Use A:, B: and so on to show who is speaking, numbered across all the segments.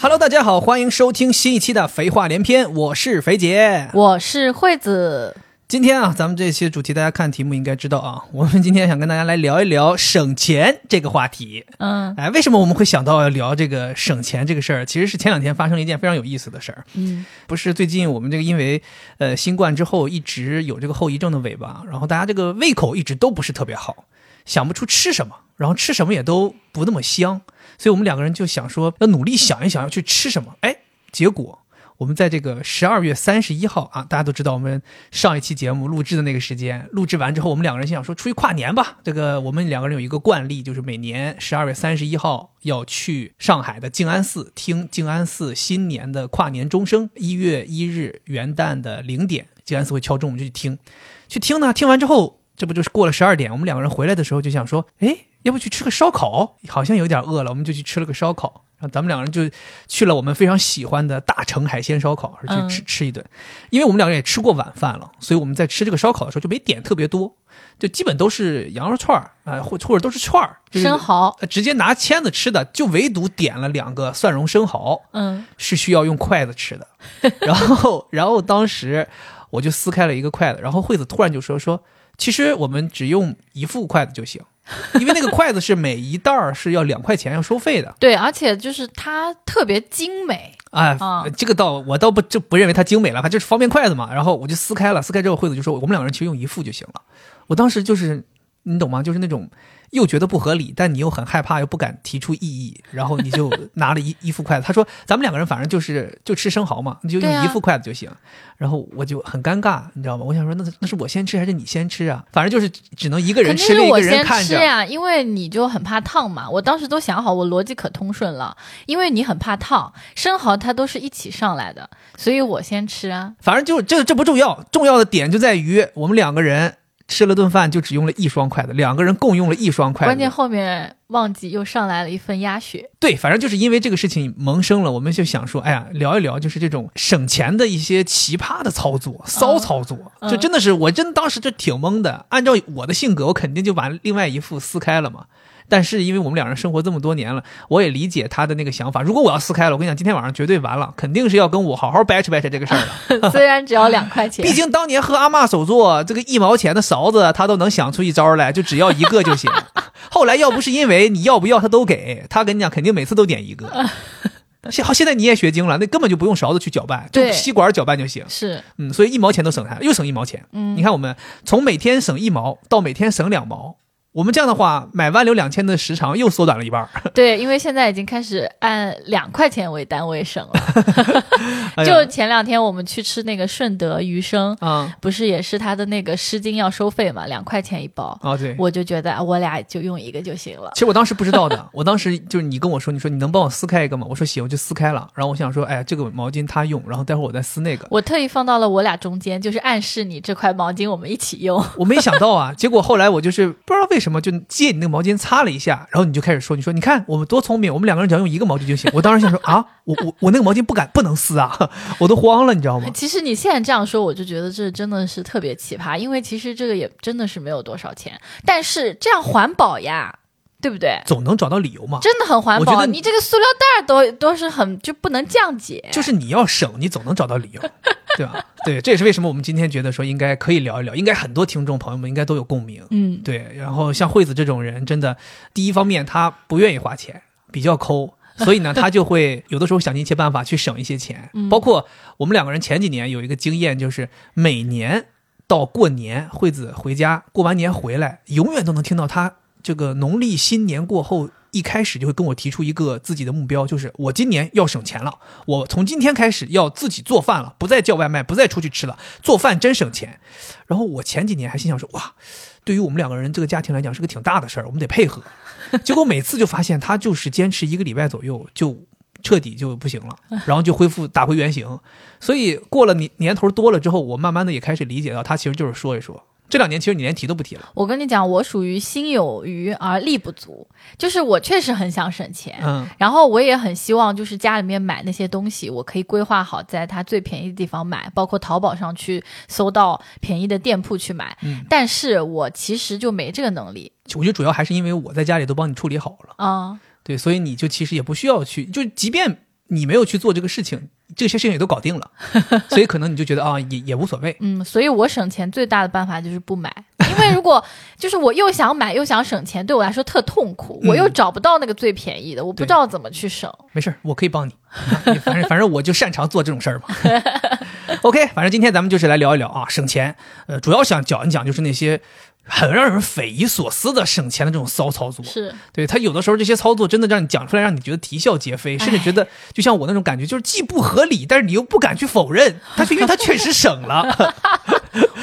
A: Hello，大家好，欢迎收听新一期的《肥话连篇》，我是肥姐。
B: 我是惠子，
A: 今天啊，咱们这期主题大家看题目应该知道啊， 我们今天想跟大家来聊一聊省钱这个话题。
B: 嗯
A: 哎，为什么我们会想到要聊这个省钱这个事儿？其实是前两天发生了一件非常有意思的事儿，
B: 嗯
A: 不是最近我们这个因为呃新冠之后一直有这个后遗症的尾巴，然后大家这个胃口一直都不是特别好，想不出吃什么，然后吃什么也都不那么香，所以我们两个人就想说要努力想一想要去吃什么。哎，结果我们在这个十二月三十一号啊，大家都知道我们上一期节目录制的那个时间，录制完之后，我们两个人心想说出去跨年吧。这个我们两个人有一个惯例，就是每年十二月三十一号要去上海的静安寺听静安寺新年的跨年钟声，一月一日元旦的零点，静安寺会敲钟，我们就去听。去听呢，听完之后，这不就是过了十二点？我们两个人回来的时候就想说，哎，要不去吃个烧烤？好像有点饿了，我们就去吃了个烧烤。然后咱们两个人就去了我们非常喜欢的大成海鲜烧烤，去吃吃一顿。因为我们两个人也吃过晚饭了，所以我们在吃这个烧烤的时候就没点特别多，就基本都是羊肉串儿啊、呃或或者都是串儿，就是
B: 生蚝，
A: 呃直接拿签子吃的，就唯独点了两个蒜蓉生蚝。
B: 嗯
A: 是需要用筷子 吃的。然后，然后当时我就撕开了一个筷子，然后惠子突然就说说，其实我们只用一副筷子就行，因为那个筷子是每一袋儿是要两块钱要收费的。
B: 对，而且就是它特别精美，
A: 哎，
B: 啊
A: 这个倒我倒不就不认为它精美了，反正就是方便筷子嘛。然后我就撕开了，撕开之后惠子就说我们两个人其实用一副就行了。我当时就是你懂吗？就是那种。又觉得不合理，但你又很害怕，又不敢提出异议，然后你就拿了一一副筷子。他 说：“咱们两个人反正就是就吃生蚝嘛，你就
B: 对
A: 用
B: 啊
A: 一副筷子就行。然后我就很尴尬，你知道吗？我想说，那那是我先吃还是你先吃啊？反正就是只能一个人
B: 肯定
A: 吃
B: 是
A: 另一
B: 我
A: 个人
B: 先
A: 看
B: 吃
A: 着。
B: 呀，因为你就很怕烫嘛。我当时都想好，我逻辑可通顺了，因为你很怕烫，生蚝它都是一起上来的，所以我先吃啊。
A: 反正就是这这不重要，重要的点就在于我们两个人吃了顿饭，就只用了一双筷子，两个人共用了一双筷子。
B: 关键后面忘记又上来了一份鸭血，
A: 对，反正就是因为这个事情萌生了，我们就想说，哎呀，聊一聊就是这种省钱的一些奇葩的操作、骚操作，
B: 嗯
A: 就真的是我真当时就挺懵的。按照我的性格，我肯定就把另外一副撕开了嘛。但是因为我们两人生活这么多年了，我也理解他的那个想法。如果我要撕开了，我跟你讲，今天晚上绝对完了，肯定是要跟我好好掰扯掰扯这个事儿的。
B: 虽然只要两块 钱
A: 毕，竟当年喝阿嬷手作，这个一毛钱的勺子，他都能想出一招来，就只要一个就 行。后来要不是因为你要不要他都给他，跟你讲，肯定每次都点一个。现好，现在你也学精了，那根本就不用勺子去搅拌，就
B: 对
A: 吸管搅拌就行。
B: 是
A: 嗯，所以一毛钱都省下来，又省一毛钱。
B: 嗯
A: 你看我们从每天省一毛到每天省两毛，我们这样的话，买万流两千的时长又缩短了一半儿。
B: 对，因为现在已经开始按两块钱为单位省了。
A: 哎呀
B: 就前两天我们去吃那个顺德鱼生，
A: 啊
B: 不是也是他的那个湿巾要收费嘛，两块钱一包，
A: 啊，对，
B: 我就觉得啊我俩就用一个就行了
A: 其。实我当时不知道的， 我当时就是你跟我说，你说你能帮我撕开一个吗？我说行，我就撕开了。然后我想说，哎，这个毛巾他用，然后待会儿我再撕那个。
B: 我特意放到了我俩中间，就是暗示你这块毛巾我们一起用。
A: 我没想到 啊，结果后来我就是不知道为什么就借你那个毛巾擦了一下，然后你就开始说，你说你看我们多聪明，我们两个人只要用一个毛巾就行。我当时想说啊，我我我那个毛巾不敢不能撕啊， 我都慌了，你知道吗？
B: 其实你现在这样说，我就觉得这真的是特别奇葩，因为其实这个也真的是没有多少钱，但是这样环保呀，对不对？
A: 总能找到理由嘛。
B: 真的很环
A: 我觉
B: 保，
A: 得
B: 你这个塑料袋儿都都是很就不能降解，
A: 就是你要省，你总能找到理由，对吧？对，这也是为什么我们今天觉得说应该可以聊一聊，应该很多听众朋友们应该都有共鸣。
B: 嗯，
A: 对，然后像惠子这种人，真的，第一方面他不愿意花钱，比较抠，所以呢，他就会有的时候想尽一切办法去省一些钱。包括我们两个人前几年有一个经验，就是每年到过年，惠子回家过完年回来，永远都能听到他这个农历新年过后。一开始就会跟我提出一个自己的目标，就是我今年要省钱了，我从今天开始要自己做饭了，不再叫外卖，不再出去吃了，做饭真省钱。然后我前几年还心想说，哇，对于我们两个人这个家庭来讲是个挺大的事儿，我们得配合。结果每次就发现他就是坚持一个礼拜左右就。彻底就不行了，然后就恢复打回原形。所以过了年年头多了之后，我慢慢的也开始理解到，他其实就是说一说，这两年其实你连提都不提了，
B: 我跟你讲，我属于心有余而力不足，就是我确实很想省钱，
A: 嗯，
B: 然后我也很希望，就是家里面买那些东西，我可以规划好在它最便宜的地方买，包括淘宝上去搜到便宜的店铺去买。
A: 嗯
B: 但是我其实就没这个能力
A: 我觉得主要还是因为我在家里都帮你处理好了，
B: 啊、
A: 对，所以你就其实也不需要去，就即便你没有去做这个事情，这些事情也都搞定了，所以可能你就觉得啊，也也无所谓。
B: 嗯。所以我省钱最大的办法就是不买，因为如果就是我又想买又想省钱，对我来说特痛苦，
A: 嗯
B: 我又找不到那个最便宜的，我不
A: 对
B: 知道怎么去省。
A: 没事儿，我可以帮你。 你反正反正我就擅长做这种事儿嘛。OK，反正 今天咱们就是来聊一聊啊，省钱。呃，主要想讲一讲就是那些很让人匪夷所思的省钱的这种骚操作。
B: 是，
A: 对他有的时候这些操作真的让你讲出来，让你觉得啼笑皆非，甚至觉得就像我那种感觉，就是既不合理，但是你又不敢去否 认，他却因为他确实省了，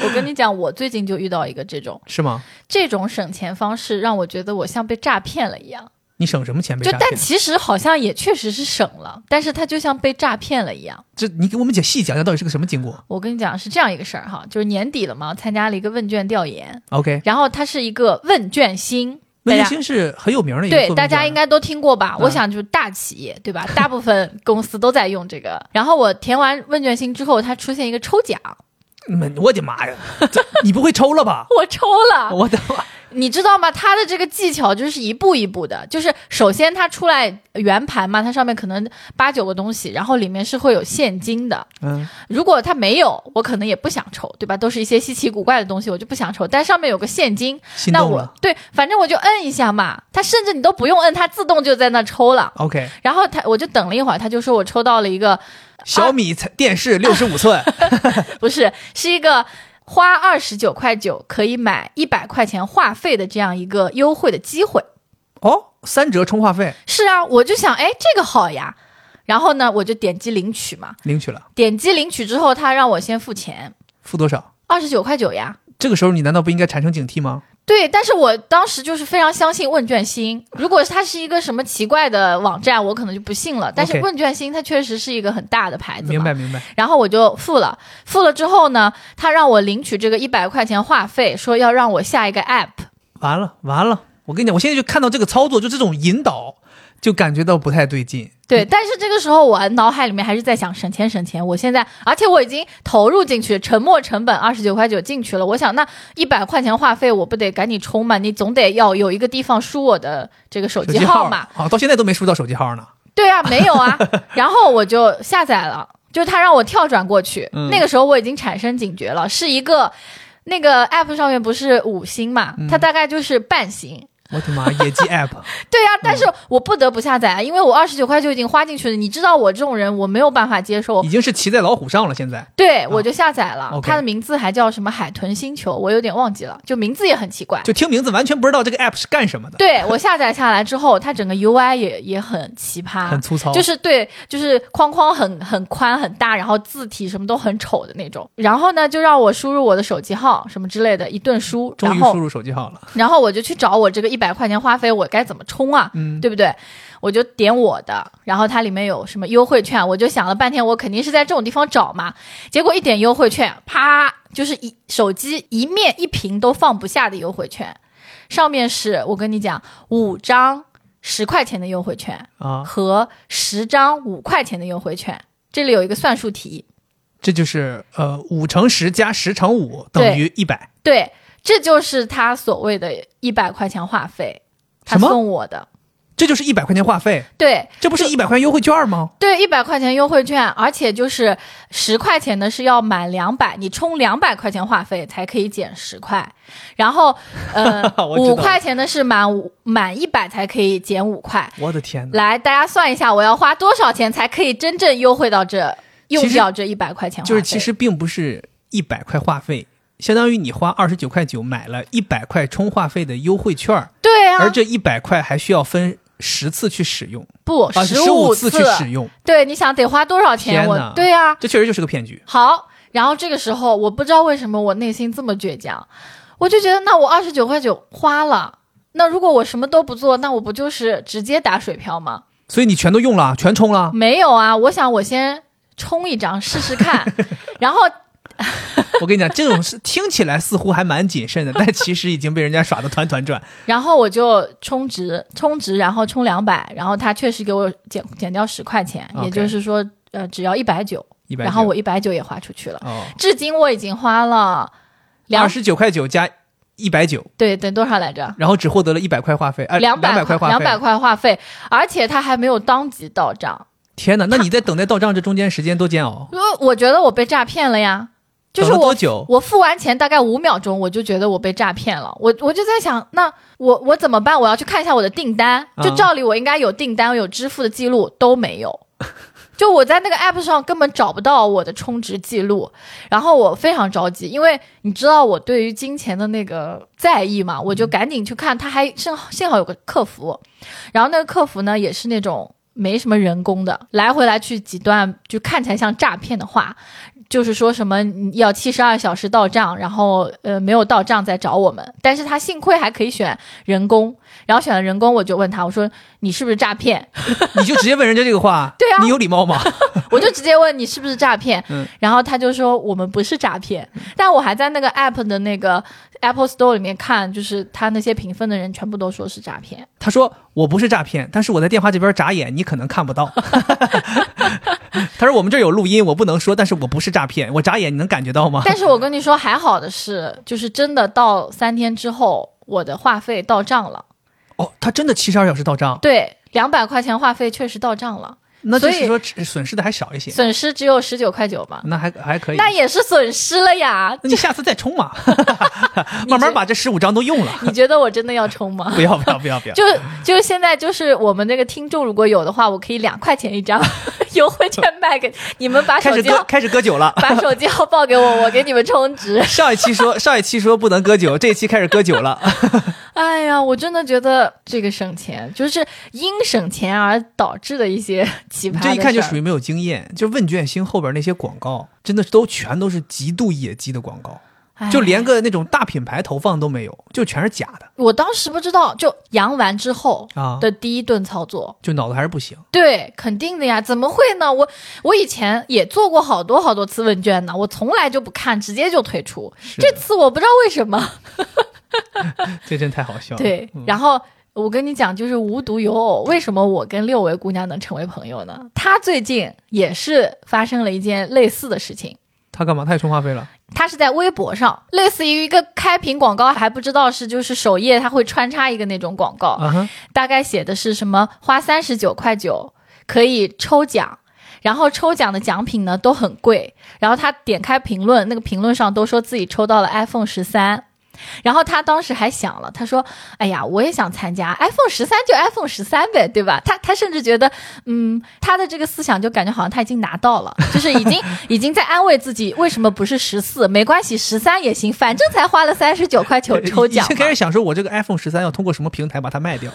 B: 我跟你讲，我最近就遇到一个这种
A: 是吗？
B: 这种省钱方式，让我觉得我像被诈骗了一样。
A: 你省什么钱被
B: 就
A: 诈
B: 但
A: 骗？
B: 其实好像也确实是省了，但是他就像被诈骗了一样。
A: 这你给我们姐细讲讲到底是个什么经过
B: 我跟你讲是这样一个事儿哈，就是年底了嘛，我参加了一个问卷调研，
A: ？OK，
B: 然后它是一个问卷星，
A: 温建
B: 大家
A: 新是很有名的一个
B: 对
A: 作
B: 大
A: 文家
B: 家应该都听过吧？
A: 嗯
B: 我想就是大企业对吧？大部分公司都在用这个。然后我填完问卷星之后，它出现一个 抽奖，
A: 嗯我的妈呀，这你不会抽了吧？
B: 我抽了，
A: 我的妈！
B: 你知道吗？它的这个技巧就是一步一步的，就是首先它出来圆盘嘛，它上面可能八九个东西，然后里面是会有现金的，
A: 嗯，
B: 如果他没有，我可能也不想抽，对吧？都是一些稀奇古怪的东西，我就不想抽。但上面有个现金，
A: 心
B: 那
A: 动
B: 我
A: 了。
B: 对，反正我就摁一下嘛。他甚至你都不用摁，他自动就在那抽了。
A: OK，
B: 然后他我就等了一会儿，他就说我抽到了一个，
A: 小米才电视六十五寸，
B: 啊不是， 是一个花二十九块九可以买一百块钱话费的这样一个优惠的机会。
A: 哦，三折充话费
B: 是啊，我就想，哎，这个好呀。然后呢，我就点击领取嘛。
A: 领取了，
B: 点击领取之后，他让我先付钱，
A: 付多少？
B: 二十九块九呀。
A: 这个时候你难道不应该产生警惕吗？
B: 对，但是我当时就是非常相信问卷星。如果它是一个什么奇怪的网站，我可能就不信了。但是
A: OK
B: 问卷星它确实是一个很大的牌子嘛。
A: 明白明白，
B: 然后我就付了，付了之后呢，他让我领取这个一百块钱话费，说要让我下一个 app。
A: 完了完了！我跟你讲，我现在就看到这个操作，就这种引导，就感觉到不太对劲。
B: 对，但是这个时候我脑海里面还是在想省钱省钱。我现在，而且我已经投入进去，沉没成本二十九块九进去了。我想那一百块钱话费，我不得赶紧充嘛？你总得要有一个地方输我的这个手
A: 手
B: 机
A: 机
B: 号
A: 号
B: 码。
A: 啊，到现在都没输到手机号呢。
B: 对啊，没 有啊。然后我就下载了，就是他让我跳转过去。
A: 嗯
B: 那个时候我已经产生警觉了，是一个那个 app 上面不是五星嘛，
A: 嗯
B: 它大概就是半星。
A: 我的妈， 野鸡 app，
B: 对
A: 嗯
B: 啊，但是我不得不下载啊，因为我二十九块就已经花进去了。你知道我这种人，我没有办法接受
A: 已。经是骑在老虎上了。现在
B: 对，我就下载了。
A: 啊 OK
B: 它的名字还叫什么海豚星球，我有点忘记了，就名字也很奇怪。
A: 就听名字完全不知道这个 app 是干什么的，
B: 对我下载下来之后，它整个 UI 也也很奇葩，
A: 很粗糙。
B: 啊就是对，就是框框很很宽很大，然后字体什么都很丑的那种。然后呢，就让我输入我的手机号什么之类的，一顿输。
A: 终于
B: 然
A: 输
B: 后，
A: 入手机号了。
B: 然后我就去找我这个一百块钱话费，我该怎么充啊？
A: 嗯，
B: 对不对？我就点我的，然后它里面有什么优惠券，我就想了半天，我肯定是在这种地方找嘛。结果一点优惠券，啪，就是一手机一面一屏都放不下的优惠券，上面是我跟你讲五张十块钱的优惠券。
A: 啊，
B: 和十张五块钱的优惠券。这里有一个算术题，
A: 这就是呃五乘十加十乘五等于一百。
B: 对，这就是他所谓的一百块钱话费，他
A: 什么
B: 送我的，
A: 这就是一百块钱话费，
B: 对
A: 这不是一百块钱优惠券 吗？
B: 对，一百块钱优惠券，而且就是十块钱的是要满两百，你充两百块钱话费才可以减十块，然后呃
A: 啊我知道
B: 五块钱的是满五满一百才可以减五块。
A: 我的天哪！
B: 来，大家算一下，我要花多少钱才可以真正优惠到这用
A: 其实
B: 掉这一百块钱话费？
A: 就是其实并不是一百块话费，相当于你花二十九块九买了一百块充话费的优惠券儿，
B: 对啊，
A: 而这一百块还需要分十次去使用，
B: 不
A: 啊，
B: 哦十
A: 十五
B: 次
A: 次去使用，
B: 对，你想得花多少钱？
A: 天
B: 我
A: 哪
B: 对啊，
A: 这确实就是个骗局。
B: 好。然后这个时候，我不知道为什么我内心这么倔强，我就觉得那我二十九块九花了，那如果我什么都不做，那我不就是直接打水漂吗？
A: 所以你全都用了，全充了，
B: 没有啊，我想我先充一张试试看，然后
A: 我跟你讲，这种是听起来似乎还蛮谨慎的，但其实已经被人家耍得团团转。
B: 然后我就充值，充值，然后充两百，然后他确实给我减减掉十块钱，
A: OK
B: 也就是说，呃，只要一百九，
A: 一百，
B: 然后我一百九也花出去了。
A: 哦，
B: 至今我已经花了两
A: 二十九块九加一百九，
B: 对对多少来着？
A: 然后只获得了一百块话费，哎、
B: 两
A: 两
B: 百
A: 块话费，
B: 两百块话费，而且他还没有当即到账，
A: 天哪，那你在等待到账这中间时间多煎熬，
B: 因为我觉得我被诈骗了呀。就是
A: 等了
B: 我
A: 多 久？
B: 我付完钱大概五秒钟，我就觉得我被诈骗了。我我就在想，那我我怎么办？我要去看一下我的订单。
A: 嗯
B: 就照理我应该有订单、有支付的记录都没有。 就我在那个 app 上根本找不到我的充值记录，然后我非常着急，因为你知道我对于金钱的那个在意嘛，我就赶紧去看，他还幸好幸好有个客服，然后那个客服呢也是那种没什么人工的，来回来去几段就看起来像诈骗的话，就是说什么你要七十二小时到账，然后呃没有到账再找我们。但是他幸亏还可以选人工，然后选了人工，我就问他，我说你是不是诈骗？
A: 你就直接问人家这个话，
B: 对啊
A: 你有礼貌吗？
B: 我就直接问你是不是诈骗，
A: 嗯
B: 然后他就说我们不是诈骗，但我还在那个 app 的那个 Apple Store 里面看，就是他那些评分的人全部都说是诈骗。
A: 他说我不是诈骗，但是我在电话这边眨眼，你可能看 不到。他说我们这儿有录音，我不能说，但是我不是诈骗，我眨眼你能感觉到吗？
B: 但是我跟你说，还好的是，就是真的到三天之后，我的话费到账了，
A: 哦，他真的七十二小时到账，
B: 对，两百块钱话费确实到账了，
A: 那就
B: 所以
A: 是说只损失的还少一些，
B: 损失只有十九块九嘛，
A: 那还还可以。
B: 那也是损失了呀。
A: 那你下次再充 嘛，慢慢把这十五张都用了。
B: 你觉得我真的要充吗？
A: 不要不要不要不要！
B: 就就是现在，就是我们那个听众如果有的话，我可以两块钱一张 优惠券卖给 你们，把
A: 开
B: 手
A: 始
B: 机
A: 割
B: 号。
A: 开始割酒了
B: 把手机号报给我，我给你们充 值。
A: 上一期说上一期说不能割酒，这一期开始割酒了。
B: 哎呀，我真的觉得这个省钱就是因省钱而导致的一些奇葩
A: 你
B: 的事
A: 这
B: 儿。
A: 一看就属于没有经验。就问卷星后边那些广告，真的都全都是极度野鸡的广告，
B: 哎
A: 就连个那种大品牌投放都没有，就全是假的
B: 我当时不知道，就阳完之后
A: 啊！
B: 的第一顿操作，
A: 就脑子还是不行。
B: 对，肯定的呀，怎么会呢？我我以前也做过好多好多次问卷呢，我从来就不看，直接就退出。
A: 是
B: 这次我不知道为什么，
A: 这真太好笑了。嗯
B: 对，然后。我跟你讲，就是无独有偶，为什么我跟六维姑娘能成为朋友呢？她最近也是发生了一件类似的事情，
A: 他干嘛？他也充话费了？
B: 她是在微博上，类似于一个开屏广告，还不知道是就是首页，它会穿插一个那种广告，
A: 啊哈！
B: 大概写的是什么花三十九块九可以抽奖，然后抽奖的奖品呢都很贵，然后他点开评论，那个评论上都说自己抽到了 iPhone 十三。然后他当时还想了，他说：“哎呀，我也想参加 iPhone 十三，就 iPhone 十三呗，对吧？”他他甚至觉得，嗯，他的这个思想就感觉好像他已经拿到了，就是 已经已经在安慰自己，为什么不是十四？没关系，十三也行，反正才花了三十九块九抽
A: 已
B: 奖嘛
A: 呃经。开始想说，我这个 iPhone 十三要通过什么平台把它卖 掉？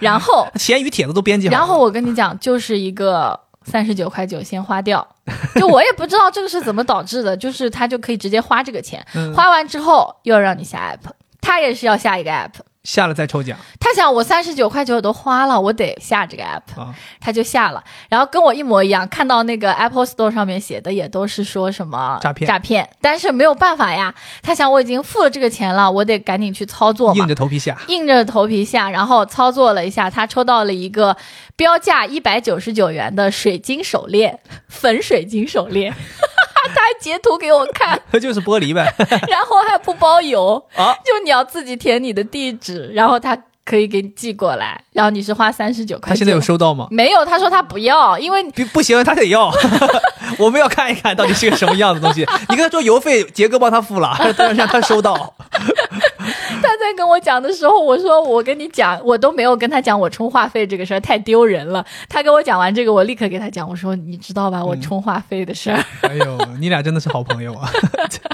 B: 然后
A: 闲鱼帖子都编辑好了。
B: 然后我跟你讲，就是一个三十九块九先花掉，就我也不知道这个是怎么导致的，就是他就可以直接花这个钱，
A: 嗯
B: 花完之后又要让你下 app，他也是要下一个 app。
A: 下了再抽奖
B: 他想我三十九块九都花了，我得下这个 app，
A: 啊！
B: 他就下了，然后跟我一模一样，看到那个 Apple Store 上面写的也都是说什么
A: 诈骗
B: 诈骗，但是没有办法呀，他想我已经付了这个钱了，我得赶紧去操作嘛
A: 硬，着头皮 下，
B: 硬着头皮下，然后操作了一下，他抽到了一个标价一百九十九元的水晶手链，粉水晶手链， 他还截图给我看，
A: 就是玻璃 呗。
B: 然后还不包邮，
A: 啊
B: 就你要自己填你的地址，然后他可以给你寄过来，然后你是花三十九块
A: 他
B: 九。
A: 现在有收到吗？
B: 没有？他说他不要，因为
A: 不不行，他得 要，我们要看一看到底是个什么样的东 西。你跟他说邮费杰哥帮他付了， 但是让他收到。
B: 他在跟我讲的时候，我说我跟你讲，我都没有跟他讲我充话费这个事儿，太丢人了。他跟我讲完这个，我立刻给他讲，我说你知道吧，
A: 嗯
B: 我充话费的事儿。
A: 哎呦，你俩真的是好朋友啊！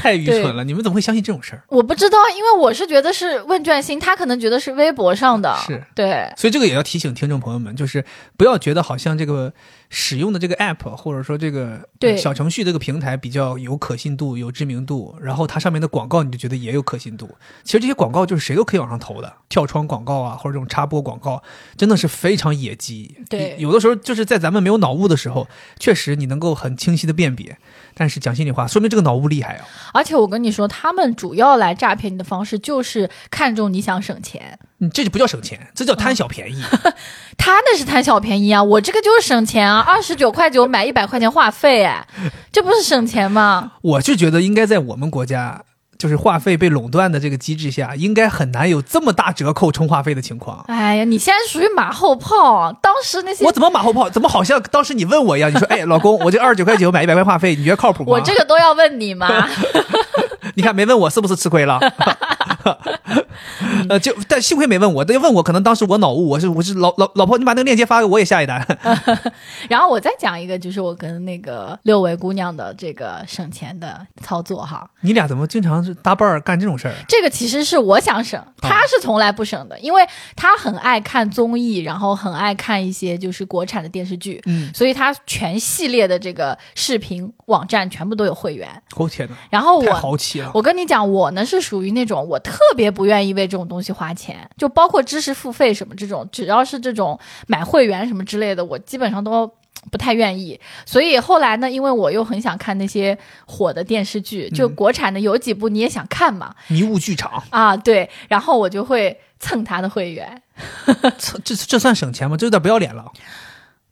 A: 太愚蠢了，你们怎么会相信这种事儿？
B: 我不知道，因为我是觉得是问卷星，他可能觉得是微博上的，
A: 是
B: 对，
A: 所以这个也要提醒听众朋友们，就是不要觉得好像这个使用的这个 app 或者说这个呃
B: 对
A: 小程序这个平台比较有可信度、有知名度，然后它上面的广告你就觉得也有可信度。其实这些广告就是谁都可以往上投的，跳窗广告啊，或者这种插播广告，真的是非常野鸡。
B: 对
A: 有的时候就是在咱们没有脑雾的时候，确实你能够很清晰的辨别。但是讲心里话，说明这个脑雾厉害啊。
B: 而且我跟你说，他们主要来诈骗你的方式就是看中你想省钱，
A: 你嗯这就不叫省钱，这叫贪小便宜。
B: 他那是贪小便宜啊，我这个就是省钱啊，二十九块九买一百块钱话费，哎，这不是省钱吗？
A: 我是觉得应该在我们国家，就是话费被垄断的这个机制下，应该很难有这么大折扣充话费的情况。
B: 哎呀，你现在属于马后炮，啊当时那些
A: 我怎么马后炮？怎么好像当时你问我一样？你说，哎，老公，我这二十九块九买一百块话费，你觉得靠谱吗？
B: 我这个都要问你吗？
A: 你看没问我是不是吃亏了？ 呃，就但幸亏没问我，但要问我，可能当时我脑雾，我是我是老老老婆，你把那个链接发给我，我也下一单。
B: 然后我再讲一个，就是我跟那个六位姑娘的这个省钱的操作哈。
A: 你俩怎么经常是搭伴儿干这种事儿？
B: 这个其实是我想省，
A: 啊
B: 他是从来不省的，因为他很爱看综艺，然后很爱看一些就是国产的电视剧，
A: 嗯，
B: 所以他全系列的这个视频网站全部都有会员。
A: 我、哦天哪，
B: 然后
A: 太
B: 我。
A: 豪气了！
B: 我跟你讲，我呢是属于那种我特别不愿意为这种东西花钱，就包括知识付费什么这种，只要是这种买会员什么之类的，我基本上都不太愿意。所以后来呢，因为我又很想看那些火的电视剧，就
A: 嗯
B: 国产的有几部你也想看嘛，
A: 迷雾剧场，
B: 啊，对，然后我就会蹭他的会员，
A: 这这这算省钱吗？这有点不要脸了。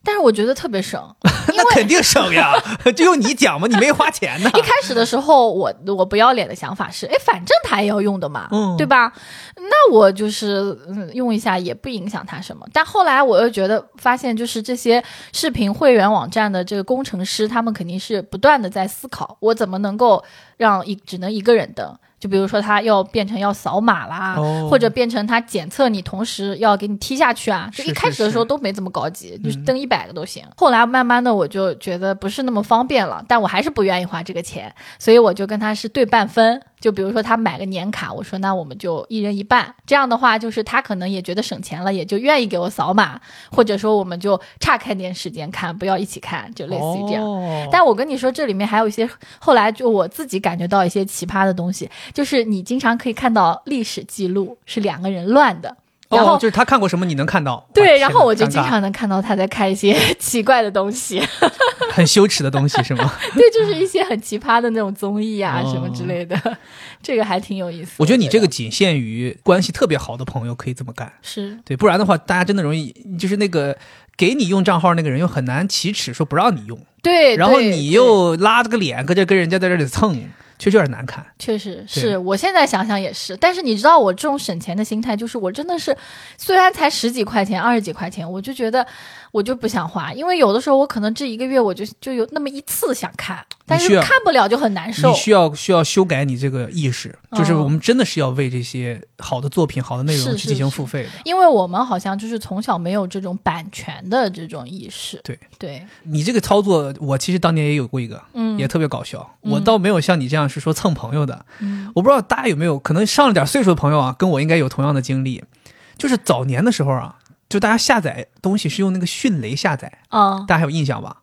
B: 但是我觉得特别省。
A: 那肯定省呀，这用你讲吗？你没花钱呢。
B: 一开始的时候，我我不要脸的想法是，哎，反正他也要用的嘛，
A: 嗯
B: 对吧？那我就是嗯用一下也不影响他什么。但后来我又觉得，发现就是这些视频会员网站的这个工程师，他们肯定是不断的在思考，我怎么能够让一只能一个人登。就比如说，他要变成要扫码啦，
A: 哦
B: 或者变成他检测你，同时要给你踢下去啊。就是一开
A: 是
B: 始的时候
A: 是嗯
B: 都没怎么高级，就是登一百个都行。后来慢慢的我就觉得不是那么方便了，但我还是不愿意花这个钱，所以我就跟他是对半分。就比如说他买个年卡，我说那我们就一人一半，这样的话就是他可能也觉得省钱了，也就愿意给我扫码，或者说我们就岔开点时间看，不要一起看，就类似于这样。
A: 哦
B: 但我跟你说，这里面还有一些后来就我自己感觉到一些奇葩的东西，就是你经常可以看到历史记录是两个人乱的，然后
A: 哦，就是他看过什么你能看到。哇
B: 对，
A: 天
B: 然
A: 哪
B: 后我就
A: 尴
B: 经
A: 尬
B: 常能看到他在看一些 奇怪的东西，
A: 很羞耻的东西是吗？
B: 对，就是一些很奇葩的那种综艺啊什么之
A: 哦
B: 类的，这个还挺有意思。
A: 我觉得你这
B: 个
A: 个仅限于关系特别好的朋友可以这么干，
B: 是
A: 对，不然的话大家真的容易就是那个给你用账号那个人又很难启齿说不让你用，
B: 对，
A: 然后
B: 对
A: 你又拉着个脸跟着跟人家在这里蹭，确实有点难看。
B: 确实是我现在想想也是，但是你知道我这种省钱的心态，就是我真的是，虽然才十几块钱、二十几块钱，我就觉得我就不想花，因为有的时候我可能这一个月我就就有那么一次想看，但
A: 需
B: 是
A: 要
B: 看不了就很难受
A: 你。需要需要修改你这个意识，就是
B: 哦
A: 我们真的是要为这些好的作品、好的内
B: 是
A: 容
B: 是
A: 去进行
B: 是
A: 付费的。
B: 因为我们好像就是从小没有这种版权的这种意识，
A: 对
B: 对，
A: 你这个操作，我其实当年也有过一个，
B: 嗯，
A: 也特别搞笑。我倒没有像你这样是说蹭朋友的，
B: 嗯
A: 我不知道大家有没有可能上了点岁数的朋友啊，跟我应该有同样的经历，就是早年的时候啊，就大家下载东西是用那个迅雷下载，
B: 啊，
A: 大家还有印象吧？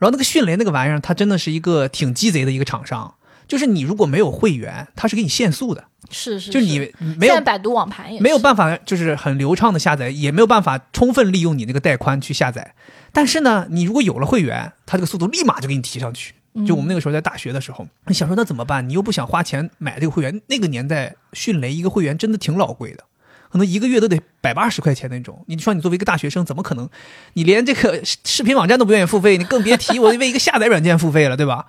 A: 然后那个迅雷那个玩意儿，它真的是一个挺鸡贼的一个厂商，就是你如果没有会员，它是给你限速的，
B: 是是，
A: 就是你没有
B: 现在百度网盘也是
A: 没有办法，就是很流畅的下载，也没有办法充分利用你那个带宽去下载。但是呢，你如果有了会员，它这个速度立马就给你提上去。
B: 嗯
A: 就我们那个时候在大学的时候，你想说那怎么办？你又不想花钱买这个会员，那个年代迅雷一个会员真的挺老贵的，可能一个月都得百八十块钱那种。你说你作为一个大学生，怎么可能？你连这个视视频网站都不愿意付费，你更别提我 为一个下载软件付费了，对吧？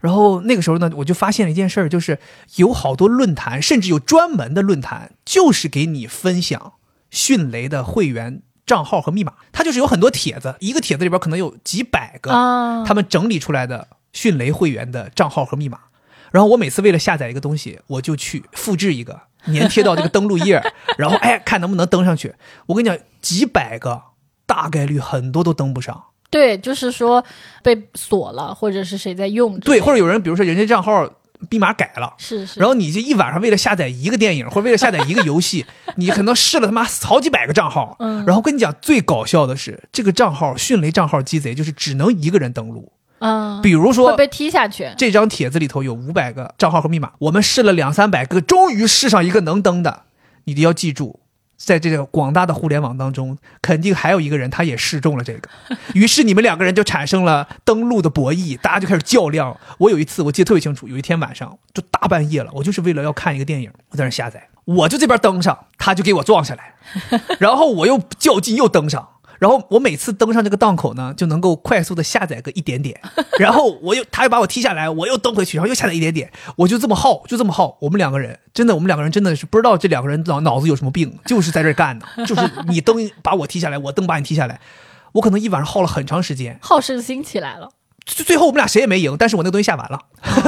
A: 然后那个时候呢，我就发现了一件事儿，就是有好多论坛，甚至有专门的论坛，就是给你分享迅雷的会员账号和密码。它就是有很多帖子，一个帖子里边可能有几百个
B: 啊，
A: 他们整理出来的迅雷会员的账号和密码。然后我每次为了下载一个东西，我就去复制一个，粘贴到这个登录页 儿，然后哎看能不能登上去。我跟你讲，几百个，大概率很多都登不上。
B: 对，就是说被锁了，或者是谁在用之类
A: 对，
B: 的，
A: 或者有人比如说人家账号密码改了。
B: 是是
A: 然，后你就一晚上为了下载一个电影，或者为了下载一个游 戏，你可能试了他妈好几百个账号。
B: 嗯
A: 然后跟你讲，最搞笑的是，这个账号迅雷账号鸡贼，就是只能一个人登录。
B: 嗯，
A: 比如
B: 会
A: 说，
B: 被踢下去。
A: 这张帖子里头有五百个账号和密码，我们试了两三百个，终于试上一个能登的。你得要记住，在这个广大的互联网当中，肯定还有一个人他也试中了这个， 于是你们两个人就产生了登录的博弈，大家就开始较量。我有一次我记得特别清楚，有一天晚上就大半夜了，我就是为了要看一个电影，我在那下载，我就这边登上，他就给我撞下 来，然后我又较劲又登上。然后我每次登上这个档口呢，就能够快速的下载个一点点， 然后我又他又把我踢下来，我又登回去，然后又下载一点点，我就这么耗，就这么耗。我们两个人真的，我们两个人真的是不知道这两个人脑脑子有什么病， 就是在这儿干的，就是你登把我踢下来，我登把你踢下来，我可能一晚上耗了很长时间，
B: 好胜心起 来了，
A: 最最后我们俩谁也没赢，但是我那个东西下完了，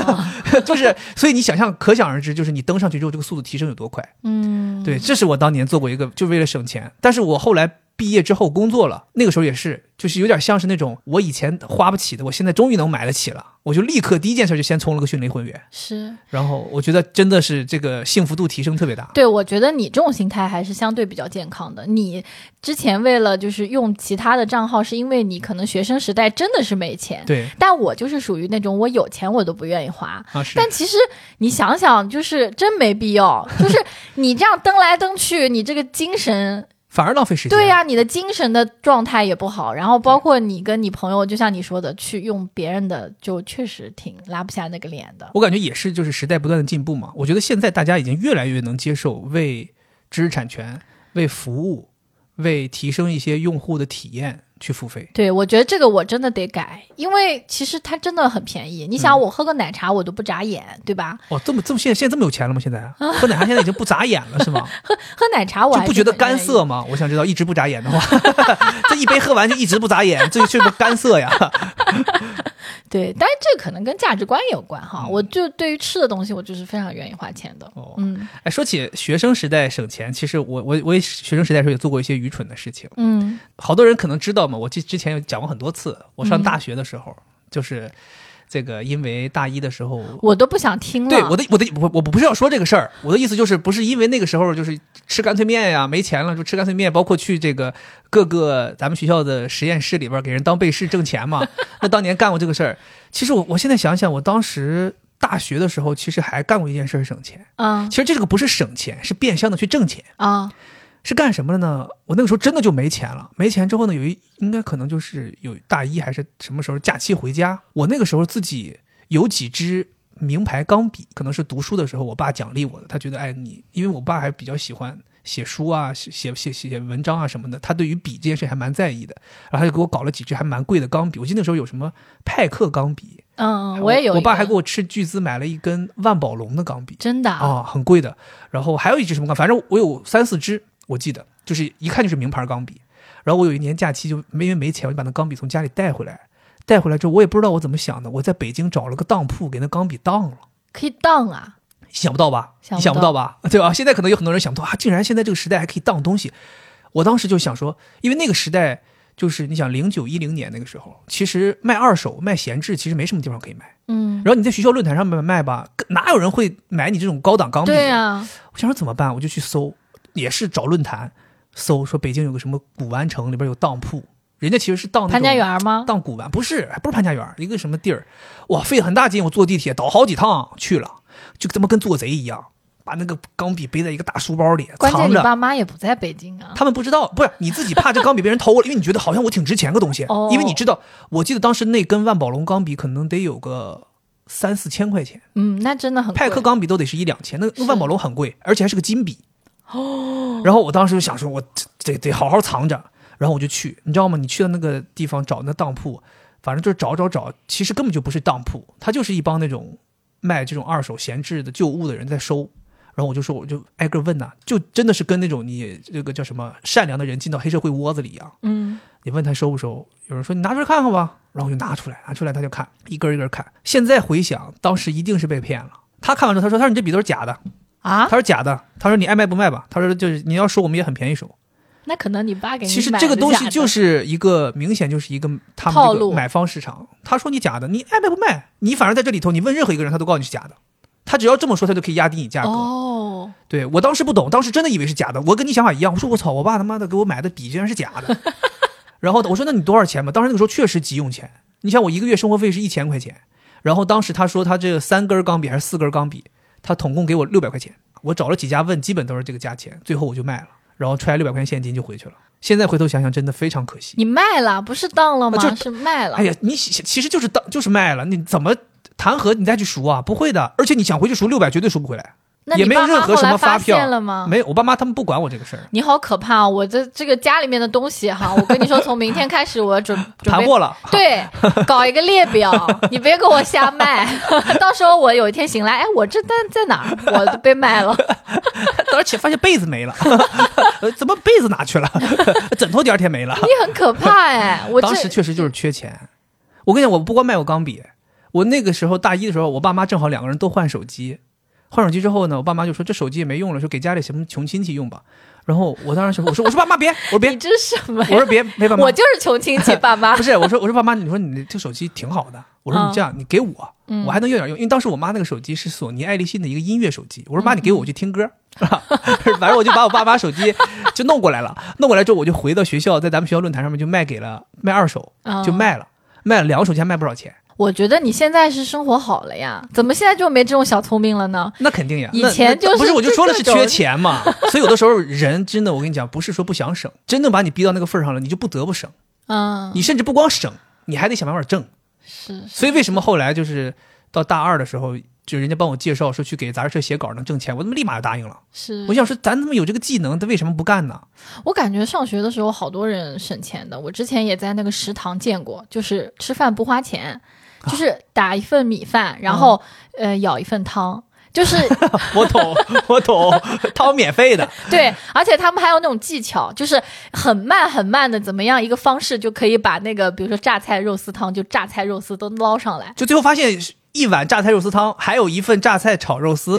A: 就是所以你想象可想而知，就是你登上去之后这个速度提升有多快。
B: 嗯，
A: 对，这是我当年做过一个，就为了省钱。但是我后来毕业之后工作了，那个时候也是，就是有点像是那种我以前花不起的，我现在终于能买得起了，我就立刻第一件事就先充了个迅雷会员。
B: 是
A: 然后我觉得真的是这个幸福度提升特别大。
B: 对，我觉得你这种心态还是相对比较健康的。你之前为了就是用其他的账号，是因为你可能学生时代真的是没钱，
A: 对
B: 但我就是属于那种我有钱我都不愿意花，
A: 啊，是
B: 但其实你想想，就是真没必要，就是你这样蹬来蹬去，你这个精 神，
A: 反而浪费时间。
B: 对呀、你的精神的状态也不好。然后包括你跟你朋友，就像你说的，去用别人的，就确实挺拉不下那个脸的。
A: 我感觉也是，就是时代不断的进步嘛。我觉得现在大家已经越来越能接受为知识产权、为服务、为提升一些用户的体验去付费。
B: 对，我觉得这个我真的得改，因为其实它真的很便宜。你
A: 嗯
B: 想，我喝个奶茶我都不眨眼，对吧？
A: 哦，这么这么现在现在这么有钱了吗？现 在喝奶茶现在已经不眨眼了是吗？
B: 喝奶茶我
A: 就
B: 还
A: 不
B: 是
A: 觉得
B: 很愿
A: 干
B: 意
A: 涩吗？我想知道，一直不眨眼的话， 这一杯喝完就一直不眨眼，这这不干涩呀？
B: 对，但是这可能跟价值观也有关
A: 嗯
B: 哈。我就对于吃的东西，我就是非常愿意花钱的。
A: 哦
B: 嗯
A: 哎，说起学生时代省钱，其实我我我也学生时代的时候也做过一些愚蠢的事情，
B: 嗯
A: 好多人可能知道嘛，我之之前有讲过很多次，我上大学的时候、就是这个，因为大一的时候。
B: 我都不想听了。
A: 对我的我的我我不是要说这个事儿，我的意思就是不是因为那个时候就是吃干脆面呀、没钱了就吃干脆面，包括去这个各个咱们学校的实验室里边给人当被试挣钱嘛。那当年干过这个事儿，其实我我现在想想，我当时大学的时候其实还干过一件事儿省钱。
B: 嗯
A: 其实这个不是省钱，是变相的去挣钱，
B: 啊，
A: 是干什么的呢？我那个时候真的就没钱了，没钱之后呢，有一应该可能就是有大一还是什么时候假期回家，我那个时候自己有几支。名牌钢笔可能是读书的时候，我爸奖励我的。他觉得，哎，你因为我爸还比较喜欢写书啊，写写写写文章啊什么的，他对于笔这件事还蛮在意的。然后他就给我搞了几支还蛮贵的钢笔。我记得那时候有什么派克钢笔，
B: 嗯，我也有一个。
A: 我爸还给我斥巨资买了一根万宝龙的钢笔，
B: 真的
A: 啊、很贵的。然后还有一支什么钢，反正我有三四支，我记得就是一看就是名牌钢笔。然后我有一年假期就没因为没钱，我就把那钢笔从家里带回来。带回来之后，我也不知道我怎么想的，我在北京找了个当铺给那钢笔当了。
B: 可以当啊，
A: 想不到吧？
B: 想不到
A: 你想不到吧？ 对吧？现在可能有很多人想不到啊，竟然现在这个时代还可以当东西。我当时就想说，因为那个时代就是你想零九一零年那个时候，其实卖二手、卖闲置，其实没什么地方可以卖。
B: 嗯，
A: 然后你在学校论坛上面卖吧，哪有人会买你这种高档钢笔？
B: 对啊，
A: 我想说怎么办，我就去搜，也是找论坛搜，说北京有个什么古玩城，里边有当铺，人家其实是当那种
B: 潘家园儿吗？
A: 当古玩，不是，还不是潘家园，一个什么地儿，哇，费很大劲，我坐地铁倒好几趟去了，就他妈跟做贼一样，把那个钢笔背在一个大书包里
B: 关键
A: 藏
B: 你
A: 着。
B: 爸妈也不在北京啊。
A: 他们不知道，不是你自己怕这钢笔被人偷了，因为你觉得好像我挺值钱个东西，
B: 哦
A: 因为你知道，我记得当时那根万宝龙钢笔可能得有个三四千块钱，
B: 嗯，那真的很贵
A: 派克钢笔都得是一两千，那那
B: 是
A: 万宝龙很贵，而且还是个金笔。哦。然后我当时就想说，我这得得好好藏着。然后我就去，你知道吗？你去到那个地方找那当铺，反正就是找找找，其实根本就不是当铺，他就是一帮那种卖这种二手闲置的旧物的人在收。然后我就说，我就挨个问呐、就真的是跟那种你这个叫什么善良的人进到黑社会窝子里一样。
B: 嗯，
A: 你问他收不收，有人说你拿出来看看吧，然后我就拿出来，拿出来他就看，一根一根看。现在回想，当时一定是被骗了。他看完之后，他说：“他说你这笔都是假的，
B: 啊
A: 他，说假的，他说你爱卖不卖吧，他说就是你要收我们也很便宜收。
B: 那可能你爸给你
A: 其实
B: 买
A: 这个
B: 的
A: 东
B: 假
A: 西
B: 的
A: 就是一个明显就是一个他
B: 套
A: 们这
B: 路
A: 个买方市场。他说你假的，你爱卖不卖，你反正在这里头你问任何一个人，他都告诉你是假的。他只要这么说，他就可以压低你价格。
B: 哦，
A: 对我当时不懂，当时真的以为是假的，我跟你想法一样。我说我操，我爸他妈的给我买的笔竟然是假 的。然后我说那你多少钱吧？当时那个时候确实急用钱，你想我一个月生活费是一千块钱，然后当时他说他这三根钢笔还是四根钢笔，他统共给我六百块钱。我找了几家问，基本都是这个价钱，最后我就卖了，然后揣六百块钱现金就回去了。现在回头想想，真的非常可惜。
B: 你卖了不是当了吗？
A: 啊就是
B: 卖了。
A: 哎呀，你其其实就是当就是卖了，你怎么谈何你再去赎啊？不会的，而且你想回去赎六百，绝对赎不回来。
B: 那
A: 也
B: 你
A: 没
B: 爸
A: 有任
B: 妈
A: 何
B: 后
A: 什
B: 来
A: 么
B: 发
A: 发票
B: 现了吗？
A: 没有，我爸妈他们不管我这个事儿，
B: 你好可怕、啊我这这个家里面的东西哈，我跟你说，从明天开始 我准准
A: 盘
B: 备
A: 过了。
B: 对，搞一个列表，你别给我瞎 卖。到时候我有一天醒来，哎，我这单在哪儿？我都被 卖了。
A: 而且发现被子没了， 呃怎么被子哪去了？ 枕头第二天没了。
B: 你很可怕哎！我这
A: 当时确实就是缺钱。我跟你讲，我不光卖过钢笔，我那个时候大一的时候，我爸妈正好两个人都换手机，换手机之后呢，我爸妈就说这手机也没用了，说给家里什么穷亲戚用吧。然后我当时说，我说我说爸妈别，我说别
B: 你，这是什么
A: 我
B: 呀？
A: 说别，没办法
B: 我，就是穷亲戚爸妈
A: 不。是，我说我说爸妈，你说你这手机挺好的，我说
B: 嗯
A: 你这样，你给我，我还能用点用，因为当时我妈那个手机是索尼爱立信的一个音乐手机，我说妈，你给我，我去听歌，反正我就把我爸妈手机就弄过来了，弄过来之后我就回到学校，在咱们学校论坛上面就卖给了卖二手，就
B: 嗯
A: 卖了，卖了两个手机还卖不少钱，
B: 我觉得你现在是生活好了呀，怎么现在就没这种小聪明了呢？
A: 那肯定呀，
B: 以
A: 那
B: 前
A: 那
B: 就是
A: 不是我就
B: 这
A: 说了是
B: 这种
A: 缺钱嘛，所以有的时候人真的我跟你讲，不是说不想省，真的把你逼到那个份儿上了，你就不得不省，
B: 嗯，
A: 你甚至不光省，你还得想办法挣。
B: 是
A: 所以为什么后来就是到大二的时候，就人家帮我介绍说去给杂志社写稿能挣钱，我他妈立马就答应了。
B: 是
A: 我，想说，咱他妈有这个技能，他为什么不干呢？
B: 我感觉上学的时候好多人省钱的，我之前也在那个食堂见过，就是吃饭不花钱，
A: 啊
B: 就是打一份米饭，然后、呃舀一份汤。就是
A: 我懂， 我懂，汤免费的，
B: 对，而且他们还有那种技巧，就是很慢很慢的，怎么样一个方式就可以把那个，比如说榨菜肉丝汤，就榨菜肉丝都捞上来。
A: 就最后发现一碗榨菜肉丝汤，还有一份榨菜炒肉 丝。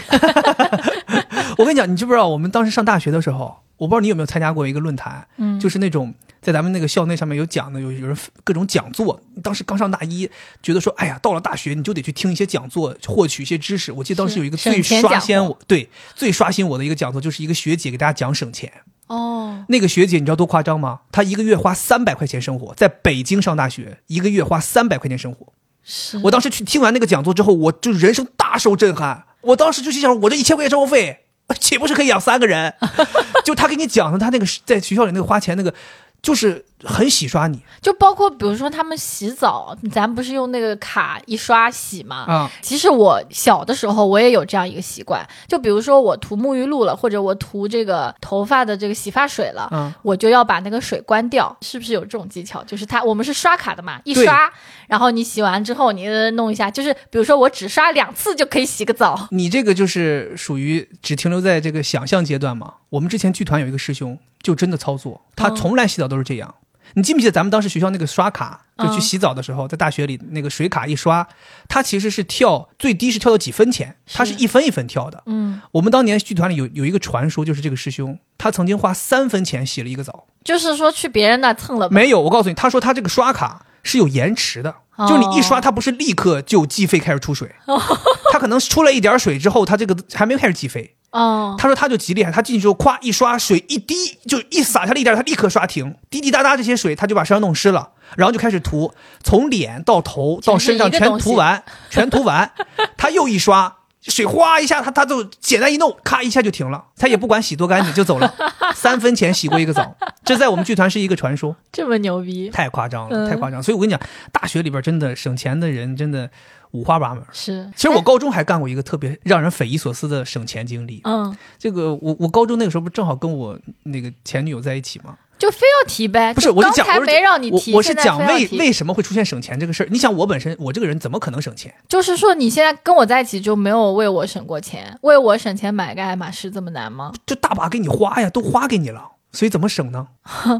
A: 我跟你讲，你知不知道我们当时上大学的时候，我不知道你有没有参加过一个论坛，
B: 嗯
A: 就是那种在咱们那个校内上面有讲的，有有人各种讲座。当时刚上大一，觉得说，哎呀，到了大学你就得去听一些讲座，获取一些知识。我记得当时有一个
B: 是
A: 最
B: 省钱
A: 刷
B: 讲
A: 新
B: 座
A: 我，对最刷新我的一个讲座，就是一个学姐给大家讲省钱。
B: 哦，
A: 那个学姐你知道多夸张吗？她一个月花三百块钱生活，在北京上大学，一个月花三百块钱生活。
B: 是
A: 我当时去听完那个讲座之后，我就人生大受震撼。我当时就心想，我这一千块钱生活费， 岂不是可以养三个人？ 就他给你讲的，他那个是在学校里那个花钱那个，就是很洗刷你
B: 就包括比如说他们洗澡，咱不是用那个卡一刷洗吗？
A: 啊。
B: 其实我小的时候我也有这样一个习惯，就比如说我涂沐浴露了，或者我涂这个头发的这个洗发水了。
A: 嗯，
B: 我就要把那个水关掉，是不是有这种技巧？就是它，我们是刷卡的嘛，一
A: 对
B: 刷，然后你洗完之后你呃弄一下，就是比如说我只刷两次就可以洗个澡。
A: 你这个就是属于只停留在这个想象阶段嘛。我们之前剧团有一个师兄，就真的操作，他
B: 嗯
A: 从来洗澡都是这样。你记不记得咱们当时学校那个刷卡，就去
B: 嗯
A: 洗澡的时候，在大学里那个水卡一刷，它其实是跳最低是跳到几分钱，它是
B: 是
A: 一分一分跳的。
B: 嗯，
A: 我们当年剧团里有有一个传说，就是这个师兄，他曾经花三分钱洗了一个澡。
B: 就是说去别人那蹭了吧，
A: 没有，我告诉你，他说他这个刷卡是有延迟的，
B: 哦
A: 就是你一刷，他不是立刻就计费开始出水， 他可能出来一点水之后，他这个还没有开始计费。
B: 哦，
A: 他说他就极厉害，他进去之后，咵一刷，水一滴就一洒下了一点，他立刻刷停，滴滴答答这些水他就把身上弄湿了，然后就开始涂，从脸到头到身上
B: 全是一个
A: 全
B: 东西
A: 涂 完，全涂完，他又一刷。水哗一下，他他就简单一弄，咔一下就停了，他也不管洗多干净就走了。三分钱洗过一个澡，这在我们剧团是一个传说。
B: 这么牛逼，
A: 太夸张了，
B: 嗯
A: 太夸张了。所以我跟你讲，大学里边真的省钱的人真的五花八门。
B: 是，哎
A: 其实我高中还干过一个特别让人匪夷所思的省钱经历。
B: 嗯，
A: 这个我我高中那个时候不正好跟我那个前女友在一起吗？
B: 就非要提呗，
A: 不是，
B: 就
A: 我是
B: 刚
A: 讲
B: 才
A: 我是
B: 没让你
A: 我
B: 提，
A: 我是
B: 现在
A: 讲
B: 非要
A: 为
B: 提
A: 为什么会出现省钱这个事儿。你想我本身我这个人怎么可能省钱？
B: 就是说，你现在跟我在一起就没有为我省过钱，为我省钱买个爱马仕这么难吗？
A: 就大把给你花呀，都花给你了。所以怎么省 呢？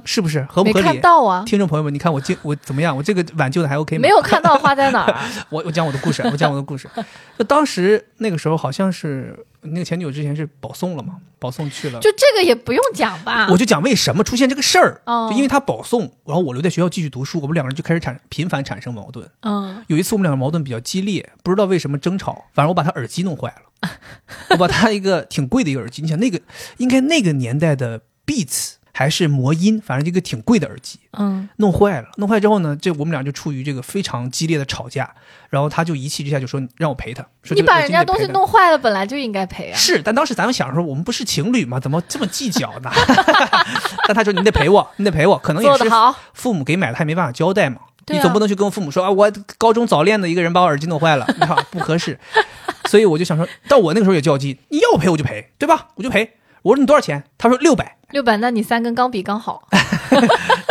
A: 是不是合不
B: 没
A: 合
B: 看
A: 理？
B: 到啊，
A: 听众朋友们，你看我这我怎么样？我这个挽救的还 OK 吗？
B: 没有看到花在哪儿啊。
A: 我我讲我的故事，我讲我的故事。 就当时那个时候好像是那个前女友之前是保送了嘛，保送去了，
B: 就这个也不用讲吧，
A: 我就讲为什么出现这个事儿，
B: 哦
A: 就因为她保送，然后我留在学校继续读书，我们两个人就开始产频繁产生矛盾。
B: 嗯，
A: 有一次我们两个矛盾比较激烈，不知道为什么争吵，反正我把她耳机弄坏了，我把她一个挺贵的一个耳机，你想那个应该那个年代的 Beats 还是魔音，反正一个挺贵的耳机，
B: 嗯，
A: 弄坏了，弄坏之后呢，这我们俩就处于这个非常激烈的吵架，然后他就一气之下就说让我赔他，说
B: 你
A: 这个
B: 把
A: 耳
B: 人
A: 机
B: 家
A: 得
B: 东
A: 赔
B: 西
A: 他
B: 弄坏了，本来就应该赔啊。
A: 是，但当时咱们想说我们不是情侣嘛，怎么这么计较呢？ 但他说你得赔我，你得赔我，可能也
B: 做
A: 是
B: 得好，
A: 父母给买的，他也没办法交代嘛，
B: 对啊
A: 你总不能去跟父母说啊，我高中早恋的一个人把我耳机弄坏了， 你看不合适，所以我就想说，但我那个时候也较劲，你要我赔我就赔，对吧？我就赔。我说你多少钱？他说六百，
B: 六百，那你三根钢笔刚好。
A: 哎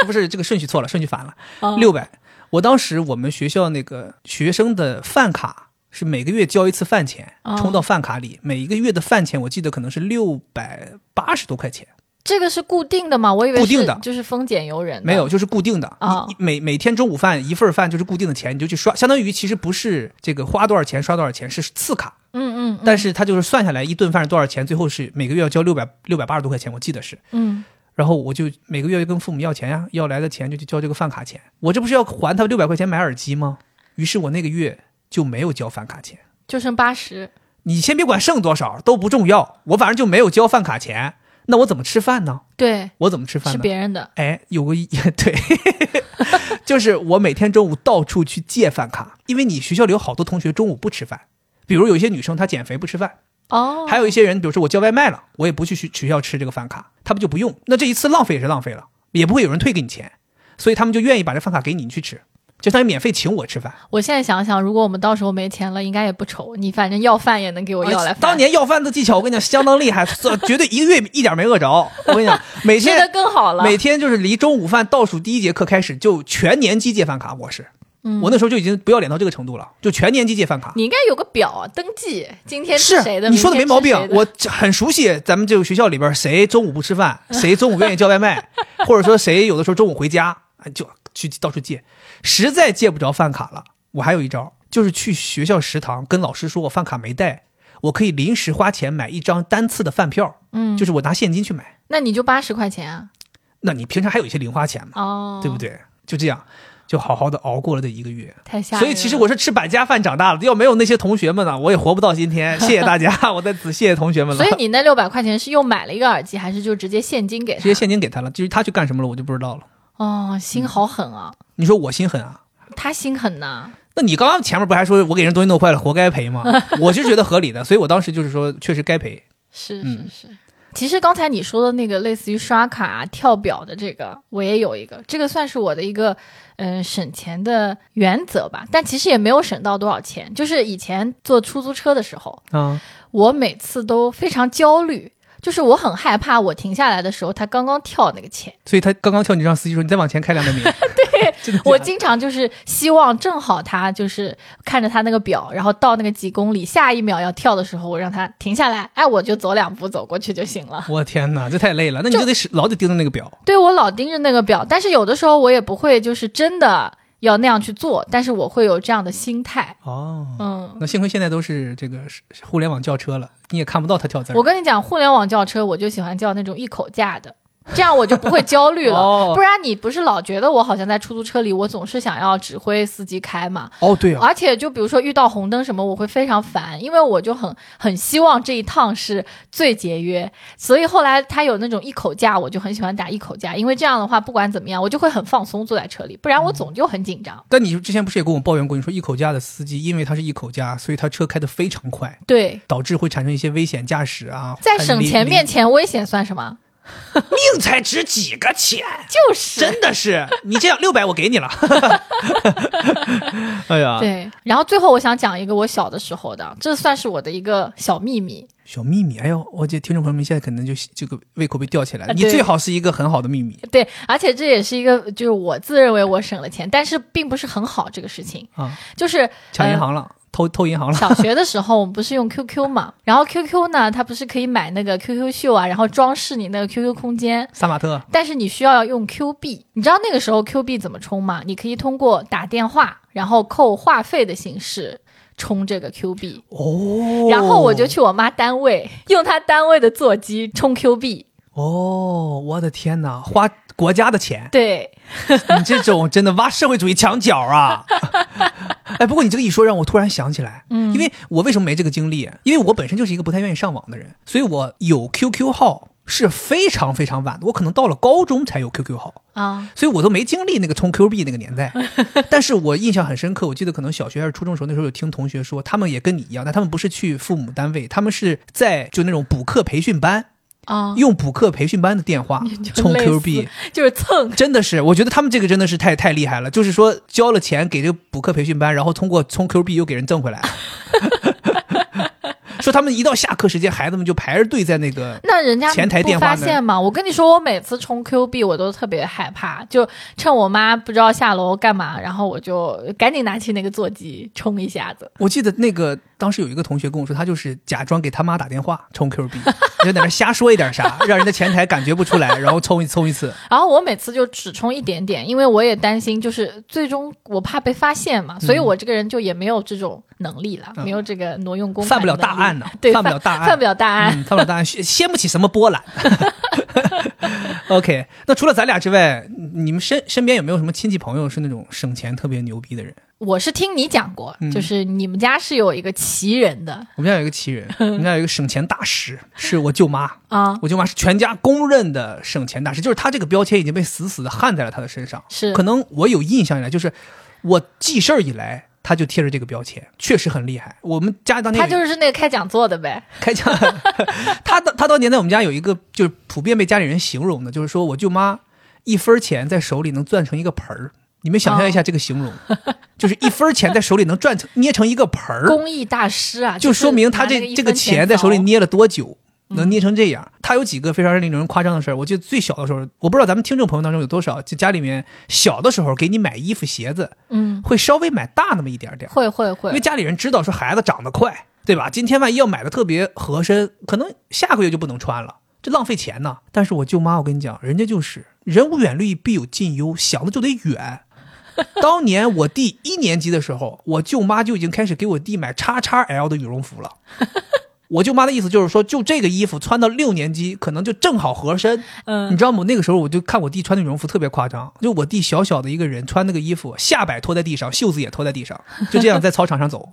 A: 不是这个顺序错了，顺序反了。
B: 嗯
A: 六百。我当时我们学校那个学生的饭卡是每个月交一次饭钱，
B: 哦
A: 充到饭卡里。每一个月的饭钱我记得可能是六百八十多块钱，
B: 这个是固定的吗？我以为是
A: 固定的
B: 就是丰俭由人的。
A: 没有，就是固定的。
B: 哦
A: 你你每每天中午饭一份饭就是固定的钱，你就去刷，相当于其实不是这个花多少钱刷多少钱，是次卡。
B: 嗯，嗯嗯，
A: 但是他就是算下来一顿饭是多少钱，最后是每个月要交六百六百八十多块钱，我记得是。
B: 嗯，
A: 然后我就每个月就跟父母要钱呀、要来的钱就去交这个饭卡钱。我这不是要还他六百块钱买耳机吗？于是我那个月就没有交饭卡钱。
B: 就剩八十。
A: 你先别管剩多少都不重要，我反正就没有交饭卡钱。那我怎么吃饭呢？
B: 对，
A: 我怎么吃饭
B: 是
A: 呢？
B: 别人的。
A: 哎，有个 对，就是我每天中午到处去借饭卡，因为你学校里有好多同学中午不吃饭，比如有一些女生她减肥不吃饭，
B: 哦，
A: 还有一些人，比如说我叫外卖了，我也不去学学校吃这个饭卡，他们就不用。那这一次浪费也是浪费了，也不会有人退给你钱，所以他们就愿意把这饭卡给你，你去吃，就相当于免费请我吃饭。
B: 我现在想想，如果我们到时候没钱了，应该也不愁。你反正要饭也能给我要来
A: 哎
B: 饭。
A: 当年要饭的技巧，我跟你讲相当厉害，这绝对一个月一点没饿着。我跟你 讲，每
B: 吃的
A: 天
B: 更好了。
A: 每天就是离中午饭倒数第一节课开始，就全年级借饭卡。我是，
B: 嗯
A: 我那时候就已经不要脸到这个程度了，就全年级借饭卡。
B: 你应该有个表啊，登记今天
A: 是
B: 吃谁的，
A: 你说的没
B: 明天
A: 毛
B: 吃
A: 病
B: 谁，的
A: 我这很熟悉咱们这个学校里边谁中午不吃 饭，谁中午愿意叫外卖，或者说谁有的时候中午回家啊就去到处借，实在借不着饭卡了，我还有一招，就是去学校食堂跟老师说我饭卡没带，我可以临时花钱买一张单次的饭票，
B: 嗯，
A: 就是我拿现金去买。
B: 那你就八十块钱啊。
A: 那你平常还有一些零花钱嘛，
B: 哦，
A: 对不？对？就这样，就好好的熬过了这一个月。
B: 太吓人了。
A: 所以其实我是吃百家饭长大的，要没有那些同学们呢，我也活不到今天。谢谢大 家，我在此谢谢同学们了。
B: 所以你那六百块钱是又买了一个耳机，还是就直接现金给
A: 直
B: 他？
A: 接现金给他了。至于他去干什么了，我就不知道了。
B: 哦，心好狠啊！
A: 你说我心狠啊？
B: 他心狠呐、
A: 那你刚刚前面不还说我给人东西弄坏了，活该赔吗？ 我是觉得合理的，所以我当时就是说，确实该赔。
B: 是是是。其实刚才你说的那个类似于刷卡啊、跳表的这个，我也有一个，这个算是我的一个嗯、呃省钱的原则吧。但其实也没有省到多少钱，就是以前坐出租车的时候，
A: 啊，
B: 我每次都非常焦虑，就是我很害怕我停下来的时候，他刚刚跳那个钱。
A: 所以他刚刚叫你让司机说你再往前开 两百米。对
B: 我经常就是希望正好他就是看着他那个表，然后到那个几公里，下一秒要跳的时候，我让他停下来，哎，我就走两步走过去就行了。
A: 我天哪，这太累了。那你就得使老得盯着那个表。
B: 对我老盯着那个表，但是有的时候我也不会就是真的要那样去做，但是我会有这样的心态。
A: 哦，
B: 嗯，
A: 那幸亏现在都是这个是互联网轿车了，你也看不到他跳字儿。
B: 我跟你讲，互联网轿车我就喜欢叫那种一口价的。这样我就不会焦虑了，
A: 哦
B: 不然你不是老觉得我好像在出租车里，我总是想要指挥司机开嘛，
A: 哦，对啊，
B: 而且就比如说遇到红灯什么，我会非常烦，因为我就很很希望这一趟是最节约，所以后来他有那种一口价，我就很喜欢打一口价，因为这样的话不管怎么样，我就会很放松坐在车里，不然我总就很紧张。
A: 但你之前不是也跟我抱怨过，你说一口价的司机，因为他是一口价，所以他车开得非常快，
B: 对，
A: 导致会产生一些危险驾驶啊。
B: 在
A: 很
B: 省
A: 临
B: 钱
A: 临
B: 面前，危险算什么？
A: 命才值几个钱？
B: 就是
A: 真的 是，你这样六百我给你了。哎哎呀，
B: 对，然后最后我想讲一个我小的时候的，这算是我的一个小秘密，
A: 小秘密，哎呦，我这听众朋友们现在可能就这个胃口被吊起来了。
B: 啊
A: 你
B: 对
A: 最好是一个很好的秘密
B: 对，而且这也是一个，就是我自认为我省了钱，但是并不是很好这个事情。
A: 啊，
B: 就是呃
A: 抢银行了，偷偷 银行了，
B: 小学的时候，我们不是用 QQ 嘛，然后 QQ 呢，它不是可以买那个 QQ 秀啊，然后装饰你那个 QQ 空间，
A: 杀马特
B: 但是你需要用 Q 币，你知道那个时候 Q 币怎么充吗？你可以通过打电话，然后扣话费的形式充这个 Q 币。
A: 哦。
B: 然后我就去我妈单位，用她单位的座机充 Q 币。，
A: 哦，我的天哪，花国家的钱
B: 对，
A: 你这种真的挖社会主义墙角啊！ 哎，不过你这个一说，让我突然想起来，嗯，因为我为什么没这个经历？啊因为我本身就是一个不太愿意上网的人，所以我有 QQ 号是非常非常晚的，我可能到了高中才有 QQ 号。
B: 啊，
A: 所以我都没经历那个充 Q 币那个年代， 但是我印象很深刻。我记得可能小学还是初中时候，那时候有听同学说，他们也跟你一样，但他们不是去父母单位，他们是在就那种补课培训班，
B: 啊，
A: 用补课培训班的电话
B: 就
A: 充
B: 类
A: Q
B: 似
A: 币，
B: 就是蹭
A: 真的是，我觉得他们这个真的是太太厉害了。就是说交了钱给这个补课培训班，然后通过充 Q 币又给人挣回来。 说他们一到下课时间，孩子们就排着队在那个
B: 那人家
A: 前台
B: 不
A: 电话
B: 发
A: 呢
B: 现吗？我跟你说，我每次充 Q 币我都特别害怕，就趁我妈不知道下楼干嘛，然后我就赶紧拿起那个座机充一下子。
A: 我记得那个当时有一个同学跟我说，他就是假装给他妈打电话充 Q 币，就在那瞎说一点啥，让人家前台感觉不出来，然后充一充一次。
B: 然后我每次就只充一点点，因为我也担心，就是最终我怕被发现嘛，所以我这个人就也没有这种能力了，
A: 嗯
B: 没有这个挪用公款
A: 犯不了
B: 的能
A: 大案呢
B: 力对，
A: 犯
B: 犯
A: 不了大案
B: 犯不了大案。
A: 嗯，他老大掀掀不起什么波澜。OK，那除了咱俩之外，你们身身边有没有什么亲戚朋友是那种省钱特别牛逼的人？
B: 我是听你讲过，
A: 嗯
B: 就是你们家是有一个奇人的
A: 我们家有一个奇人，我们家有一个省钱大师，是我舅妈。
B: 啊，
A: 我舅妈是全家公认的省钱大师，就是她这个标签已经被死死的焊在了她的身上。
B: 是
A: 可能我有印象以来，就是我记事儿以来，她就贴着这个标签，确实很厉害。我们家当年
B: 他就是那个开讲座的呗。
A: 开讲， 她当她当年在我们家有一个就是普遍被家里人形容的，就是说我舅妈一分钱在手里能攥成一个盆儿。你们想象一下这个形容，就是一分钱在手里能攥成捏成一个盆儿，
B: 公益大师 啊，
A: 就是说明他
B: 拿那
A: 这
B: 一
A: 这
B: 分
A: 个
B: 钱
A: 钱在手里
B: 凿
A: 捏了多久，能捏成这样。他有几个非常令人夸张的事儿。我记得最小的时候，我不知道咱们听众朋友当中有多少，就家里面小的时候给你买衣服、鞋子，
B: 嗯，
A: 会稍微买大那么一点点儿，
B: 会会
A: 因为
B: 会，
A: 家里人知道说孩子长得快，对吧？今天万一要买的特别合身，可能下个月就不能穿了，这浪费钱呢。但是我舅妈，我跟你讲，人家就是人无远虑，必有近忧，想的就得远。当年我弟一年级的时候，我舅妈就已经开始给我弟买叉叉 L 的羽绒服了。我舅妈的意思就是说，就这个衣服穿到六年级，可能就正好合身。你
B: 嗯，
A: 知道吗？那个时候我就看我弟穿的羽绒服特别夸张，就我弟小小的一个人穿那个衣服，下摆拖在地上，袖子也拖在地上，就这样在操场上走，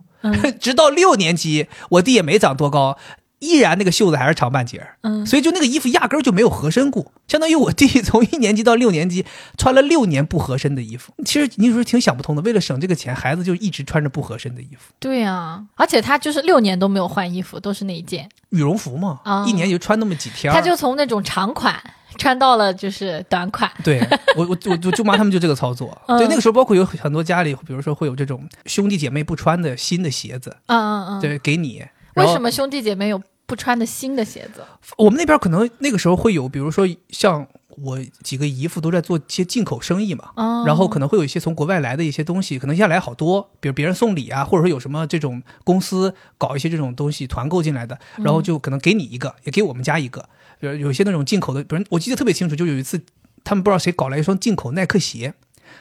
B: 嗯
A: 直到六年级，我弟也没长多高。依然那个袖子还是长半截儿
B: 嗯
A: 所以就那个衣服压根儿就没有合身过，相当于我弟 从一年级到六年级穿了六年不合身的衣服。其实你有时候挺想不通的，为了省这个钱，孩子就一直穿着不合身的衣服，
B: 对啊，而且他就是六年都没有换衣服，都是那一件，
A: 羽绒服嘛，
B: 啊
A: 一年也就穿那么几天儿。
B: 他就从那种长款穿到了就是短款，
A: 对我我我我舅妈他们就这个操作。
B: 嗯
A: 对，那个时候包括有很多家里，比如说会有这种兄弟姐妹不穿的新的鞋子，
B: 嗯嗯嗯，
A: 对，给你。
B: 为
A: 然后
B: 什么兄弟姐妹有不穿的新的鞋子？
A: 我们那边可能那个时候会有，比如说像我几个姨父都在做一些进口生意嘛，
B: 哦，
A: 然后可能会有一些从国外来的一些东西，可能一下来好多，比如别人送礼啊，或者说有什么这种公司搞一些这种东西团购进来的，然后就可能给你一个，也给我们家一个。比如有一些那种进口的，比如我记得特别清楚，就有一次他们不知道谁搞来一双进口耐克鞋，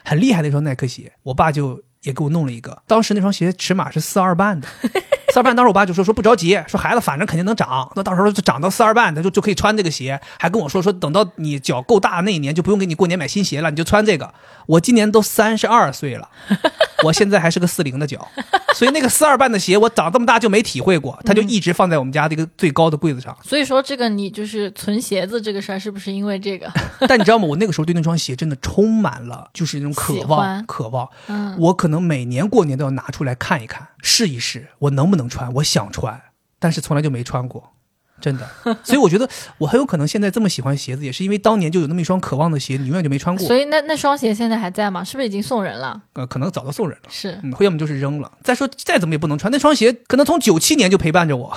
A: 很厉害的一双耐克鞋，我爸就也给我弄了一个。当时那双鞋尺码是四二半的。 四二半，当时我爸就说说不着急，说孩子反正肯定能长，那到时候就长到四二半，他就就可以穿这个鞋，还跟我说说等到你脚够大那一年就不用给你过年买新鞋了，你就穿这个。我今年都三十二岁了，我现在还是个四零的脚，所以那个四二半的鞋我长这么大就没体会过，它就一直放在我们家这个最高的柜子上。
B: 所以说这个你就是存鞋子这个事儿，是不是因为这个？
A: 但你知道吗？我那个时候对那双鞋真的充满了就是那种渴
B: 喜
A: 望，
B: 欢
A: 渴望。
B: 嗯，
A: 我可能每年过年都要拿出来看一看，试一试，我能不能穿？我想穿，但是从来就没穿过，真 的。所以我觉得我很有可能现在这么喜欢鞋子，也是因为当年就有那么一双渴望的鞋，你永远就没穿过
B: 所。以那那双鞋现在还在吗？是不是已经送人了？
A: 呃，可能早都送人了。
B: 是，
A: 嗯，要么就是扔了。再说再怎么也不能穿那双鞋，可能从九七年就陪伴着我，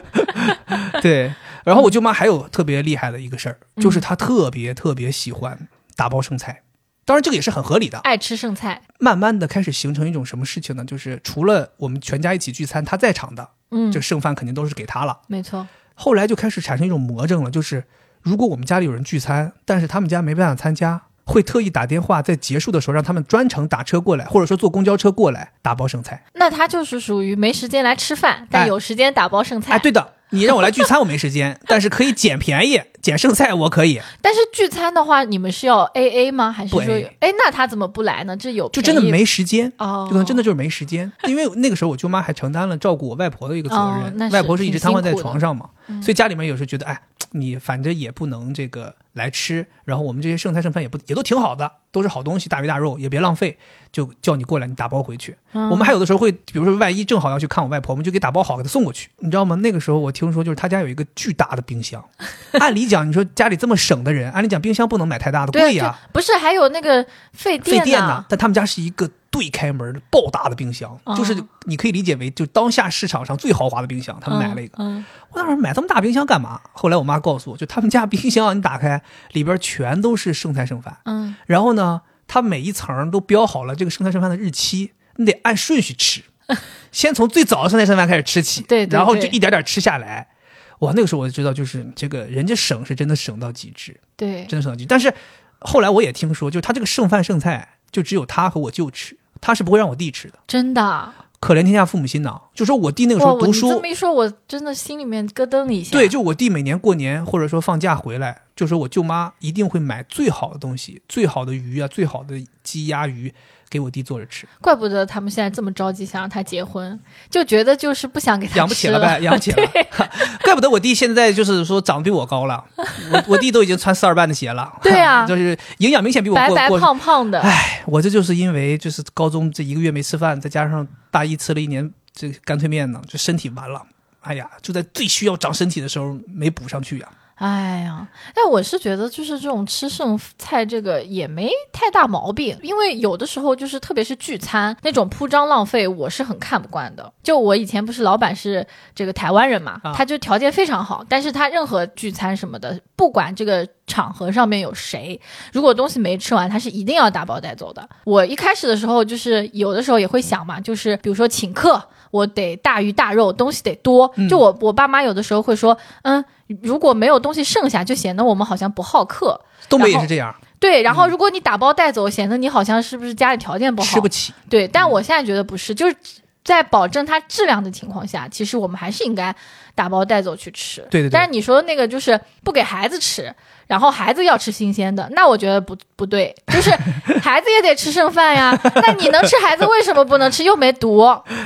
A: 对，然后我舅妈还有特别厉害的一个事儿，就是她特别特别喜欢打包剩菜，当然这个也是很合理的。
B: 爱吃剩菜，
A: 慢慢的开始形成一种什么事情呢？就是除了我们全家一起聚餐，她在场的
B: 嗯
A: 这，剩饭肯定都是给她了。
B: 没错，
A: 后来就开始产生一种魔怔了，就是如果我们家里有人聚餐，但是他们家没办法参加，会特意打电话在结束的时候让他们专程打车过来，或者说坐公交车过来打包剩菜。
B: 那他就是属于没时间来吃饭，但
A: 哎
B: 有时间打包剩 菜。
A: 哎，对的，你让我来聚餐我没时间，但是可以捡便宜，捡剩菜我可以，
B: 但是聚餐的话，你们是要 A A 吗？还是
A: 不
B: 说
A: AA
B: 有？哎，那他怎么不来呢？这有
A: 就真的
B: 便宜
A: 没时间。
B: 哦，
A: 就可能真的就是没时间，因为那个时候我舅妈还承担了照顾我外婆的一个责
B: 哦
A: 任，
B: 那是
A: 外婆是一直
B: 挺辛
A: 瘫
B: 苦
A: 痪
B: 的
A: 在床上嘛，
B: 嗯
A: 所以家里面有时候觉得，哎，你反正也不能这个来吃，然后我们这些剩菜剩饭也不也都挺好的，都是好东西，大鱼大肉也别浪费，就叫你过来，你打包回去。
B: 嗯
A: 我们还有的时候会，比如说万一正好要去看我外婆，我们就给打包好给她送过去，你知道吗？那个时候我听说就是他家有一个巨大的冰 箱，按理讲你说家里这么省的人，按理讲冰箱不能买太大的，
B: 对啊
A: 贵呀、
B: 就不是还有那个费
A: 费
B: 电啊
A: 电
B: 呢
A: 呢，但他们家是一个对开门的爆大的冰箱，
B: 哦
A: 就是你可以理解为就当下市场上最豪华的冰箱，他们买了一个。
B: 嗯，
A: 我当时买这么大冰箱干嘛？后来我妈告诉我，就他们家冰箱啊你打开里边全都是剩菜剩饭，
B: 嗯
A: 然后呢，它每一层都标好了这个剩菜剩饭的日期，你得按顺序吃，先从最早的剩菜剩饭开始吃起，
B: 对对
A: 然后就
B: 对
A: 一点点吃下来。哇，那个时候我就知道，就是这个人家省是真的省到极致。
B: 嗯，对，
A: 真的剩到极致。但是后来我也听说，就是他这个剩饭剩菜，就只有他和我舅吃，他是不会让我弟吃的。
B: 真的啊。
A: 可怜天下父母心呐，就说我弟那个时
B: 哇，
A: 候
B: 我
A: 读
B: 你这
A: 书
B: 么，一说，我真的心里面咯噔一下。
A: 对，就我弟每年过年或者说放假回来，就说我舅妈一定会买最好的东西，最好的鱼啊，最好的鸡鸭鱼给我弟做着 吃，
B: 怪不得他们现在这么着急想让他结婚，就觉得就是不想给他
A: 养不起
B: 吃
A: 了呗，养不起了， 怪不得我弟现在就是说长得比我高了，我我弟都已经穿四二半的鞋了，
B: 对 啊
A: 就是营养明显比我
B: 白
A: 过
B: 白
A: 过哎
B: 胖胖的，
A: 唉，我这就是因为就是高中这一个月没吃饭，再加上大一吃了一年这干脆面呢，就身体完了。哎呀，就在最需要长身体的时候没补上去呀、啊
B: 哎呀，但我是觉得就是这种吃剩菜这个也没太大毛病，因为有的时候就是特别是聚餐那种铺张浪费，我是很看不惯的。就我以前不是老板是这个台湾人嘛，
A: 啊
B: 他就条件非常好，但是他任何聚餐什么的，不管这个场合上面有谁，如果东西没吃完，他是一定要打包带走的。我一开始的时候就是有的时候也会想嘛，就是比如说请客。我得大鱼大肉，东西得多。就我我爸妈有的时候会说，嗯，如果没有东西剩下，就显得我们好像不好客。
A: 东北也是这样，
B: 对，然后如果你打包带走，显得你好像是不是家里条件不
A: 嗯
B: 好？
A: 吃不嗯起。
B: 对，但我现在觉得不是，就是在保证它质量的情况下，其实我们还是应该打包带走去吃。
A: 对对对
B: 但是你说的那个就是不给孩子吃，然后孩子要吃新鲜的，那我觉得不不对，就是 孩子也得吃剩饭呀。那你能吃，孩子为什么不能吃？又没 毒，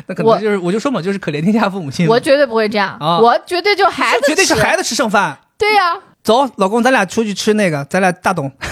A: 那可
B: 我
A: 能就是我就说嘛，就是可怜天下父母心。
B: 我绝对不会这样，
A: 啊
B: 我绝对就孩子
A: 绝对是
B: 吃
A: 孩子吃剩饭。
B: 对呀、
A: 走，老公，咱俩出去吃那个，咱俩大董，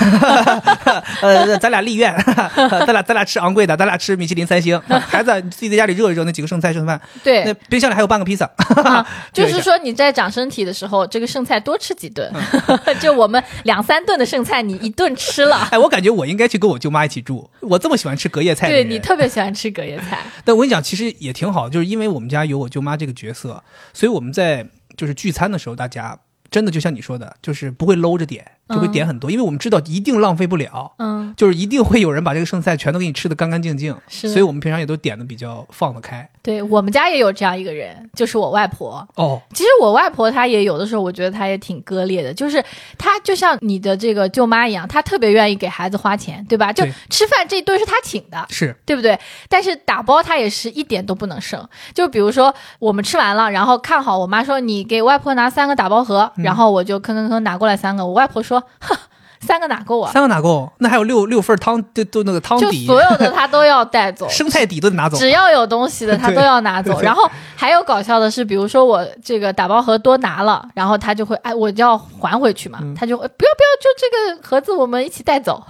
A: 呃，咱俩立院， 咱俩咱俩吃昂贵的，咱俩吃米其林三星。孩子，你自己在家里热一热那几个剩菜剩饭，
B: 对，
A: 那冰箱里还有半个披萨。
B: 啊， 就
A: 对
B: 是
A: 的
B: 说你在长身体的时候，这个剩菜多吃几顿， 就我们两三顿的剩菜，你一顿吃 了。
A: 哎，我感觉我应该去跟我舅妈一起住。我这么喜欢吃隔夜菜的
B: 对
A: 人，
B: 你特别喜欢吃隔夜菜，
A: 但我跟你讲，其实也挺好，就是因为我们家有我舅妈这个角色，所以我们在就是聚餐的时候，大家真的就像你说的，就是不会搂着点，就会点很多，因为我们知道一定浪费不了，
B: 嗯，
A: 就是一定会有人把这个剩菜全都给你吃的干干净净，
B: 是
A: 所以我们平常也都点的比较放得开。
B: 对我们家也有这样一个人，就是我外婆。
A: 哦，
B: 其实我外婆她也有的时候，我觉得她也挺割裂的，就是她就像你的这个舅妈一样，她特别愿意给孩子花钱，对吧？就
A: 对
B: 吃饭这一顿是她请的，
A: 是
B: 对不对？但是打包它也是一点都不能剩。就比如说我们吃完了，然后看好我妈说你给外婆拿三个打包盒，然后我就吭吭吭拿过来三个，我外婆说哼，三个哪够 啊？
A: 三个哪够？那还有六六份汤，都都那个汤
B: 就
A: 底、。
B: 所有的她都要带 走
A: 生菜底都得拿走。
B: 只要有东西的，她都要拿走。
A: 对
B: 然后还有搞笑的是，比如说我这个打包盒多拿了，然后她就会哎，我就要还回去嘛，她就会不要不要，就这个盒子我们一起带走。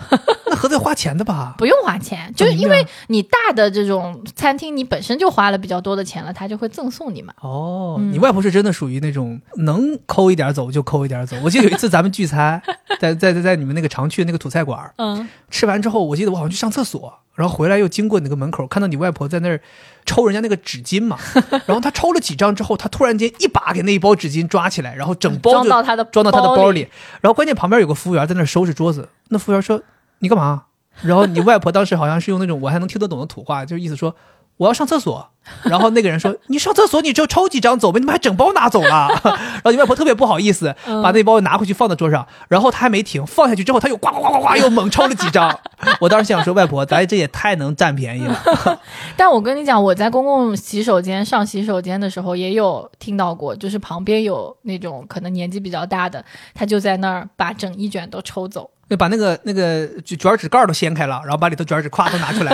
A: 那盒子要花钱的吧？
B: 不用花钱，就是
A: 明
B: 因
A: 白
B: 为你大的这种餐厅，你本身就花了比较多的钱了，他就会赠送你嘛。
A: 哦，你外婆是真的属于那种能抠一点走就抠一点走。我记得有一次咱们聚餐，在在在在你你们那个常去的那个土菜馆儿，
B: 嗯，
A: 吃完之后，我记得我好像去上厕所，然后回来又经过你那个门口，看到你外婆在那儿抽人家那个纸巾嘛，然后她抽了几张之后，她突然间一把给那一包纸巾抓起来，然后整包
B: 装
A: 就
B: 到他的
A: 装到她的
B: 包
A: 包里，然后关键旁边有个服务员在那儿收拾桌子，那服务员说你干嘛？然后你外婆当时好像是用那种我还能听得懂的土话，就是意思说。我要上厕所，然后那个人说：“你上厕所，你就抽几张走呗，你们还整包拿走了。” 然后你外婆特别不好意思，把那包拿回去放在桌上，然后她还没停，放下去之后，她又呱呱呱呱呱又猛抽了几张。 我当时想说，外婆，咱这也太能占便宜了。
B: 但我跟你讲，我在公共洗手间上洗手间的时候，也有听到过，就是旁边有那种可能年纪比较大的，他就在那儿把整一卷都 抽走。
A: 就把那个那个卷卷纸盖儿都掀开了，然后把里头卷纸咵都拿出来，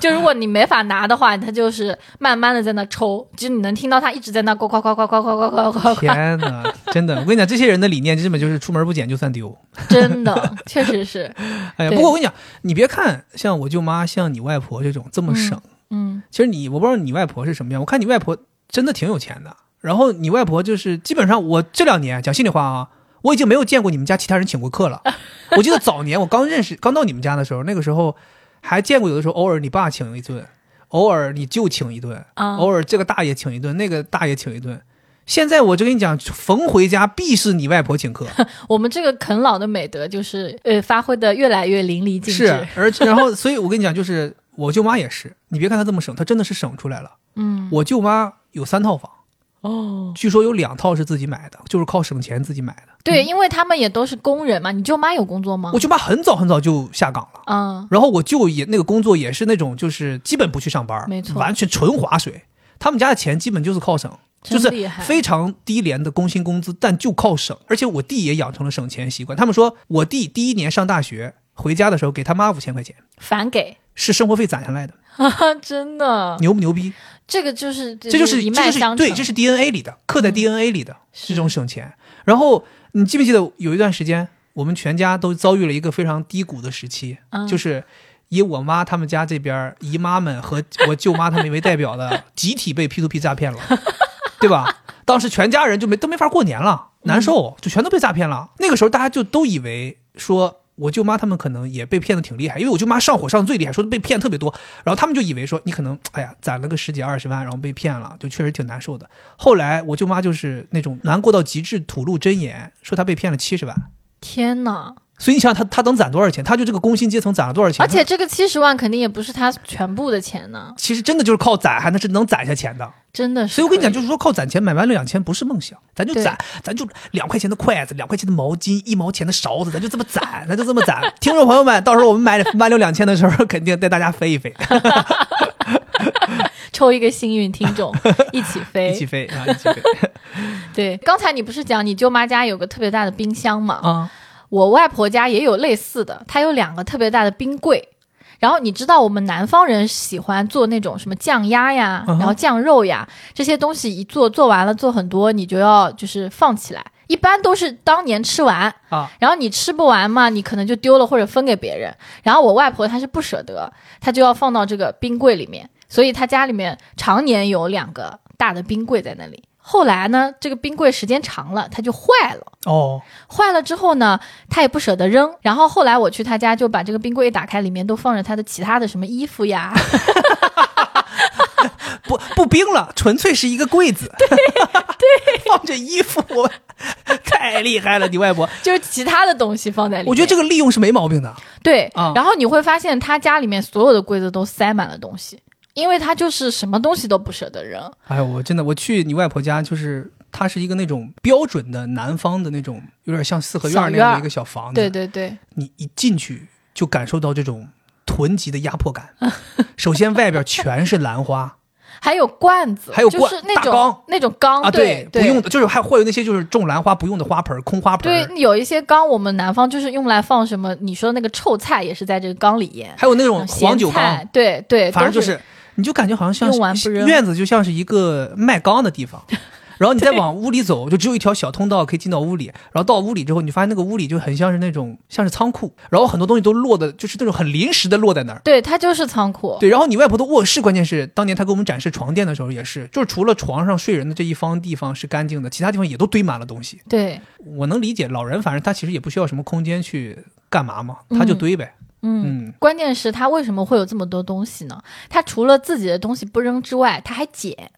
B: 就如果你没法拿的话，他就是慢慢的在那抽，就你能听到他一直在那呱呱呱呱呱呱 呱呱 呱呱，
A: 天哪！真的，我跟你讲，这些人的理念基本就是出门不捡就算丢。
B: 真的，确实是，
A: 哎呀，
B: 对
A: 不过我跟你讲，你别看像我舅妈、像你外婆这种这么省，
B: 嗯
A: 其实你我不知道你外婆是什么样，我看你外婆真的挺有钱的。然后你外婆就是基本上，我这两年讲心里话啊，我已经没有见过你们家其他人请过客 了。我记得早年我刚认识、刚到你们家的时候，那个时候还见过有的时候偶尔你爸请一顿，偶尔你舅请一顿，
B: 啊，
A: 偶尔这个大爷请一顿，那个大爷请一顿。现在我就跟你讲，逢回家必是你外婆请 客，
B: 我们这个啃老的美德就是呃发挥的越来越淋漓尽
A: 是
B: 致，，
A: 而然后，所以我跟你讲，就是我舅妈也是，你别看她这么省，她真的是省出来了。
B: 嗯
A: 我舅妈有三套房，
B: 哦，
A: 据说有两套是自己买的，就是靠省钱自己买的。
B: 对，因为他们也都是工人嘛，你舅妈有工作吗
A: 我？舅妈很早很早就下岗了，
B: 嗯，
A: 然后我舅也那个工作也是那种就是基本不去上班，
B: 没错
A: 完全纯划水。他们家的钱基本就是靠省，就
B: 真
A: 是
B: 厉害
A: 非常低廉的工薪工资，但就靠省。而且我弟也养成了省钱习惯。他们说我弟第一年上大学回家的时候给他妈五千块钱，
B: 反给，
A: 是生活费攒下来的，
B: 真的，
A: 牛不牛逼？
B: 这个就是这
A: 这就是
B: 一
A: 这
B: 脉
A: 就是
B: 相承，嗯
A: 对，这是 DNA 里的，刻在 DNA 里的这种省钱。然后你记不记得有一段时间，我们全家都遭遇了一个非常低谷的时期，
B: 嗯
A: 就是以我妈他们家这边儿姨妈们和我舅妈他们为代表 的，集体被 P to P 诈骗了，对吧？当时全家人就没都没法过年了，
B: 嗯
A: 难受，就全都被诈骗了。那个时候大家就都以为说。我舅妈他们可能也被骗的挺厉害，因为我舅妈上火上得最厉害，说被骗特别多，然后他们就以为说你可能哎呀攒了个十几二十万，然后被骗了，就确实挺难受的。后来我舅妈就是那种难过到极致，吐露真言，说她被骗了七十万。
B: 天哪！
A: 所以你想想她她能攒多少钱？她就这个工薪阶层攒了多少钱？
B: 而且这个七十万肯定也不是他全部的钱呢，
A: 其实真的就是靠攒，还能是能攒下钱的。
B: 真的是。
A: 所以我跟你讲，，就是说靠攒钱买完两千不是梦想，咱就
B: 对
A: 攒，咱就两块钱的筷子，两块钱的毛巾，一毛钱的勺子，咱就这么攒，咱就这么攒。听众朋友们，到时候我们买满六两千的时候，肯定带大家飞一飞，
B: 哎抽一个幸运听 众一起飞。
A: 一起飞啊，一起 飞
B: 对，刚才你不是讲你舅妈家有个特别大的冰箱嘛？
A: 啊！
B: 我外婆家也有类似的，她有两个特别大的冰柜。然后你知道我们南方人喜欢做那种什么酱鸭呀，
A: 嗯哼
B: 然后酱肉呀，这些东西一做做完了做很多，你就要就是放起来，一般都是当年吃完
A: 啊。
B: 然后你吃不完嘛，你可能就丢了或者分给别人。然后我外婆她是不舍得，她就要放到这个冰柜里面，所以她家里面常年有两个大的冰柜在那里。后来呢，这个冰柜时间长了，它就坏了。
A: 哦，
B: 坏了之后呢，他也不舍得扔。然后后来我去他家，就把这个冰柜一打开，里面都放着他的其他的什么衣服呀，
A: 不不冰了，纯粹是一个柜子，对对， 放着衣服，我太厉害了，你外婆，
B: 就是其他的东西放在里面。
A: 我觉得这
B: 个
A: 个利用是没毛病的，
B: 对。
A: 啊
B: 然后你会发现他家里面所有的柜子都塞满了东西，因为他就是什么东西都不舍得扔。
A: 哎呦，我真的，我去你外婆家，就是它是一个那种标准的南方的那种，有点像四合院
B: 小
A: 那
B: 院
A: 样
B: 儿
A: 的一个小房子。
B: 对对对，
A: 你一进去就感受到这种囤积的压迫感。首先，外边全是兰花
B: 还有罐子，
A: 还有罐
B: 就是那
A: 大缸
B: 种那种缸，
A: 啊，
B: 哦对，
A: 不用的，就是还会有那些就是种兰花不用的花盆儿、空花盆
B: 对
A: 儿，，
B: 有一些缸我们南方就是用来放什么，你说那个臭菜也是在这个缸里腌，
A: 还有那种
B: 嗯咸
A: 黄酒缸
B: 菜，，对对，
A: 反正
B: 都
A: 就是你就感觉好像像
B: 哎用完不
A: 是
B: 扔
A: 院子就像是一个卖缸的地方。然后你再往屋里走，就只有一条小通道可以进到屋里。然后到屋里之后，你就发现那个屋里就很像是那种像是仓库，然后很多东西都落的，就是那种很临时的落在那儿。
B: 对，它就是仓库。
A: 对，然后你外婆的卧室，关键是当年她给我们展示床垫的时候也是，就是除了床上睡人的这一方地方是干净的，其他地方也都堆满了东西。
B: 对，
A: 我能理解，老人反正他其实也不需要什么空间去干嘛嘛，他就堆呗。
B: 嗯。
A: 嗯，
B: 关键是他为什么会有这么多东西呢？他除了自己的东西不扔之外，他还捡。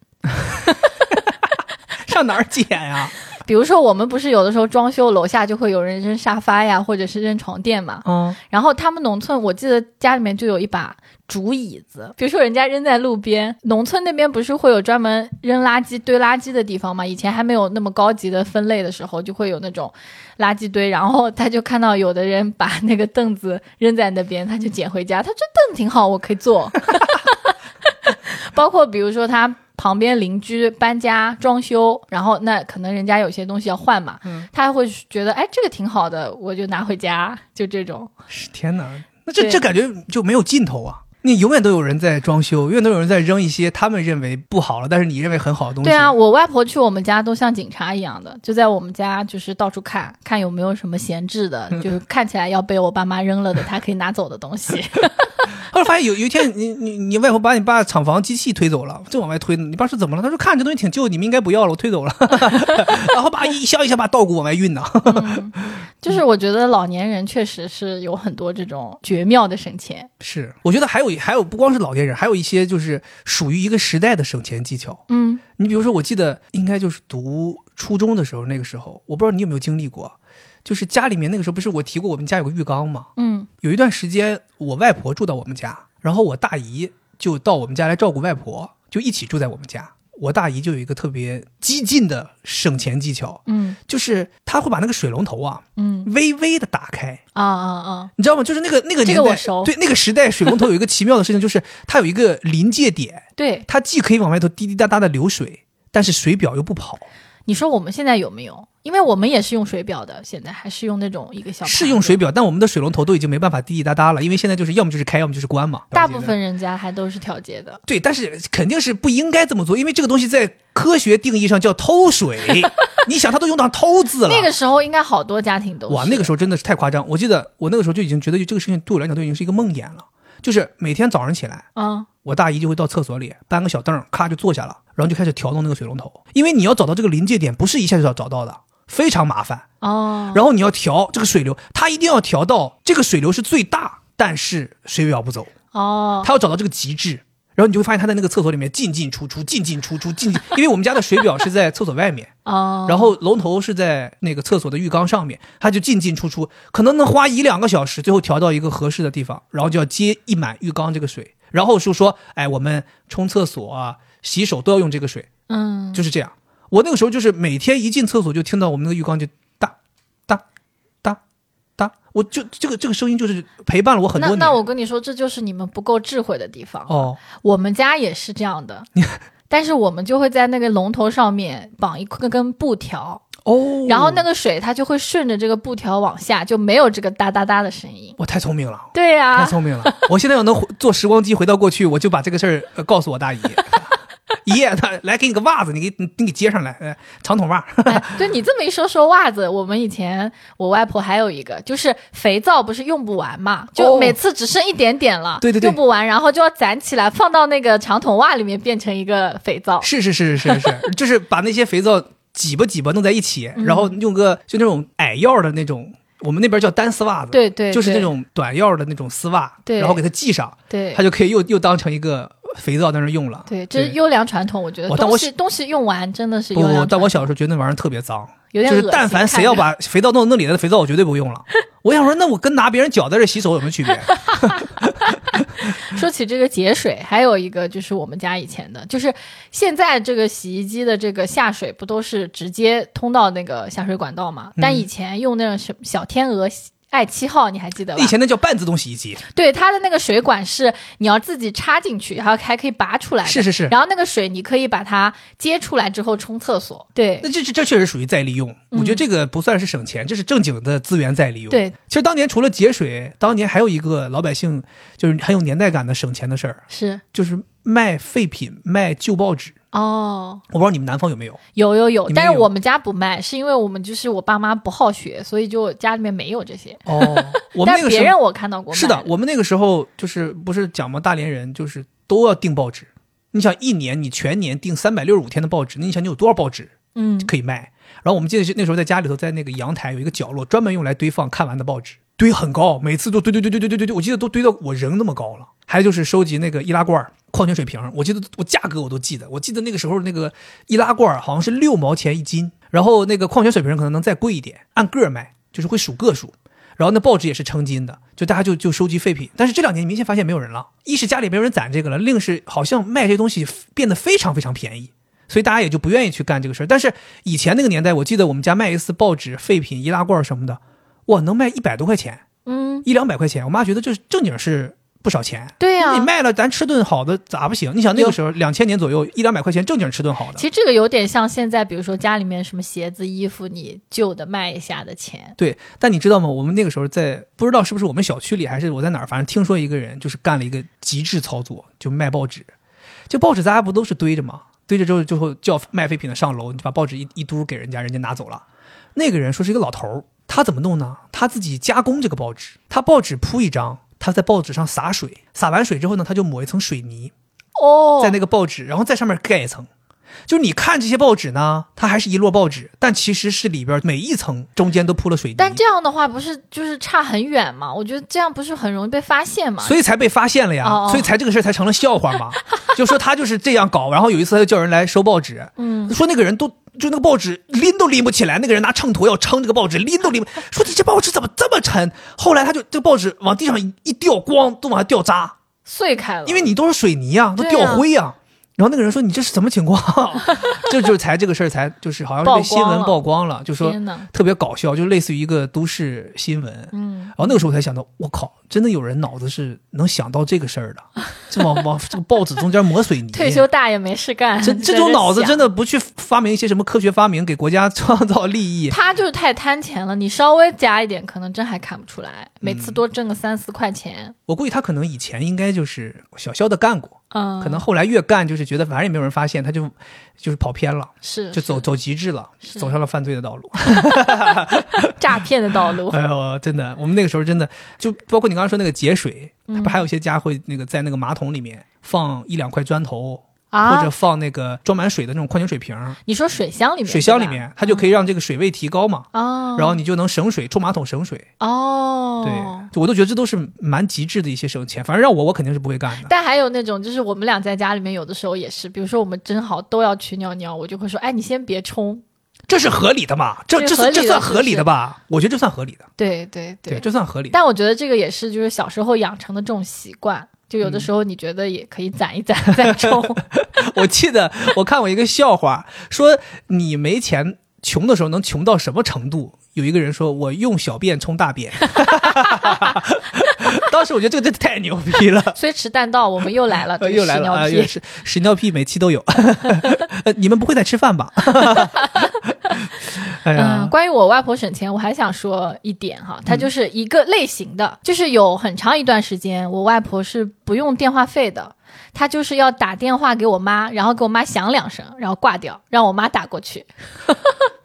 A: 上哪儿捡啊呀、
B: 比如说，我们不是有的时候装修，楼下就会有人扔沙发呀，或者是扔床垫嘛。
A: 嗯，
B: 然后他们农村，我记得家里面就有一把竹椅子，比如说人家扔在路边，农村那边不是会有专门扔垃圾堆垃圾的地方吗？以前还没有那么高级的分类的时候，就会有那种垃圾堆，然后他就看到有的人把那个凳子扔在那边，他就捡回家，他这凳挺好，我可以坐。 包括比如说他。旁边邻居搬家装修，然后那可能人家有些东西要换嘛，
A: 嗯
B: 他还会觉得哎这个挺好的，我就拿回家，就这种。
A: 是天哪，那这
B: 对
A: 这感觉就没有尽头啊！你永远都有人在装修，永远都有人在扔一些他们认为不好了，但是你认为很好的东西。
B: 对啊，，我外婆去我们家都像警察一样的，就在我们家就是到处看看有没有什么闲置的，
A: 嗯
B: 就是看起来要被我爸妈扔了的，她可以拿走的东西。
A: 后来发现有有一天你，你你外婆把你爸厂房机器推走了，正往外推呢。你爸说怎么了？他说看这东西挺旧，你们应该不要了，我推 走了。 然后把一箱一箱把稻谷往外运呢。
B: 就是我觉得老年人确实是有很多这种绝妙的省钱。
A: 是， 我觉得还有还有不光是老年人，还有一些就是属于一个时代的省钱技巧。
B: 嗯，
A: 你比如说，我记得应该就是读初中的时候，那个时候我不知道你有没有经历过，啊就是家里面那个时候不是我提过我们家有个浴缸吗？
B: 嗯，
A: 有一段时间，我外婆住到我们家，然后我大姨就到我们家来照顾外婆，就一起住在我们家。我大姨就有一个特别激进的省钱技巧，
B: 嗯
A: 就是她会把那个水龙头啊
B: 嗯
A: 微微的打开，
B: 啊啊啊！
A: 你知道吗？就是那个那个
B: 这
A: 年代，
B: 个我熟
A: 对那个时代水龙头有一个奇妙的事情，就是它有一个临界点，
B: 对，
A: 它既可以往外头滴滴答答的流水，但是水表又不跑，
B: 你说我们现在有没有？因为我们也是用水表的，现在还是用那种一个小
A: 是
B: 盘
A: 用
B: 子
A: 水。表，但我们的水龙头都已经没办法滴滴答答了，因为现在就是要么就是开，要么就是关嘛。
B: 大部分人家还都是调节的，
A: 对，但是肯定是不应该这么做，因为这个东西在科学定义上叫偷水。 你想，它都用到“偷”字了，
B: 那个时候应该好多家庭都
A: 哇，那个时候真的是太夸张。我记得我那个时候就已经觉得这个事情对我来讲都已经是一个梦魇了，就是每天早上起来。
B: 候啊，
A: 我大姨就会到厕所里搬个小凳儿，咔就坐下了，然后就开始调动那个水龙头，因为你要找到这个临界点，不是一下就要找到的，非常麻烦。
B: 哦，
A: 然后你要调这个水流，它一定要调到这个水流是最大，但是水表不走，
B: 哦，
A: 它要找到这个极致。然后你就会发现他在那个厕所里面进进出出，进进出出，进进，因为我们家的水表是在厕所外面，
B: 哦，
A: 然后龙头是在那个厕所的浴缸上面，他就进进出出，可能能花一两个小时，最后调到一个合适的地方，然后就要接一满浴缸这个水，然后就说，哎，我们冲厕所啊、洗手都要用这个水，
B: 嗯，
A: 就是这样。我那个时候就是每天一进厕所就听到我们那个浴缸就哒哒哒哒，我就这个这个声音就是陪伴了我很多
B: 那
A: 年。
B: 那我跟你说，这就是你们不够智慧的地方。
A: 哦，
B: 我们家也是这样 的，但是我们就会在那个龙头上面绑一根根布条，
A: 哦，
B: 然后那个水它就会顺着这个布条往下，就没有这个哒哒哒的声音。
A: 我太聪明了。
B: 对呀、
A: 太聪明了！我现在要能回坐时光机回到过去，我就把这个事儿、呃、告诉我大姨。 姨，他来给你个袜子，你给你你给接上来，呃长筒袜。
B: 哎对你这么一说，说袜子，我们以前我外婆还有一个，就是肥皂不是用不完嘛，就
A: 哦
B: 每次只剩一点点了，
A: 对对对
B: 用不完，然后就要攒起来放到那个长筒袜里面变成一个肥皂。
A: 是是是是是是，就是把那些肥皂挤吧挤吧弄在一起，
B: 嗯
A: 然后用个就那种矮腰的那种，我们那边叫单丝袜子，
B: 对对，
A: 就是那
B: 对
A: 种短腰的那种丝袜，
B: 对
A: 然后给它系上，
B: 对
A: 它。就可以又又当成一个肥皂在那儿用了。
B: 对，这是优良传统，我觉得
A: 我哦但我
B: 东西东西用完真的是优
A: 不
B: 良
A: 不，
B: 传统。
A: 但我小时候觉得那玩意儿特别脏，
B: 有点
A: 就是
B: 恶
A: 但
B: 心
A: 凡谁
B: 看
A: 要
B: 着
A: 把肥皂弄到那里来的肥皂，我绝对不 用了。我想说，那我跟拿别人脚在这洗手有什么区别？
B: 说起这个节水，还有一个就是我们家以前的，就是现在这个洗衣机的这个下水不都是直接通到那个下水管道嘛？
A: 嗯
B: 但以前用那种什么小天鹅洗。爱七号，你还记得吧
A: 以？前那叫半自动洗衣机，
B: 对，它的那个水管是你要自己插进去，然后还可以拔出来的
A: 是是是。
B: 哎然后那个水你可以把它接出来之后冲厕所。对
A: 那这这这确实属于再利用，我觉得这个不算是省钱，这是正经的资源再利用。，
B: 嗯对，
A: 其实当年除了节水，当年还有一个老百姓就是很有年代感的省钱的事儿，
B: 是
A: 就是卖废品、卖旧报纸。
B: 哦，
A: 我不知道你们南方有没有。
B: 有有有
A: 你，们
B: 但是
A: 有
B: 我们家不卖，是因为我们就是我爸妈不好学，所以就家里面没有这些。
A: 哦，我们
B: 但
A: 那个
B: 别
A: 时
B: 人
A: 候
B: 我看到过卖
A: 是的，我们那个时候就是不是讲嘛，大连人就是都要订报纸。你想一年你全年订三百六十五天的报纸，那你想你有多少报纸
B: 嗯，
A: 可以卖？然后我们记得是那时候在家里头，在那个阳台有一个角落专门用来堆放看完的报纸，堆很高，每次都堆堆堆堆堆堆堆堆，我记得都堆到我人那么高了。还有就是收集那个易拉罐儿、矿泉水瓶儿，我记得我价格我都记得，我记得那个时候那个易拉罐儿好像是六毛钱一斤，然后那个矿泉水瓶可能能再贵一点，按个儿卖，就是会数个数。然后那报纸也是称斤的，就大家就就收集废品。但是这两年你明显发现没有人了，一是家里没有人攒这个了，另是好像卖这东西变得非常非常便宜，所以大家也就不愿意去干这个事儿。但是以前那个年代，我记得我们家卖一次报纸、废品、易拉罐什么的，哇，能卖一百多块钱，
B: 嗯，
A: 一两百块钱。我妈觉得这是正经是不少钱。
B: 对啊呀、
A: 你卖了，咱吃顿好的咋不行？你想那个
B: 有
A: 时候两千年左右，一两百块钱正经吃顿好的
B: 其，实这个有点像现在，比如说家里面什么鞋子、衣服，你旧的卖一下的钱。
A: 对，但你知道吗？我们那个时候在不知道是不是我们小区里，还是我在哪儿，反正听说一个人就是干了一个极致操作，就卖报纸。就报纸大家不都是堆着吗？堆着之后，最后叫卖废品的上楼，你就把报纸一一嘟给人家，人家拿走了。那个人说是一个老头儿，他怎么弄呢？他自己加工这个报纸，他报纸铺一张，他在报纸上洒水，洒完水之后呢，他就抹一层水泥，
B: 哦，
A: 在那个报纸，然后在上面盖一层。就是你看这些报纸呢，它还是一摞报纸，但其实是里边每一层中间都铺了水泥。
B: 但这样的话不是就是差很远嘛？我觉得这样不是很容易被发现嘛？
A: 所以才被发现了呀，
B: 哦哦
A: 所以才这个事儿才成了笑话 嘛。就说他就是这样搞，然后有一次他就叫人来收报纸，
B: 嗯，
A: 说那个人都就那个报纸拎都拎不起来，那个人拿秤砣要称这个报纸，拎都拎不，说你这报纸怎么这么沉？后来他就这个报纸往地上一一掉，咣都往下掉渣，
B: 碎开了，
A: 因为你都是水泥啊，都
B: 对啊
A: 掉灰啊。然后那个人说：“你这是什么情况？” 这就是才这个事儿才就是好像是被新闻
B: 曝光了
A: 曝光了，就说
B: 天哪，
A: 特别搞笑，就类似于一个都市新闻。
B: 嗯，
A: 然后那个时候我才想到，我靠，真的有人脑子是能想到这个事儿的，这往往这个报纸中间抹水泥。
B: 退休大爷没事干，
A: 这这种脑子真
B: 的。
A: 的不去发明一些什么科学发明，给国家创造利益，
B: 他就是太贪钱了，你稍微加一点，可能真还看不出来。每
A: 嗯
B: 次多挣个三四块钱，
A: 我估计他可能以前应该就是小小的干过，
B: 嗯，
A: 可能后来越干就是觉得反正也没有人发现，他就就是跑偏了，
B: 是
A: 就走走极致了，
B: 是
A: 走上了犯罪的道路。
B: 是诈骗的道路。
A: 哎呦，真的，我们那个时候真的就包括你刚刚说那个节水，他不还有一些家会那个在那个马桶里面放一两块砖头，或者
B: 啊，
A: 放那个装满水的那种嗯矿泉水瓶儿。
B: 你说水箱里面，
A: 水箱
B: 对
A: 里
B: 吧
A: 面，它就可以让这个水位提高嘛，
B: 哦，
A: 然后你就能省水，冲马桶省水。
B: 哦，
A: 对，就我都觉得这都是蛮极致的一些省钱，反正让我我肯定是不会干的。
B: 但还有那种，就是我们俩在家里面，有的时候也是，比如说我们正好都要去尿尿，我就会说，哎，你先别冲。
A: 这是合理的嘛？这这
B: 这合
A: 算
B: 理的
A: 这算合
B: 是
A: 理
B: 不
A: 的
B: 是
A: 吧？我觉得这算合理的，
B: 对对对。
A: 这算合理的。
B: 但我觉得这个也是，就是小时候养成的这种习惯，就有的时候你觉得也可以攒一攒再 冲。
A: 我记得我看过一个笑话，说你没钱穷的时候能穷到什么程度？有一个人说：“我用小便冲大便。” 当时我觉得这个真的太牛逼 了。
B: 虽迟但到，我们又来了，这
A: 呃
B: 个
A: 又来
B: 屎
A: 了
B: 尿
A: 啊！
B: 屁
A: 又是屎尿屁，每期都有。 呃，你们不会在吃饭吧？ 哎
B: 嗯，
A: 呀，
B: 关于我外婆省钱，我还想说一点哈，
A: 嗯
B: 它就是一个类型的，就是有很长一段时间，我外婆是不用电话费的，她就是要打电话给我妈，然后给我妈响两声，然后挂掉，让我妈打过去，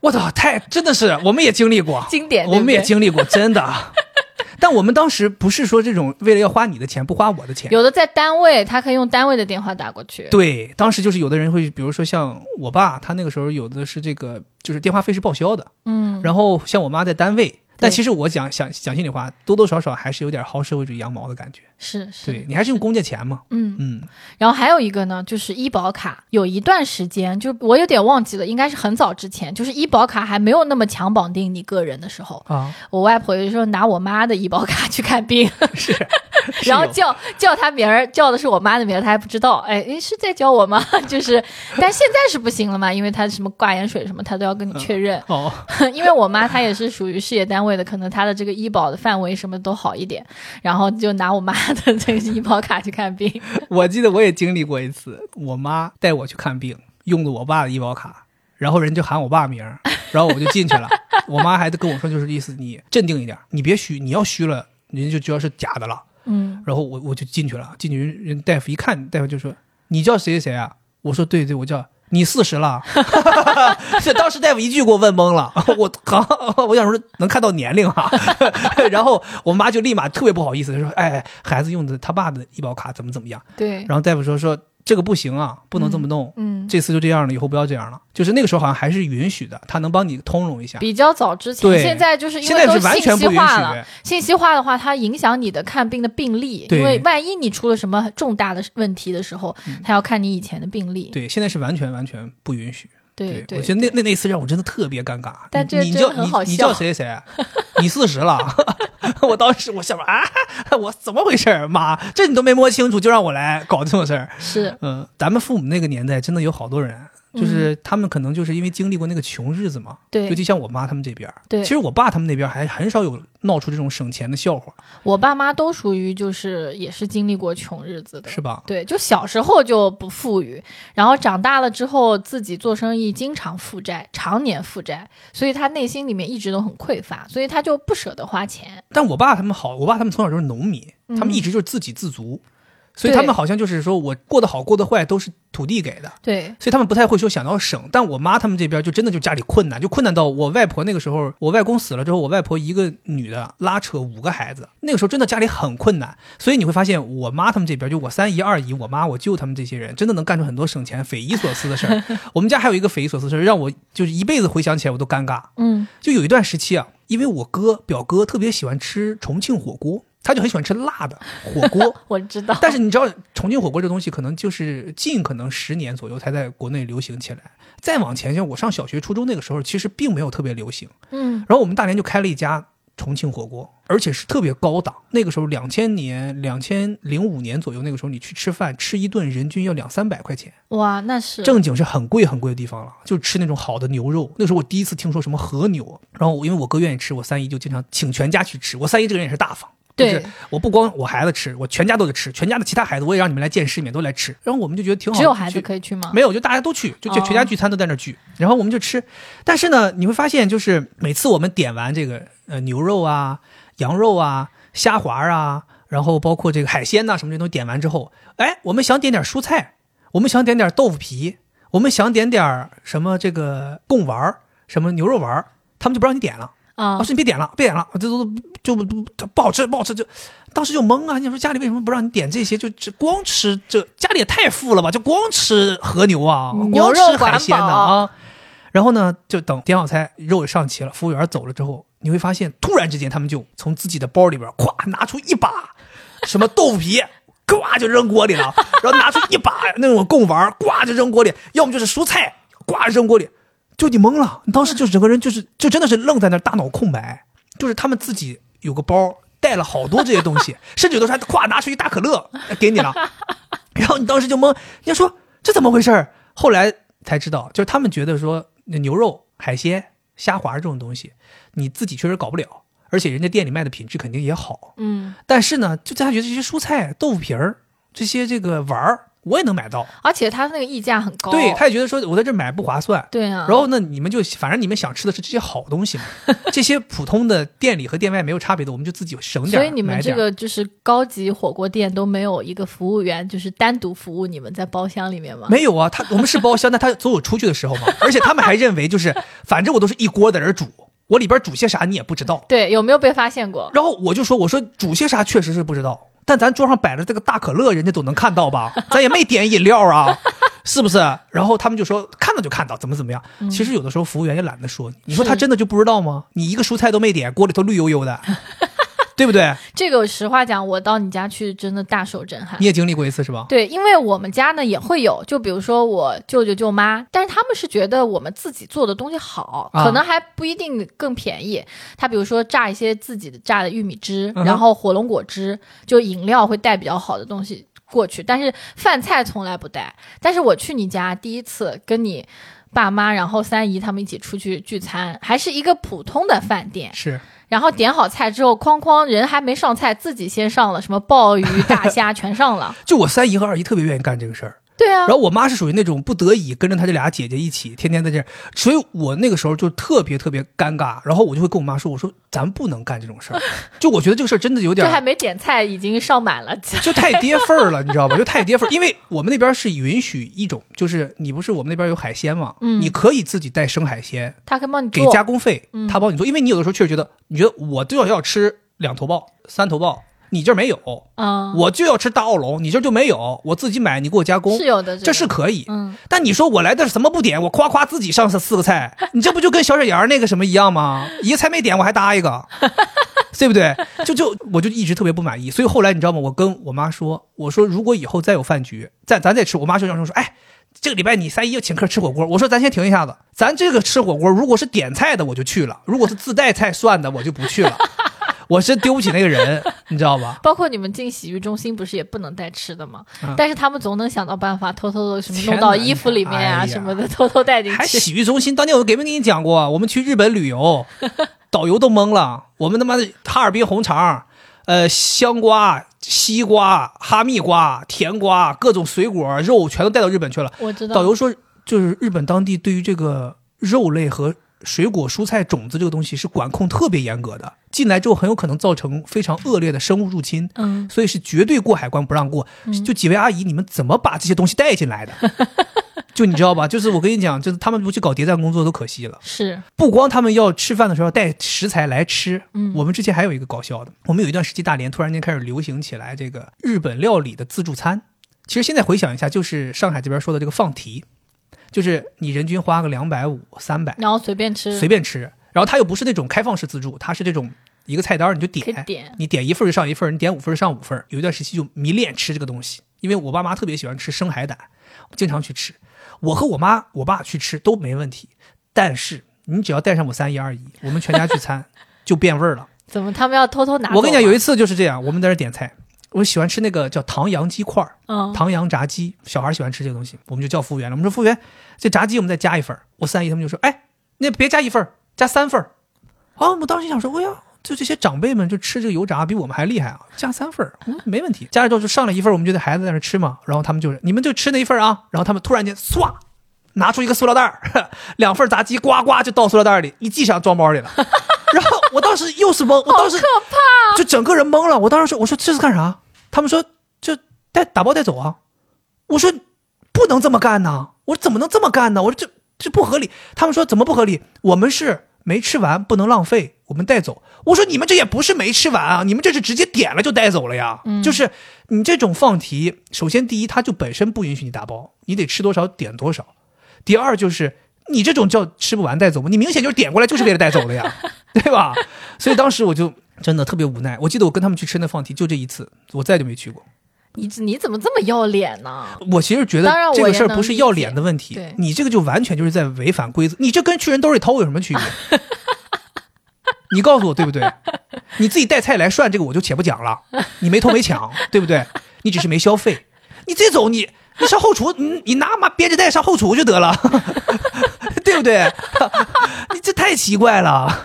A: 我操，太真的是，我们也经历过，
B: 经典，
A: 我们也
B: 对不对
A: 经历过，真的。 但我们当时不是说这种为了要花你的钱不花我的钱，
B: 有的在单位，她可以用单位的电话打过去，
A: 对，当时就是有的人会，比如说像我爸，他那个时候有的是这个，就是电话费是报销的。
B: 嗯，
A: 然后像我妈在单位，但其实我讲讲讲心里话，多多少少还是有点薅社会主义羊毛的感觉。
B: 是是，
A: 对你还是用公家钱嘛，
B: 嗯，
A: 嗯，
B: 然后还有一个呢，就是医保卡，有一段时间，就我有点忘记了，应该是很早之前，就是医保卡还没有那么强绑定你个人的时候，
A: 啊，
B: 我外婆有时候拿我妈的医保卡去看病，。
A: 是
B: 然后
A: 是有
B: 叫叫她名儿，叫的是我妈的名儿，她还不知道，哎，诶是在叫我吗？ 就是，但现在是不行了嘛，因为她什么挂盐水什么，她都要跟你确认。
A: 哦，
B: 因为我妈她也是属于事业单位的，可能她的这个医保的范围什么都好一点，然后就拿我妈的这个医保卡去看病。
A: 我记得我也经历过一次，我妈带我去看病，用了我爸的医保卡，然后人就喊我爸名儿，然后我就进去了。我妈还跟我说，就是意思你镇定一点，你别虚，你要虚了，人家就知道是假的了。
B: 嗯，
A: 然后我我就进去了，进去人人大夫一看，大夫就说你叫谁谁谁啊？我说对对，我叫你四十了， 是当时大夫一句给我问懵了， 我刚我想说能看到年龄啊， 然后我妈就立马特别不好意思说，哎，孩子用的他爸的医保卡怎么怎么样，
B: 对，
A: 然后大夫说说这个不行啊，不能这么弄，
B: 嗯，
A: 这次就这样了，以后不要这样了，就是那个时候好像还是允许的，他能帮你通融一下，
B: 比较早之前，
A: 对
B: 现在就是因
A: 现
B: 为
A: 在
B: 都
A: 是完
B: 信
A: 全
B: 息
A: 不允
B: 化了，
A: 许，
B: 信息化的话，它影响你的看病的病历，
A: 对嗯
B: 因为万一你出了什么重大的问题的时候，他要看你以前的病历。
A: 对，现在是完全完全不允许。
B: 对
A: 我觉得那那那次让我真的特别尴尬。
B: 但
A: 你
B: 这
A: 你
B: 真
A: 叫
B: 的很
A: 你
B: 好
A: 你
B: 笑
A: 叫谁谁？ 你四十了，我当时我想啊， 我怎么回事儿？妈，这你都没摸清楚就让我来搞这种事儿。
B: 是
A: 嗯、咱们父母那个年代真的有好多人，就是他们可能就是因为经历过那个穷日子嘛。
B: 嗯对
A: 尤其像我妈他们这边儿，
B: 对
A: 其实我爸他们那边儿还很少有闹出这种省钱的笑话，
B: 我爸妈都属于就是也是经历过穷日子的，
A: 是吧？
B: 对，就小时候就不富裕，然后长大了之后自己做生意，经常负债，常年负债，所以他内心里面一直都很匮乏，所以他就不舍得花钱。
A: 但我爸他们好，我爸他们从小就是农民，他们一直就是自给自足，所以他
B: 嗯对
A: 们好像就是说我过得好过得坏都是土地给的。
B: 对，
A: 所以他们不太会说想要省。但我妈他们这边就真的就家里困难，就困难到我外婆那个时候，我外公死了之后，我外婆一个女的拉扯五个孩子，那个时候真的家里很困难。所以你会发现，我妈他们这边就我三姨、二姨、我妈、我舅他们这些人，真的能干出很多省钱、匪夷所思的事儿。我们家还有一个匪夷所思的事儿，让我就是一辈子回想起来我都尴尬。
B: 嗯，
A: 就有一段时期啊，因为我哥表哥特别喜欢吃重庆火锅，他就很喜欢吃辣的火锅。
B: 我知道。
A: 但是你知道，重庆火锅这东西可能就是近可能十年左右才在国内流行起来。再往前，像我上小学、初中那个时候，其实并没有特别流行。
B: 嗯，
A: 然后我们大连就开了一家重庆火锅，而且是特别高档。那个时候，两千年、两千零五年左右，那个时候你去吃饭，吃一顿人均要两三百块钱，
B: 哇，那是
A: 正经是很贵很贵的地方了。就吃那种好的牛肉，那时候我第一次听说什么和牛。然后我因为我哥愿意吃，我三姨就经常请全家去吃。我三姨这个人也是大方。就是
B: 对，
A: 我不光我孩子吃，我全家都得吃，全家的其他孩子我也让你们来见世面，都来吃。然后我们就觉得挺好，
B: 只有孩子
A: 就
B: 可以去吗？
A: 没有，就大家都去，就就
B: 哦
A: 全家聚餐都在那儿聚，然后我们就吃。但是呢，你会发现，就是每次我们点完这个呃牛肉啊、羊肉啊、虾滑啊，然后包括这个海鲜呐、什么这些东西点完之后，哎，我们想点点蔬菜，我们想点点豆腐皮，我们想点点什么这个贡丸儿、什么牛肉丸儿，他们就不让你点了。
B: 啊
A: 啊，，说你别点了，别点了，这都就不不不好吃，不好吃就，当时就懵啊！你说家里为什么不让你点这些？就只光吃这家里也太富了吧？就光吃和牛啊，
B: 牛
A: 光
B: 肉
A: 吃海
B: 管
A: 鲜的
B: 饱
A: 啊。然后呢，就等点好菜，肉也上齐了，服务员走了之后，你会发现突然之间他们就从自己的包里边咵拿出一把什么豆腐皮。呱就扔锅里了，然后拿出一把那种贡丸，呱就扔锅里，要么就是蔬菜，呱扔锅里，就你懵了，你当时就整个人就是就真的是愣在那儿，大脑空白，就是他们自己有个包带了好多这些东西，甚至有的时候还咵拿出一大可乐给你了，然后你当时就懵，人家说这怎么回事儿？后来才知道，就是他们觉得说那牛肉、海鲜、虾滑这种东西，你自己确实搞不了，而且人家店里卖的品质肯定也好，
B: 嗯，
A: 但是呢，就在他觉得这些蔬菜、豆腐皮儿、这些这个丸儿，我也能买到。
B: 而且他那个溢价很高，
A: 对，他也觉得说我在这儿买不划算。
B: 对啊，
A: 然后呢，你们就反正你们想吃的是这些好东 西嘛，这些普通的店里和店外没有差别的，我们就自己省点儿
B: 所以你们
A: 买
B: 这
A: 点儿
B: 个就是高级火锅店都没有一个服务员，就是单独服务你们在包厢里面吗？
A: 没有啊，他我们是包厢，但他总有出去的时候嘛。而且他们还认为就是，反正我都是一锅在这儿煮，我里边煮些啥你也不知道。
B: 对，有没有被发现过？
A: 然后我就说，我说煮些啥确实是不知道，但咱桌上摆着这个大可乐，人家都能看到吧？咱也没点饮料啊， 是不是？然后他们就说看到就看到，怎么怎么样。其实有的时候服务员也懒得说，你说他
B: 是
A: 真的就不知道吗？你一个蔬菜都没点，锅里头绿油油的，对不对？
B: 这个实话讲，我到你家去真的大受震撼
A: 你。也经历过一次是吧？
B: 对，因为我们家呢也会有，就比如说我舅舅舅妈，但是他们是觉得我们自己做的东西好，
A: 啊
B: 可能还不一定更便宜。他比如说榨一些自己的榨的玉米汁，
A: 嗯哼
B: 然后火龙果汁，就饮料会带比较好的东西过去，但是饭菜从来不带。但是我去你家第一次跟你爸妈，然后三姨他们一起出去聚餐，还是一个普通的饭店，
A: 是
B: 然后点好菜之后，哐哐人还没上菜，自己先上了什么鲍鱼、大虾全上了。
A: 就我三姨和二姨特别愿意干这个事儿，
B: 对啊
A: 然，后我妈是属于那种不得已跟着她这俩姐姐一起，天天在这儿，所以我那个时候就特别特别尴尬。然后我就会跟我妈说：“我说咱不能干这种事 儿，就我觉得这个事儿真的有
B: 这
A: 点
B: 还
A: 儿
B: 没点菜已经上满了，
A: 就太跌份儿了，你知道吧？就太跌份儿，因为我们那边是允许一种，就是你不是我们那边有海鲜嘛，
B: 嗯
A: 你可以自己带生海鲜，
B: 他可以帮你
A: 给
B: 做
A: 加工费，
B: 嗯
A: 他帮你做。因为你有的时候确实觉得，你觉得我就要吃两头鲍、三头鲍，你这儿没有，
B: 嗯，
A: 我就要吃大澳龙，你这儿就没有，我自己买，你给我加工
B: 是，有的，
A: 这是
B: 个
A: 可以。
B: 嗯，
A: 但你说我来的是什么不点，我夸夸自己上四四个菜，你这不就跟小沈阳那个什么一样吗？一个菜没点我还搭一个，对不对？就就我就一直特别不满意，所以后来你知道吗？我跟我妈说，我说如果以后再有饭局，咱咱再吃，我妈就嚷嚷说，哎。这个礼拜你三一要请客吃火锅，我说咱先停一下子，咱这个吃火锅如果是点菜的我就去了，如果是自带菜算的我就不去了， 我是丢不起那个人，你知道吧？
B: 包括你们进洗浴中心不是也不能带吃的吗？
A: 嗯
B: 但是他们总能想到办法，偷偷的什么
A: 天
B: 弄到
A: 哪
B: 衣服里面
A: 哎
B: 啊
A: 呀
B: 什么的，偷偷带进
A: 还
B: 去。
A: 洗浴中心，当年我给没给你讲过？啊我们去日本旅游，导游都懵了。我们他妈的哈尔滨红肠，呃，香瓜、西瓜、哈密瓜、甜瓜，各种水果、肉全都带到日本去了。
B: 我知道
A: 导，游说，就是日本当地对于这个肉类和水果、蔬菜种子这个东西是管控特别严格的，进来之后很有可能造成非常恶劣的生物入侵。
B: 嗯，
A: 所以是绝对过海关不让过。就几位阿姨，你们怎么把这些东西带进来的？ 就你知道吧？就是我跟你讲，就是他们不去搞谍战工作都可惜了。
B: 是，
A: 不光他们要吃饭的时候要带食材来吃，
B: 嗯
A: 我们之前还有一个搞笑的，我们有一段时期大连突然间开始流行起来这个日本料理的自助餐。其实现在回想一下，就是上海这边说的这个放题，就是你人均花个两百五、三百
B: 然后随便吃，
A: 随便吃，然后它又不是那种开放式自助，它是这种一个菜单儿你就
B: 可以点，
A: 你点一份儿就上一份儿，你点五份儿就上五份儿。有一段时期就迷恋吃这个东西，因为我爸妈特别喜欢吃生海胆，经常去吃。我和我妈、我爸去吃都没问题，但是你只要带上我三姨、二姨，我们全家聚餐就变味儿了。
B: 怎么他们要偷偷拿走吗？啊
A: 我跟你讲，有一次就是这样，我们在这儿点菜，我喜欢吃那个叫唐扬鸡块儿，
B: 嗯，
A: 唐扬炸鸡，小孩喜欢吃这个东西，我们就叫服务员了。我们说服务员，这炸鸡我们再加一份儿。我三姨他们就说，哎，那别加一份儿，加三份儿。啊，我们当时想说，哎呀，就这些长辈们就吃这个油炸比我们还厉害啊，加三份儿，嗯，没问题。加了之后就上了一份儿，我们就得孩子在那儿吃嘛，然后他们就是你们就吃那一份儿啊，然后他们突然间唰。拿出一个塑料袋儿， 两份儿炸鸡呱呱就倒塑料袋儿里，一系上装包里了。 然后我当时又是懵，我当时
B: 可怕，
A: 就整个人懵了。我当时说：“我说这是干啥？”他们说：“这带打包带走啊。”我说：“不能这么干呐！我说怎么能这么干呢？我说这这不合理。”他们说：“怎么不合理？我们是没吃完，不能浪费，我们带走。”我说：“你们这也不是没吃完啊，你们这是直接点了就带走了呀。就是你这种放题，首先第一，它就本身不允许你打包，你得吃多少点多少。第二就是你这种叫吃不完带走吗？你明显就是点过来就是为了带走的呀，对吧？所以当时我就真的特别无奈。我记得我跟他们去吃那放题就这一次，我再就没去过。
B: 你你怎么这么要 脸呢？
A: 我其实觉得
B: 当然我
A: 这个事儿
B: 也能
A: 不是要脸的问题
B: 理解对，
A: 你这个就完全就是在违反规则，你这跟去人兜里掏有什么区别？ 你告诉我对不对？你自己带菜来涮这个我就且不讲了，你没偷没 抢，对不对？你只是没消费，你这种你你上后厨，你你拿妈编织袋上后厨就得了， 对不对？ 你这太奇怪了，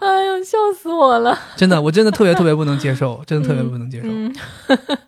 B: 哎呦，笑死我了！
A: 真的，我真的特别特别不能接 受，真的特别不能接受。
B: 嗯，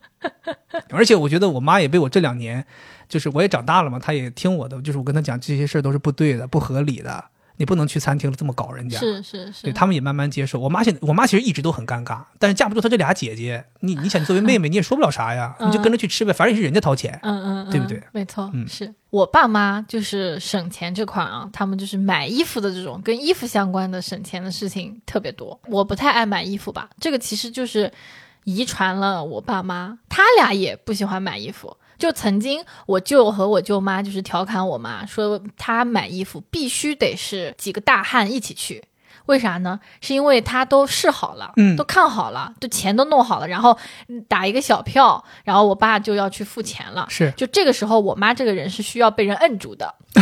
A: 而且我觉得我妈也被我这两年，就是我也长大了嘛，她也听我的，就是我跟她讲这些事儿都是不对的、不合理的，你不能去餐厅这么搞人家。
B: 是是是，
A: 对他们也慢慢接受。我妈现在，我妈其实一直都很尴尬，但是架不住她这俩姐姐，你你想你作为妹妹，你也说不了啥 呀，你就跟着去吃呗，反正也是人家掏钱。
B: 嗯嗯，嗯
A: 对不对？
B: 没错，
A: 嗯
B: 是我爸妈就是省钱这块啊，他们就是买衣服的这种跟衣服相关的省钱的事情特别多。我不太爱买衣服吧，这个其实就是遗传了我爸妈，他俩也不喜欢买衣服。就曾经我舅和我舅妈就是调侃我妈，说她买衣服必须得是几个大汉一起去。为啥呢？是因为他都试好了，
A: 嗯
B: 都看好了，都钱都弄好了，然后打一个小票，然后我爸就要去付钱了。
A: 是
B: 就这个时候，我妈这个人是需要被人摁住的，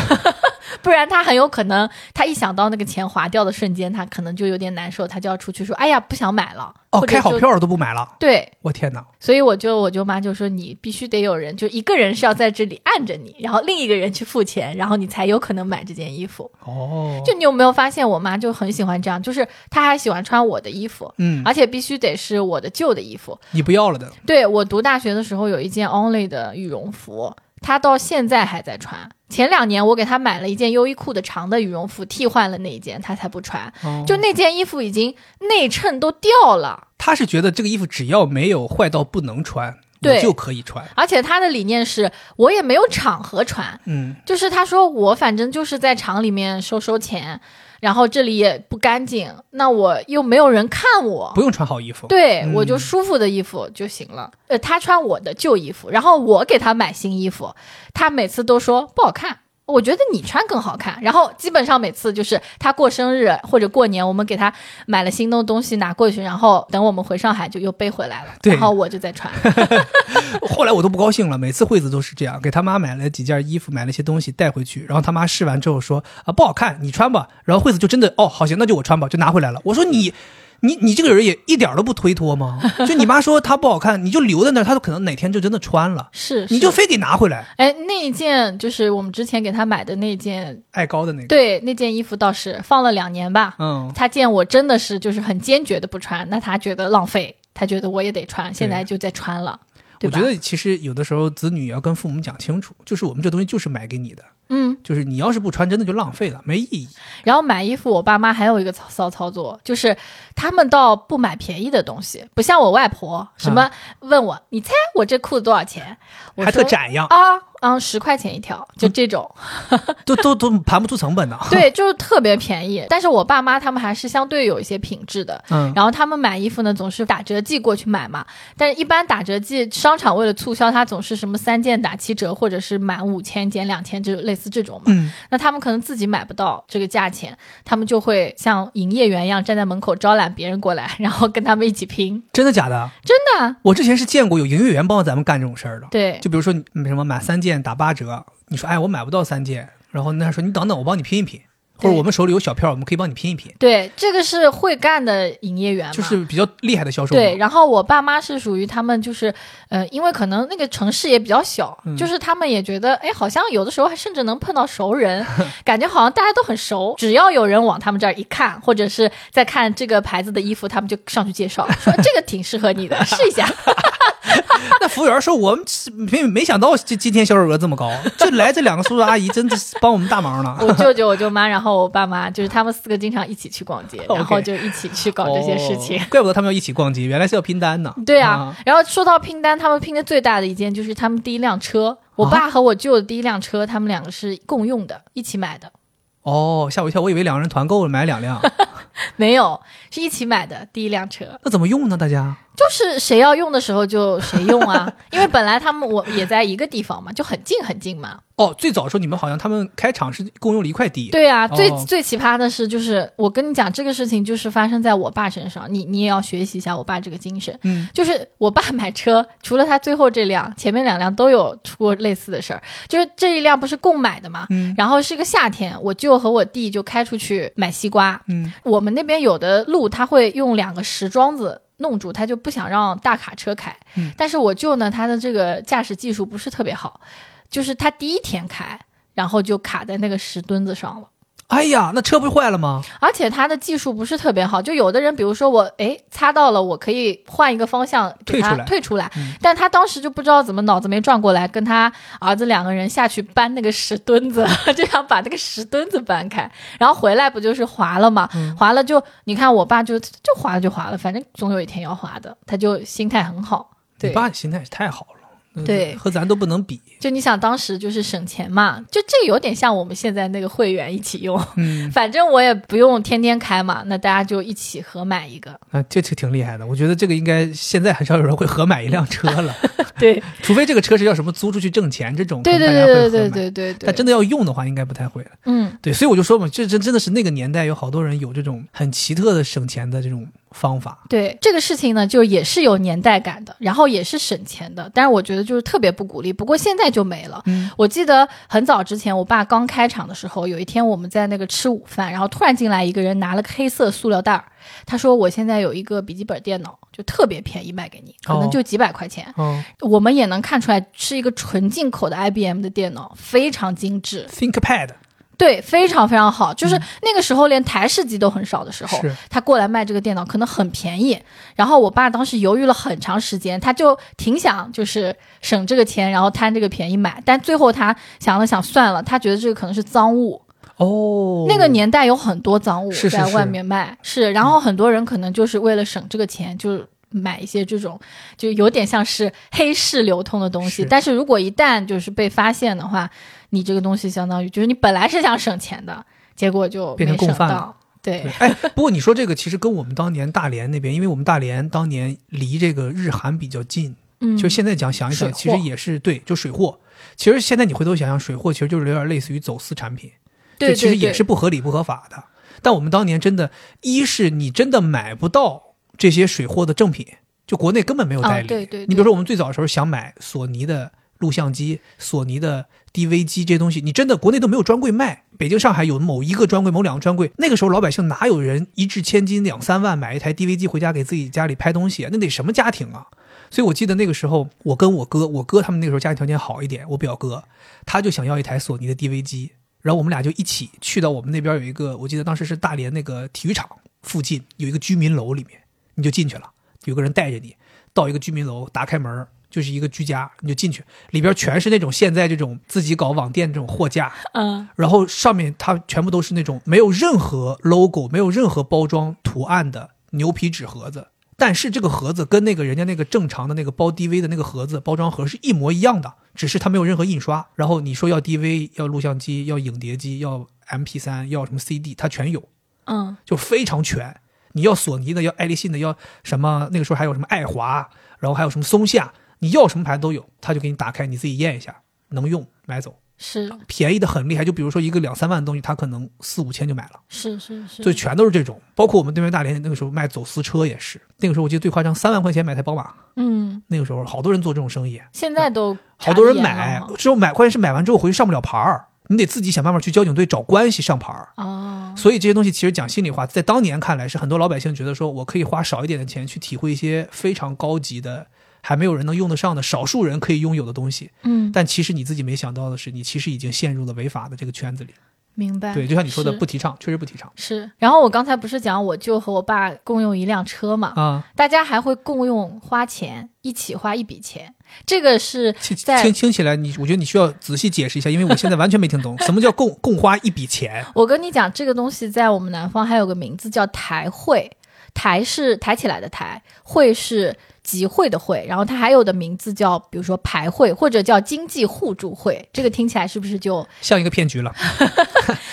B: 不然她很有可能，她一想到那个钱划掉的瞬间，她可能就有点难受，她就要出去说：“哎呀，不想买了。”
A: 哦，
B: 或者
A: 开好
B: 就
A: 票了都不买了，
B: 对，
A: 我天哪！
B: 所以我就我舅妈就说：“你必须得有人，就一个人是要在这里按着你，然后另一个人去付钱，然后你才有可能买这件衣服。”
A: 哦，
B: 就你有没有发现，我妈就很喜欢这样，就是她还喜欢穿我的衣服，
A: 嗯，
B: 而且必须得是我的旧的衣服，
A: 你不要了的，
B: 对我读大学的时候有一件 Only 的羽绒服，他到现在还在穿。前两年我给他买了一件优衣库的长的羽绒服，替换了那一件，他才不穿。
A: 哦
B: 就那件衣服已经内衬都掉了，
A: 他是觉得这个衣服只要没有坏到不能穿，
B: 对
A: 我就可以穿。
B: 而且他的理念是我也没有场合穿，
A: 嗯，
B: 就是他说我反正就是在厂里面收收钱，然后这里也不干净，那我又没有人看我
A: 不，用穿好衣服。
B: 哦对、
A: 嗯
B: 我就舒服的衣服就行了。呃，他穿我的旧衣服，然后我给他买新衣服，他每次都说不好看。我觉得你穿更好看，然后基本上每次就是他过生日或者过年，我们给他买了新的东西拿过去，然后等我们回上海就又背回来了，
A: 对
B: 然后我就再 穿。
A: 后来我都不高兴了，每次惠子都是这样，给他妈买了几件衣服，买了一些东西带回去，然后他妈试完之后说啊不好看，你穿吧。然后惠子就真的哦好行，那就我穿吧，就拿回来了。我
B: 嗯
A: 说你。你你这个人也一点都不推脱 吗？就你妈说她不好看，你就留在那儿，她可能哪天就真的穿了，
B: 是，
A: 你就是非得拿回来。
B: 哎，那一件就是我们之前给他买的那件，
A: 爱高的那个，，
B: 对，那件衣服倒是放了两年吧。
A: 嗯，
B: 他见我真的是就是很坚决的不穿，那他觉得浪费，他觉得我也得穿，现在就在穿了，对
A: 我
B: 吧？
A: 觉得其实有的时候子女要跟父母讲清楚，就是我们这东西就是买给你的，
B: 嗯，
A: 就是你要是不穿，真的就浪费了，没意义。
B: 然后买衣服，我爸妈还有一个操骚操作，就是他们倒不买便宜的东西，不像我外婆，什么问我，你猜我这裤子多少钱？我
A: 啊还特
B: 说
A: 展样，
B: 啊，嗯，十块钱一条，就这种。
A: 都都都盘不出成本呢。
B: 对，就是特别便宜。但是我爸妈他们还是相对有一些品质的，
A: 嗯，
B: 然后他们买衣服呢总是打折季过去买嘛，但是一般打折季商场为了促销，它总是什么三件打七折，或者是满五千减两千，就类似这种嘛。
A: 嗯，
B: 那他们可能自己买不到这个价钱，他们就会像营业员一样站在门口招揽别人过来，然后跟他们一起拼。
A: 真的假的？
B: 真的啊，
A: 我之前是见过有营业员帮咱们干这种事儿的。
B: 对
A: 就比如说你嗯什么买三件打八折，你说哎我买不到三件，然后那说你等等我帮你拼一拼，或者
B: 对
A: 我们手里有小票，我们可以帮你拼一拼，
B: 对，这个是会干的营业员嘛，
A: 就是比较厉害的销售。
B: 对，，然后我爸妈是属于他们，就是呃，因为可能那个城市也比较小，
A: 嗯
B: 就是他们也觉得，哎，好像有的时候还甚至能碰到 熟人，感觉好像大家都很熟，只要有人往他们这儿一看，或者是在看这个牌子的衣服，他们就上去 介绍，说这个挺适合你的，试一下。
A: 那服务员说我们是没没想到这今天销售额这么高，这来这两个叔叔阿姨真的是帮我们大忙呢。
B: 我舅舅、我舅妈，然后我爸妈，就是他们四个经常一起去逛街，然后
A: OK
B: 就一起去 搞这些事情。
A: 哦怪不得他们要一起逛街，原来是要拼单呢。
B: 对啊，然后说到拼单，他们拼的最大的一件就是他们第一辆车，我
A: 啊
B: 爸和我舅的第一辆车，他们两个是共用的，一起买的。
A: 哦，吓我一跳，我以为两个人团购了买两 辆，
B: 没有，是一起买的第一辆车，
A: 那怎么用呢？大家
B: 就是谁要用的时候就谁用 啊，因为本来他们我也在一个地方嘛，就很近很近嘛。
A: 哦，最早说你们好像他们开场是共用了一块地，
B: 对啊，
A: 哦
B: 最、最奇葩的是，就是我跟你讲这个事情，就是发生在我爸身上，你你也要学习一下我爸这个精神。
A: 嗯，
B: 就是我爸买车，除了他最后这辆，前面两辆都有出过类似的事儿。就是这一辆不是共买的嘛，
A: 嗯
B: 然后是个夏天，我舅和我弟就开出去买西瓜，
A: 嗯，
B: 我们那边有的路，他会用两个石桩子弄住，他就不想让大卡车开。
A: 嗯
B: 但是我舅呢，他的这个驾驶技术不是特别好，就是他第一天开，然后就卡在那个石墩子上了。
A: 哎呀，那车不是坏了吗？
B: 而且他的技术不是特别好，就有的人，比如说我，哎，擦到了，我可以换一个方向给
A: 退出
B: 他
A: 来
B: 退出来，
A: 嗯
B: 但他当时就不知道怎么脑子没转过来，跟他儿子两个人下去搬那个石墩子， 就想把那个石墩子搬开，然后回来不就是滑了嘛，
A: 嗯
B: 滑了就你看我爸就就滑了就滑了，反正总有一天要滑的，他就心态很好，
A: 你
B: 对。
A: 爸心态也太好了，嗯
B: 对
A: 和咱都不能比。
B: 就你想，当时就是省钱嘛，就这有点像我们现在那个会员一起用，
A: 嗯，
B: 反正我也不用天天开嘛，那大家就一起合买一个。
A: 啊，这这挺厉害的，我觉得这个应该现在很少有人会合买一辆车 了，
B: 对，
A: 除非这个车是要什么租出去挣钱这种，
B: 对对
A: 可能大家会
B: 对对
A: 合买
B: 对对对对，
A: 但真的要用的话，应该不太会了。
B: 嗯，
A: 对，所以我就说嘛，这这真的是那个年代有好多人有这种很奇特的省钱的这种方法。
B: 对这个事情呢，就也是有年代感的，然后也是省钱的，但是我觉得就是特别不鼓励。不过现在就没了。
A: 嗯
B: 我记得很早之前，我爸刚开厂的时候，有一天我们在那个吃午饭，然后突然进来一个人拿了个黑色塑料袋儿，他说：“我现在有一个笔记本电脑，就特别便宜卖给你，可能
A: 哦
B: 就几百块钱。
A: 哦
B: 我们也能看出来是一个纯进口的 IBM 的电脑，非常精致。
A: ，ThinkPad，
B: 对，非常非常好，就是那个时候连台式机都很少的时候，
A: 是
B: 他过来卖这个电脑可能很便宜。然后我爸当时犹豫了很长时间，他就挺想就是省这个钱，然后贪这个便宜买，但最后他想了想算了，他觉得这个可能是赃物。
A: 哦，
B: 那个年代有很多赃物
A: 是是
B: 在
A: 是
B: 外面卖，是然后很多人可能就是为了省这个钱，就是买一些这种，就有点像是黑市流通的东西。
A: 是
B: 但是如果一旦就是被发现的话，你这个东西相当于就是你本来是想省钱的，结果就
A: 变成
B: 没省
A: 共犯
B: 到。对，
A: 哎，不过你说这个其实跟我们当年大连那边，因为我们大连当年离这个日韩比较近，
B: 嗯，
A: 就现在讲想一想，
B: 水货
A: 其实也是对，就水货。其实现在你回头想想，水货其实就是有点类似于走私产品，这
B: 对对
A: 其实也
B: 对
A: 是不合理、不合法的。但我们当年真的，一是你真的买不到这些水货的正品，就国内根本没有
B: 啊
A: 代理。
B: 对对
A: 你比
B: 对
A: 如说，我们最早的时候想买索尼的录像机、索尼的 DV 机这些东西，你真的国内都没有专柜卖。北京、上海有某一个专柜、某两个专柜，那个时候老百姓哪有人一掷千金两三万买一台 DV 机回家给自己家里拍东西啊？那得什么家庭啊？所以我记得那个时候，我跟我哥，我哥他们那个时候家庭条件好一点，我表哥他就想要一台索尼的 DV 机，然后我们俩就一起去到我们那边有一个，我记得当时是大连那个体育场附近有一个居民楼里面，你就进去了，有个人带着你到一个居民楼，打开门。就是一个居家，你就进去，里边全是那种现在这种自己搞网店这种货架，
B: 嗯
A: 然后上面它全部都是那种没有任何 logo、没有任何包装图案的牛皮纸盒子，但是这个盒子跟那个人家那个正常的那个包 DV 的那个盒子包装盒是一模一样的，只是它没有任何印刷。然后你说要 DV、要录像机、要影碟机、要 MP 3要什么 CD，它全有，
B: 嗯，
A: 就非常全。你要索尼的，要爱立信的，要什么？那个时候还有什么爱华，然后还有什么松下，你要什么牌子都有，他就给你打开，你自己验一下，能用买走。
B: 是
A: 便宜的很厉害，就比如说一个两三万的东西，他可能四五千就买了，
B: 是是是，
A: 所以全都是这种。包括我们对面大连那个时候卖走私车也是，那个时候我记得最夸张，三万块钱买台宝马，
B: 嗯，
A: 那个时候好多人做这种生意，
B: 现在都
A: 好多人
B: 查得严
A: 买
B: 了嘛，
A: 之后买，关键是买完之后回去上不了牌儿，你得自己想办法去交警队找关系上牌儿。
B: 哦，
A: 所以这些东西其实讲心里话，在当年看来是很多老百姓觉得说我可以花少一点的钱去体会一些非常高级的。还没有人能用得上的少数人可以拥有的东西，
B: 嗯，
A: 但其实你自己没想到的是，你其实已经陷入了违法的这个圈子里。
B: 明白。
A: 对，就像你说的，
B: 嗯是
A: 不提倡，确实不提倡
B: 是，然后我刚才不是讲我舅和我爸共用一辆车嘛，
A: 啊。
B: 大家还会共用花钱，一起花一笔钱，这个是
A: 听
B: 在
A: 听听起来你，我觉得你需要仔细解释一下，因为我现在完全没听懂什么叫共共花一笔钱。
B: 我跟你讲，这个东西在我们南方还有个名字叫台会，台是抬起来的台，会是集会的会，然后它还有的名字叫，比如说排会或者叫经济互助会，这个听起来是不是就
A: 像一个骗局了，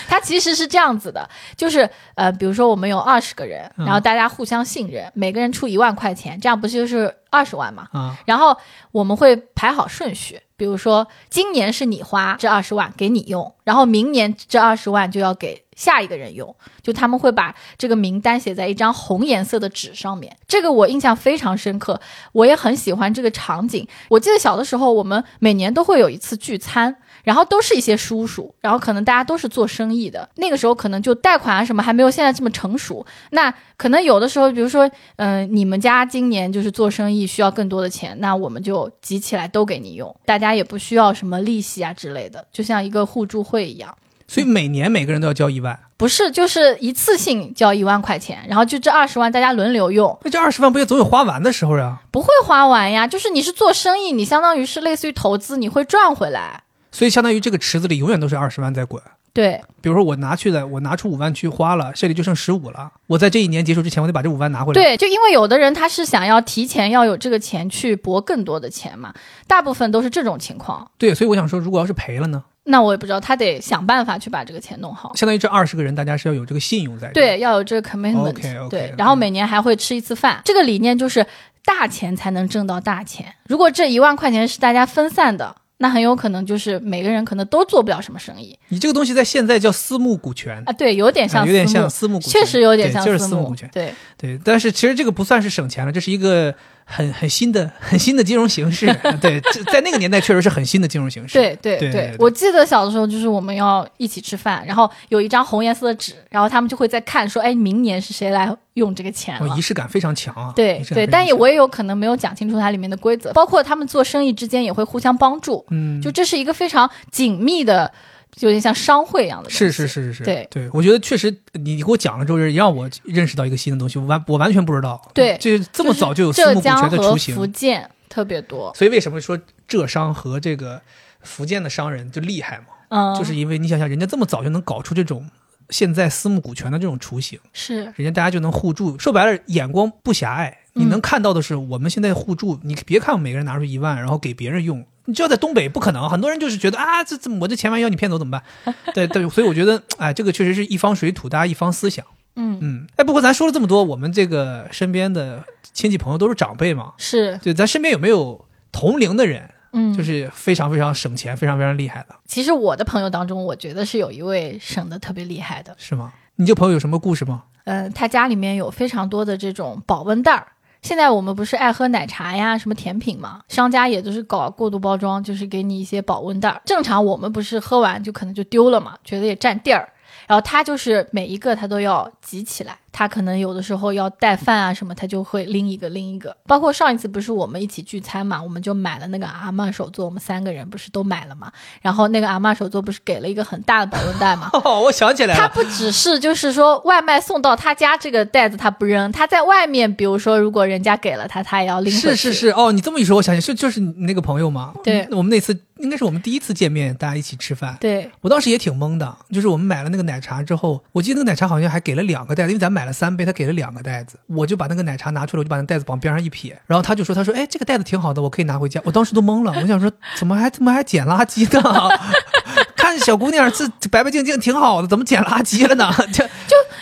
B: 它其实是这样子的，就是呃，比如说我们有二十个人，
A: 嗯
B: 然后大家互相信任，每个人出一万块钱，这样不是就是二十万嘛？
A: 啊，
B: 然后我们会排好顺序，比如说今年是你花这二十万给你用，然后明年这二十万就要给下一个人用。就他们会把这个名单写在一张红颜色的纸上面，这个我印象非常深刻，我也很喜欢这个场景。我记得小的时候，我们每年都会有一次聚餐。然后都是一些叔叔，然后可能大家都是做生意的，那个时候可能就贷款啊什么还没有现在这么成熟。那可能有的时候，比如说嗯、你们家今年就是做生意需要更多的钱，那我们就集起来都给你用，大家也不需要什么利息啊之类的，就像一个互助会一样。
A: 所以每年每个人都要交一万，
B: 不是，就是一次性交一万块钱，然后就这二十万大家轮流用，
A: 那这二十万不也总有花完的时候啊呀？
B: 不会花完呀。就是你是做生意，你相当于是类似于投资，你会赚回来。
A: 所以相当于这个池子里永远都是二十万在滚。
B: 对，
A: 比如说我拿去的，我拿出五万去花了，这里就剩十五了。我在这一年结束之前，我得把这五万拿回来。
B: 对，就因为有的人他是想要提前要有这个钱去博更多的钱嘛，大部分都是这种情况。
A: 对，所以我想说，如果要是赔了呢？
B: 那我也不知道，他得想办法去把这个钱弄好。
A: 相当于这二十个人，大家是要有这个信用在这。，
B: 哦对，要有这个 commitment。
A: OK，OK，
B: 对
A: 嗯，
B: 然后每年还会吃一次饭。这个理念就是大钱才能挣到大钱。如果这一万块钱是大家分散的，那很有可能就是每个人可能都做不了什么生意
A: 你这个东西在现在叫私募股权，
B: 啊。对，有点像
A: 啊
B: 私
A: 有
B: 募，
A: 点像私募股权，
B: 确实有点像
A: 对就是私募股
B: 股
A: 权。
B: 对，
A: 对，但是其实这个不算是省钱了，这是一个很很新的、很新的金融形 式。对，这在那个年代确实是很新的金融形式。
B: 对对
A: 对对
B: 我记得小的时候就是我们要一起吃饭，然后有一张红颜色的纸，然后他们就会在看说，哎，明年是谁来用这个钱
A: 哦，
B: 了
A: 仪。式感非常强啊。
B: 对
A: 仪式感非
B: 对，
A: 常
B: 但也
A: 强
B: 我也有可能没有讲清楚它里面的规则，包括他们做生意之间也会互相帮助，
A: 嗯，
B: 就这是一个非常紧密的就有点像商会一样的东西。
A: 是是是是是，
B: 对
A: 对，我觉得确实你你给我讲了之后，也让我认识到一个新的东西，我完我完全不知道，
B: 对
A: 这这么早就有
B: 就是
A: 私
B: 浙
A: 募股权
B: 江
A: 的
B: 和
A: 雏形
B: 福，建特别多，
A: 所以为什么说浙商和这个福建的商人就厉害嘛？
B: 嗯，
A: 就是因为你想想，人家这么早就能搞出这种现在私募股权的这种雏形，
B: 是
A: 人家大家就能互助。说白了，眼光不狭隘，你能看到的是我们现在互助。你别看每个人拿出一万，然后给别人用。你知道在东北不可能，很多人就是觉得啊，这这我这钱万一要你骗走怎么办？ 对对，所以我觉得，哎，这个确实是一方水土，大家一方思想。
B: 嗯
A: 嗯，哎，不过咱说了这么多，我们这个身边的亲戚朋友都是长辈嘛，
B: 是，
A: 对，咱身边有没有同龄的人，
B: 嗯，
A: 就是非常非常省钱、非常非常厉害的，
B: 其实我的朋友当中，我觉得是有一位省的特别厉害的，
A: 是吗？你这朋友有什么故事吗？
B: 呃，他家里面有非常多的这种保温袋儿。现在我们不是爱喝奶茶呀，什么甜品嘛，商家也都是搞啊过度包装，就是给你一些保温袋儿。正常我们不是喝完就可能就丢了嘛，觉得也占地儿。然后他就是每一个他都要集起来，他可能有的时候要带饭啊什么，他就会拎一个拎一个。包括上一次不是我们一起聚餐嘛，我们就买了那个阿嬷手作，我们三个人不是都买了嘛。然后那个阿嬷手作不是给了一个很大的保温袋嘛，
A: 哦，我想起来
B: 他
A: 了，
B: 不只是就是说外卖送到他家这个袋子他不扔，他在外面，比如说如果人家给了他，他也要拎回去。
A: 是是是，哦，你这么一说，我想起是就是你那个朋友嘛，
B: 对
A: 我们那次应该是我们第一次见面，大家一起吃饭。
B: 对，
A: 我当时也挺懵的，就是我们买了那个奶茶之后，我记得那个奶茶好像还给了两个袋子，因为咱买了三杯，他给了两个袋子，我就把那个奶茶拿出来，我就把那袋子往边上一撇，然后他就说：“他说，哎，这个袋子挺好的，我可以拿回家。”我当时都懵了，我想说，怎么还怎么还捡垃圾呢？ 看小姑娘这白白净净挺好的，怎么捡垃圾了呢？ 这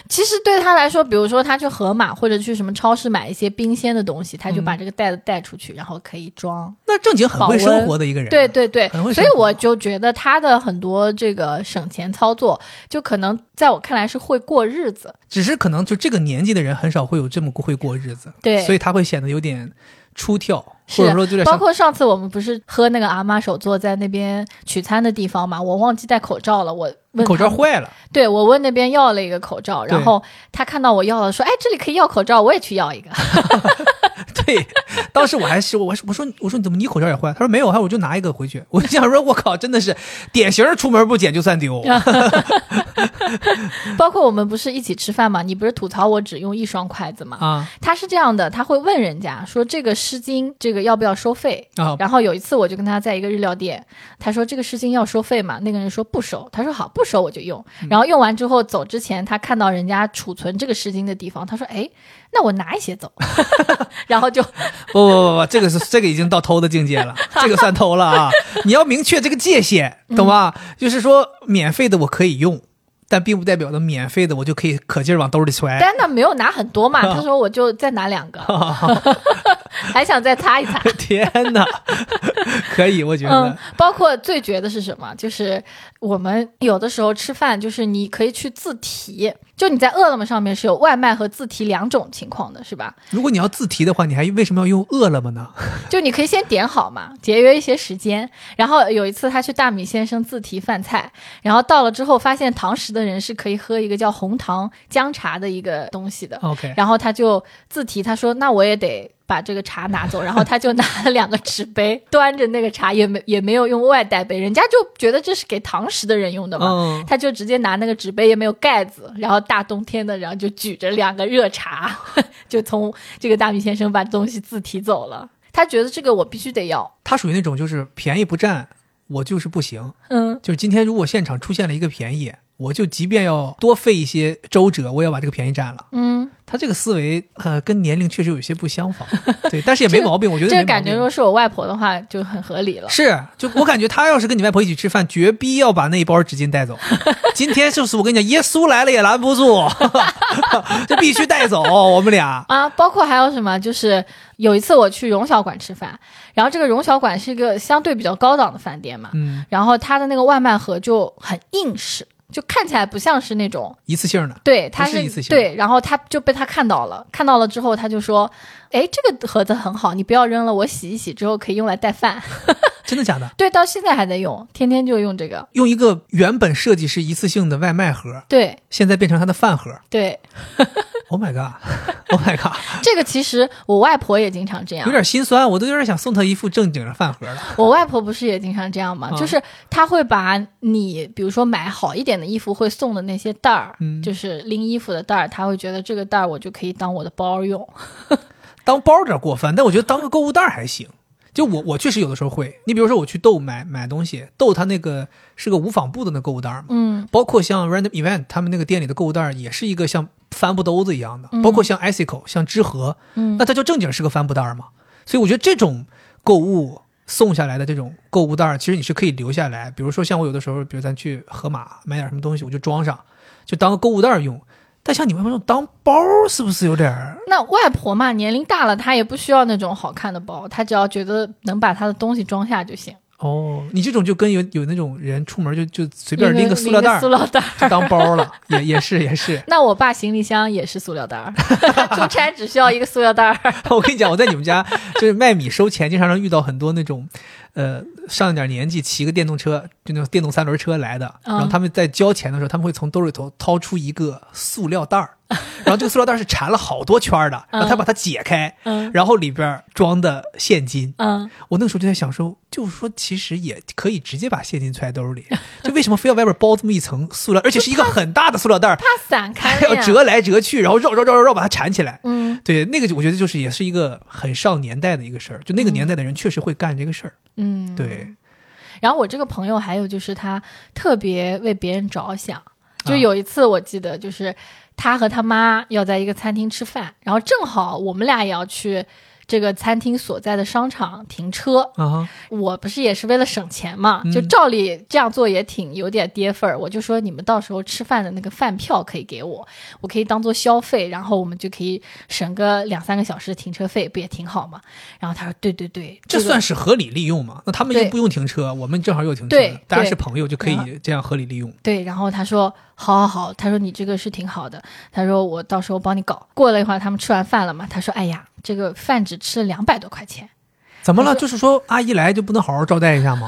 B: 其实对他来说，比如说他去盒马或者去什么超市买一些冰鲜的东西，他
A: 嗯
B: 就把这个袋子带出去，然后可以装。
A: 那正经很会生活的一个人，
B: 对对对
A: 很会，
B: 所以
A: 生活
B: 我就觉得他的很多这个省钱操作，就可能在我看来是会过日子。
A: 只是可能就这个年纪的人很少会有这么会过日子，
B: 对
A: 所以他会显得有点出跳，
B: 是
A: 或者说有点
B: 包
A: 像
B: 括上次我们不是喝那个阿嬷手作在那边取餐的地方嘛，我忘记戴口罩了，我问
A: 口
B: 他
A: 罩坏了，
B: 对我问那边要了一个口罩，然
A: 对
B: 后他看到我要了，说：“哎，这里可以要口罩，我也去要一个。
A: 对，当时我还是我还我说我说你怎么你口罩也坏？他说没有，还我就拿一个回去。我就想说，我靠，真的是典型儿出门不捡就算丢。”啊
B: 包括我们不是一起吃饭嘛，你不是吐槽我只用一双筷子吗？
A: 啊
B: 他是这样的，他会问人家说：“这个湿巾这个要不要收费？”
A: 啊！
B: 然后有一次我就跟他在一个日料店，他说这个湿巾要收费嘛，那个人说不收，他说好不收我就用。
A: 嗯
B: 然后用完之后走之前，他看到人家储存这个湿巾的地方，他说：“哎，那我拿一些走。” 然后就
A: 不不不不，这个是这个已经到偷的境界 了，这个算偷了啊！你要明确这个界限，懂吧？就是说，免费的我可以用，但并不代表着免费的我就可以可劲儿往兜里揣。
B: 丹娜没有拿很多嘛，他说我就再拿两个，还想再擦一擦。
A: 天哪，可以，我觉
B: 嗯
A: 得，，
B: 包括最绝的是什么？就是我们有的时候吃饭，就是你可以去自提，就你在饿了么上面是有外卖和自提两种情况的，是吧？
A: 如果你要自提的话，你还为什么要用饿了么呢？
B: 就你可以先点好嘛，节约一些时间。然后有一次他去大米先生自提饭菜，然后到了之后发现堂食的人是可以喝一个叫红糖姜茶的一个东西的，
A: OK，
B: 然后他就自提，他说：“那我也得把这个茶拿走。”然后他就拿了两个纸杯，端着那个茶，也没也没有用外带杯，人家就觉得这是给堂食的人用的嘛，
A: 嗯，
B: 他就直接拿那个纸杯，也没有盖子，然后大冬天的，然后就举着两个热茶， 就从这个大米先生把东西自提走了。他觉得这个我必须得要，
A: 他属于那种就是便宜不占，我就是不行。
B: 嗯，
A: 就是今天如果现场出现了一个便宜，我就即便要多费一些周折，我也要把这个便宜占了。
B: 嗯，
A: 他这个思维呃跟年龄确实有些不相 仿，对，但是也没
B: 这个
A: 毛病，我觉得
B: 这
A: 没
B: 个
A: 毛
B: 感觉
A: 病
B: 说是我外婆的话就很合理了。
A: 是，就我感觉他要是跟你外婆一起吃饭，绝逼要把那一包纸巾带 走。今天就是我跟你讲，耶稣来了也拦不住， 这必须带走我们俩。
B: 啊，包括还有什么，就是有一次我去荣小馆吃饭，然后这个荣小馆是一个相对比较高档的饭店嘛，
A: 嗯，
B: 然后它的那个外卖盒就很硬实，就看起来不像是那种，
A: 一次性的，
B: 对，它
A: 不是一次性
B: 对，然后他就被他看到了，看到了之后他就说，哎，这个盒子很好，你不要扔了，我洗一洗之后可以用来带饭，
A: 真的假的？
B: 对，到现在还在用，天天就用这个，
A: 用一个原本设计是一次性的外卖盒，
B: 对
A: 现在变成他的饭盒，
B: 对，
A: Oh my god，Oh my god，
B: 这个其实我外婆也经常这样
A: 有，点心酸，我都有点想送他一副正经的饭盒 了。
B: 我外婆不是也经常这样吗？
A: 嗯
B: 就是她会把你，比如说买好一点的衣服会送的那些袋儿，
A: 嗯
B: 就是拎衣服的袋儿，她会觉得这个袋儿我就可以当我的包用。
A: 当包有点过分，但我觉得当个购物袋儿还行。就我我确实有的时候会，你比如说我去豆买买东西，豆它那个是个无纺布的那购物袋儿嘛，
B: 嗯，
A: 包括像 Random Event 他们那个店里的购物袋儿也是一个像帆布兜子一样的，包括像 Icicle、像知和，
B: 嗯
A: 那它就正经是个帆布袋儿嘛。所以我觉得这种购物送下来的这种购物袋儿，其实你是可以留下来。比如说像我有的时候，比如咱去盒马买点什么东西，我就装上，就当个购物袋儿用。但像你们用当包儿是不是有点儿？
B: 那外婆嘛，年龄大了，她也不需要那种好看的包，她只要觉得能把她的东西装下就行。
A: 哦，你这种就跟有有那种人出门就就随
B: 拎
A: 便拎个塑料袋儿
B: 塑料袋儿。
A: 就当包儿了，也也是也是。
B: 那我爸行李箱也是塑料 袋儿，出差只需要一个塑料袋儿。
A: 我跟你讲，我在你们家就是卖米收钱，经常能遇到很多那种，呃，上一点年纪骑个电动车，就那种电动三轮车来的。
B: 嗯
A: 然后他们在交钱的时候，他们会从兜里头掏出一个塑料袋儿，然后这个塑料袋儿是缠了好多圈儿的，然后他把它解开，
B: 嗯
A: 然后里边儿装的现金。
B: 嗯，
A: 我那个时候就在想说，就是说其实也可以直接把现金揣兜里，就为什么非要外边包这么一层塑料，而且是一个很大的塑料袋 儿，
B: 怕散开
A: 还
B: 了
A: 要
B: 呀。
A: 折来折去，然后绕绕绕绕绕把它缠起来。
B: 嗯
A: 对，那个就我觉得就是也是一个很上年代的一个事儿，就那个年代的人确实会干这个事儿。
B: 嗯，
A: 对，
B: 然后我这个朋友还有就是他特别为别人着想，就
A: 啊
B: 有一次我记得就是他和他妈要在一个餐厅吃饭，然后正好我们俩也要去这个餐厅所在的商场停车。
A: 啊哈，
B: 我不是也是为了省钱嘛，
A: 嗯
B: 就照理这样做也挺有点跌份儿。我就说你们到时候吃饭的那个饭票可以给我，我可以当做消费，然后我们就可以省个两三个小时的停车费，不也挺好吗？然后他说对对对，
A: 这
B: 个
A: 算是合理利用嘛？那他们
B: 对
A: 又不用停车，我们正好有停车
B: 对，
A: 大家是
B: 对
A: 朋友就可
B: 然
A: 以这样合理利用。
B: 对，然后他说好好好，他说你这个是挺好的，他说我到时候帮你搞。过了一会儿，他们吃完饭了嘛，他说哎呀，这个饭只吃了两百多块钱，
A: 怎么了？
B: 我
A: 就是说阿姨来就不能好好招待一 下吗？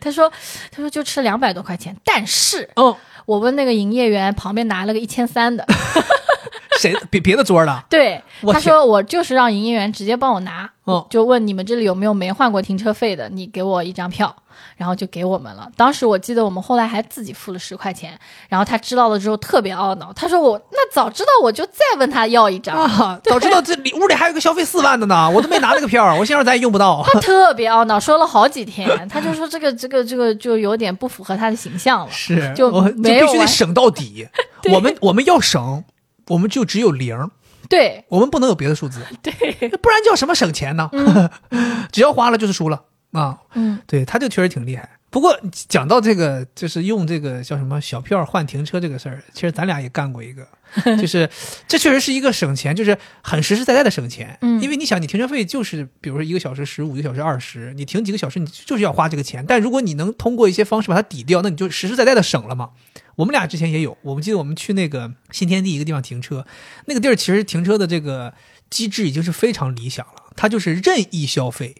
B: 他说他说就吃两百多块钱，但是
A: 嗯，
B: 我问那个营业员旁边拿了个一千三的，
A: 谁别别的桌儿了？
B: 对，
A: 我
B: 他
A: 天，
B: 说我就是让营业员直接帮我拿，
A: 哦
B: 就问你们这里有没有没换过停车费的，你给我一张票，然后就给我们了。当时我记得我们后来还自己付了十块钱，然后他知道了之后特别懊恼，他说我那早知道我就再问他要一张。
A: 啊，早知道这里屋里还有个消费四万的呢，我都没拿那个票儿，我心想咱也用不到。
B: 他特别懊恼，说了好几天，他就说这个这个这个就有点不符合他的形象了。
A: 是，
B: 就
A: 我
B: 没有
A: 必须得
B: 完
A: 省到底。
B: 对
A: 我们我们要省，我们就只有零儿，
B: 对
A: 我们不能有别的数字。
B: 对，
A: 不然叫什么省钱呢？ 只要花了就是输了啊！
B: 嗯，
A: 对，他这个确实挺厉害。不过讲到这个，就是用这个叫什么小票换停车这个事儿，其实咱俩也干过一个，就是这确实是一个省钱，就是很实实在在的省钱。
B: 嗯
A: 因为你想，你停车费就是比如说一个小时十五，一个小时二十，你停几个小时，你就是要花这个钱。但如果你能通过一些方式把它抵掉，那你就实实在在的省了嘛。我们俩之前也有，我们记得我们去那个新天地一个地方停车，那个地儿其实停车的这个机制已经是非常理想了，它就是任意消费，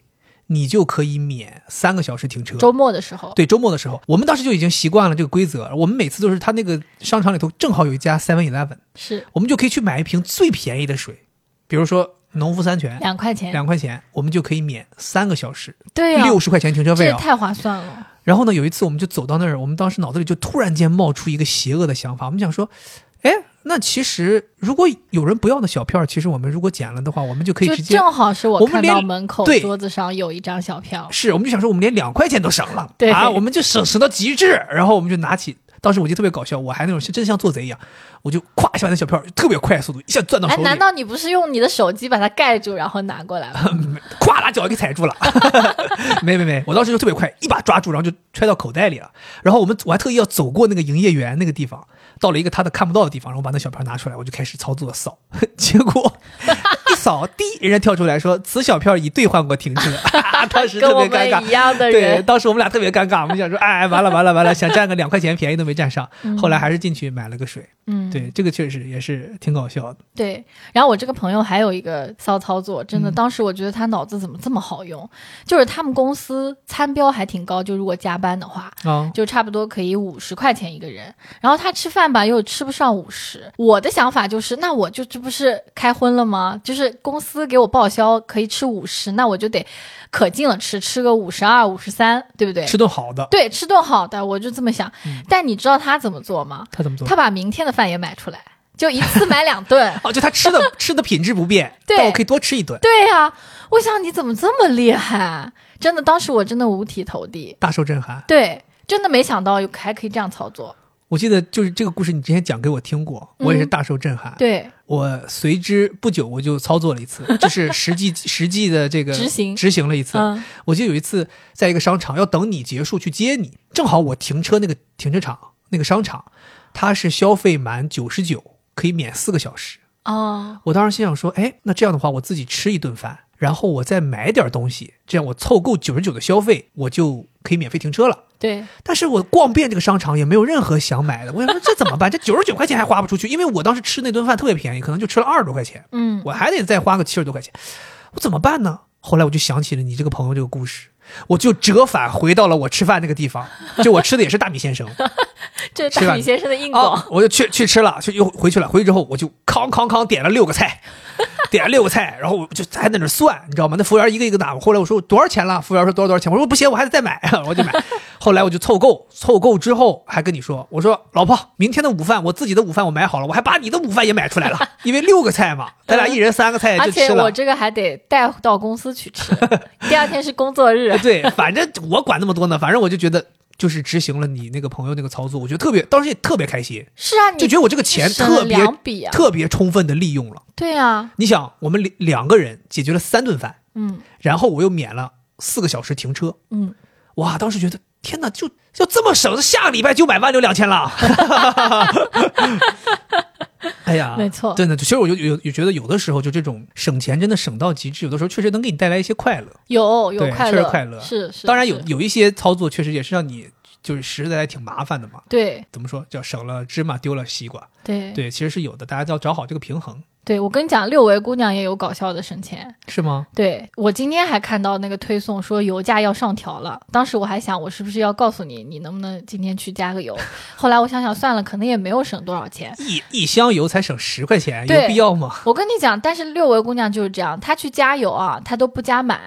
A: 你就可以免三个小时停车。
B: 周末的时候，
A: 对周末的时候，我们当时就已经习惯了这个规则。我们每次都是他那个商场里头正好有一家 Seven Eleven，
B: 是
A: 我们就可以去买一瓶最便宜的水，比如说农夫山泉
B: 两块钱，
A: 两块钱，我们就可以免三个小时
B: 对呀、
A: 六十块钱停车
B: 这
A: 费
B: 也
A: 啊。
B: 太划算了。
A: 然后呢，有一次我们就走到那儿，我们当时脑子里就突然间冒出一个邪恶的想法，我们想说，哎，那其实如果有人不要的小票，其实我们如果捡了的话，我们就可以
B: 就
A: 直接
B: 正好是我
A: 我们
B: 看
A: 连
B: 到门口
A: 对
B: 桌子上有一张小票，
A: 是，我们就想说，我们连两块钱都省了，
B: 对
A: 啊，我们就省省到极致。然后我们就拿起，当时我记得特别搞笑，我还那种真像做贼一样，我就咵一下把那小票特别快速度一下攥到
B: 哎
A: 手，里，
B: 难道你不是用你的手机把它盖住，然后拿过来 吗？
A: 咵啦脚给踩住了， 没没没，我当时就特别快，一把抓住，然后就揣到口袋里了。然后我们我还特意要走过那个营业员那个地方，到了一个他的看不到的地方，然后把那小票拿出来，我就开始操作扫， 结果一扫，滴，人家跳出来说此小票已兑换过停车，当时
B: 跟
A: 特
B: 我
A: 别尴
B: 们
A: 尬
B: 一。样的
A: 对，
B: 人，
A: 当时我们俩特别尴尬，我们想说， 哎，完了完了完了，想占个两块钱便宜都没占上，后来还是进去买了个水。
B: 嗯，
A: 对，这个确实也是挺搞笑的。
B: 对，然后我这个朋友还有一个骚操作，真的，
A: 嗯
B: 当时我觉得他脑子怎么这么好用？就是他们公司餐标还挺高，就如果加班的话，
A: 啊，
B: 就差不多可以五十块钱一个人。然后他吃饭吧又吃不上五十，我的想法就是，那我就这不是开荤了吗？就是公司给我报销可以吃五十，那我就得可劲了吃，吃个五十二、五十三，对不对？
A: 吃顿好的，
B: 对，吃顿好的，我就这么想。
A: 嗯
B: 但你知道他怎么做吗？
A: 他怎么做？
B: 他把明天的饭也买出来，就一次买两顿。
A: 哦，就他吃的吃的品质不变，
B: 对
A: 但我可以多吃一顿。
B: 对呀、我想你怎么这么厉害？真的，当时我真的五体投地。
A: 大受震撼。
B: 对，真的没想到有还可以这样操作。
A: 我记得就是这个故事，你之前讲给我听过，我也是
B: 嗯
A: 大受震撼。
B: 对，
A: 我随之不久我就操作了一次，就是实际 实际的这个
B: 执行
A: 执行了一次。
B: 嗯
A: 我记得有一次在一个商场要等你结束去接你，正好我停车那个停车场那个商场，它是消费满九十九可以免四个小时。
B: 哦，
A: 我当时心想说，哎，那这样的话我自己吃一顿饭，然后我再买点东西，这样我凑够九十九的消费，我就可以免费停车了。
B: 对，
A: 但是我逛遍这个商场也没有任何想买的，我想说这怎么办？这九十九块钱还花不出去，因为我当时吃那顿饭特别便宜，可能就吃了二十多块钱，
B: 嗯，
A: 我还得再花个七十多块钱，我怎么办呢？后来我就想起了你这个朋友这个故事，我就折返回到了我吃饭那个地方，就我吃的也是大米先生，
B: 这
A: 吃
B: 大
A: 饭
B: 米先生的硬广
A: 哦，我就去去吃了，去又回去了。回去之后，我就康康康点了六个菜，点了六个菜，然后我就还在那儿算，你知道吗？那服务员一个一个打。后来我说多少钱了？服务员说多少多少钱？我说不行，我还得再买， 我就买。后来我就凑够，凑够之后还跟你说，我说老婆，明天的午饭我自己的午饭我买好了，我还把你的午饭也买出来了，因为六个菜嘛，咱俩一人三个菜
B: 嗯而
A: 哎就
B: 且
A: 吃了。
B: 我。这个还得带到公司去吃，第二天是工作日
A: 对，反正我管那么多呢，反正我就觉得。就是执行了你那个朋友那个操作，我觉得特别，当时也特别开心，
B: 是啊，你
A: 就觉得我这个钱
B: 省了
A: 特别、
B: 两笔啊，
A: 特别充分的利用了。
B: 对啊，
A: 你想，我们两两个人解决了三顿饭，
B: 嗯
A: 然后我又免了四个小时停车，
B: 嗯，
A: 哇！当时觉得天哪，就就这么省，下个礼拜就买万六两千了。 哎呀，
B: 没错
A: 真的，其实我就有有觉得有的时候就这种省钱真的省到极致，有的时候确实能给你带来一些快乐。
B: 有有
A: 对
B: 快
A: 确
B: 乐，
A: 实快乐
B: 是是，
A: 当然有
B: 是
A: 有一些操作确实也是让你就是实实在在挺麻烦的嘛。
B: 对
A: 怎么说叫省了芝麻丢了西瓜？
B: 对
A: 对，其实是有的，大家要找好这个平衡，
B: 对，我跟你讲，六维姑娘也有搞笑的省钱。
A: 是吗？
B: 对我今天还看到那个推送说油价要上调了，当时我还想我是不是要告诉你，你能不能今天去加个油？后来我想想算了，可能也没有省多少钱。
A: 一一箱油才省十块钱，有
B: 对
A: 必要吗？
B: 我跟你讲，但是六维姑娘就是这样，她去加油啊，她都不加满。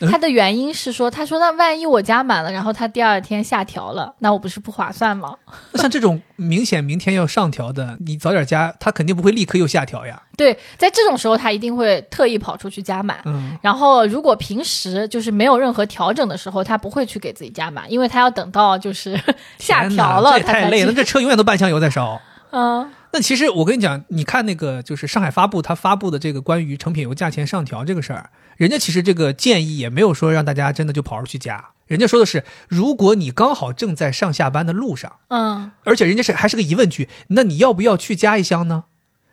A: 嗯
B: 她的原因是说，她说那万一我加满了，然后她第二天下调了，那我不是不划算吗？
A: 那像这种明显明天要上调的，你早点加，它肯定不会立刻又下调呀。
B: 对，在这种时候，她一定会特意跑出去加满。
A: 嗯，
B: 然后，如果平时就是没有任何调整的时候，她不会去给自己加满，因为她要等到就是 下
A: 天哪
B: 调了，
A: 这也
B: 她
A: 太
B: 才
A: 累了，
B: 去。
A: 这车永远都半箱油在烧。
B: 嗯，
A: 那其实我跟你讲，你看那个就是上海发布它发布的这个关于成品油价钱上调这个事儿，人家其实这个建议也没有说让大家真的就跑出去加，人家说的是，如果你刚好正在上下班的路上，
B: 嗯，
A: 而且人家是还是个疑问句，那你要不要去加一箱呢？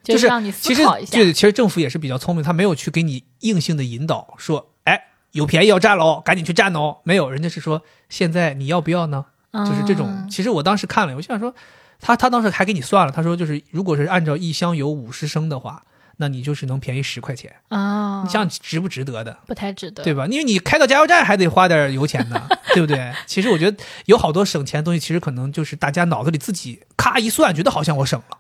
B: 就是让你思
A: 其实
B: 考一下。
A: 对，其实政府也是比较聪明，他没有去给你硬性的引导，说，哎，有便宜要占喽，赶紧去占喽。没有，人家是说，现在你要不要呢？就是这种。
B: 嗯
A: 其实我当时看了，我就想说，他他当时还给你算了，他说就是，如果是按照一箱油五十升的话，那你就是能便宜十块钱。
B: 啊，
A: 你想值不值得的，
B: 不太值得。
A: 对吧？因为你开到加油站还得花点油钱 呢，对不对？其实我觉得有好多省钱的东西，其实可能就是大家脑子里自己咔一算，觉得好像我省了，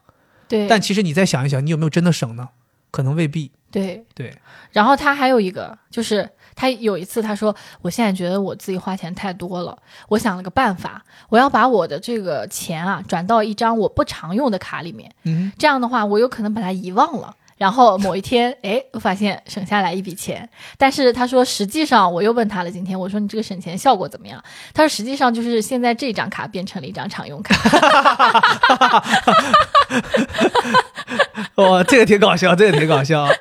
B: 对，
A: 但其实你再想一想，你有没有真的省呢？可能未必。
B: 对
A: 对，
B: 然后他还有一个，就是他有一次他说，我现在觉得我自己花钱太多了，我想了个办法，我要把我的这个钱啊转到一张我不常用的卡里面，
A: 嗯，
B: 这样的话我有可能把它遗忘了。然后某一天，哎，我发现省下来一笔钱，但是他说实际上我又问他了，今天我说你这个省钱效果怎么样？他说实际上就是现在这张卡变成了一张常 用卡，
A: 哦，这个挺搞笑，这个挺搞笑。啊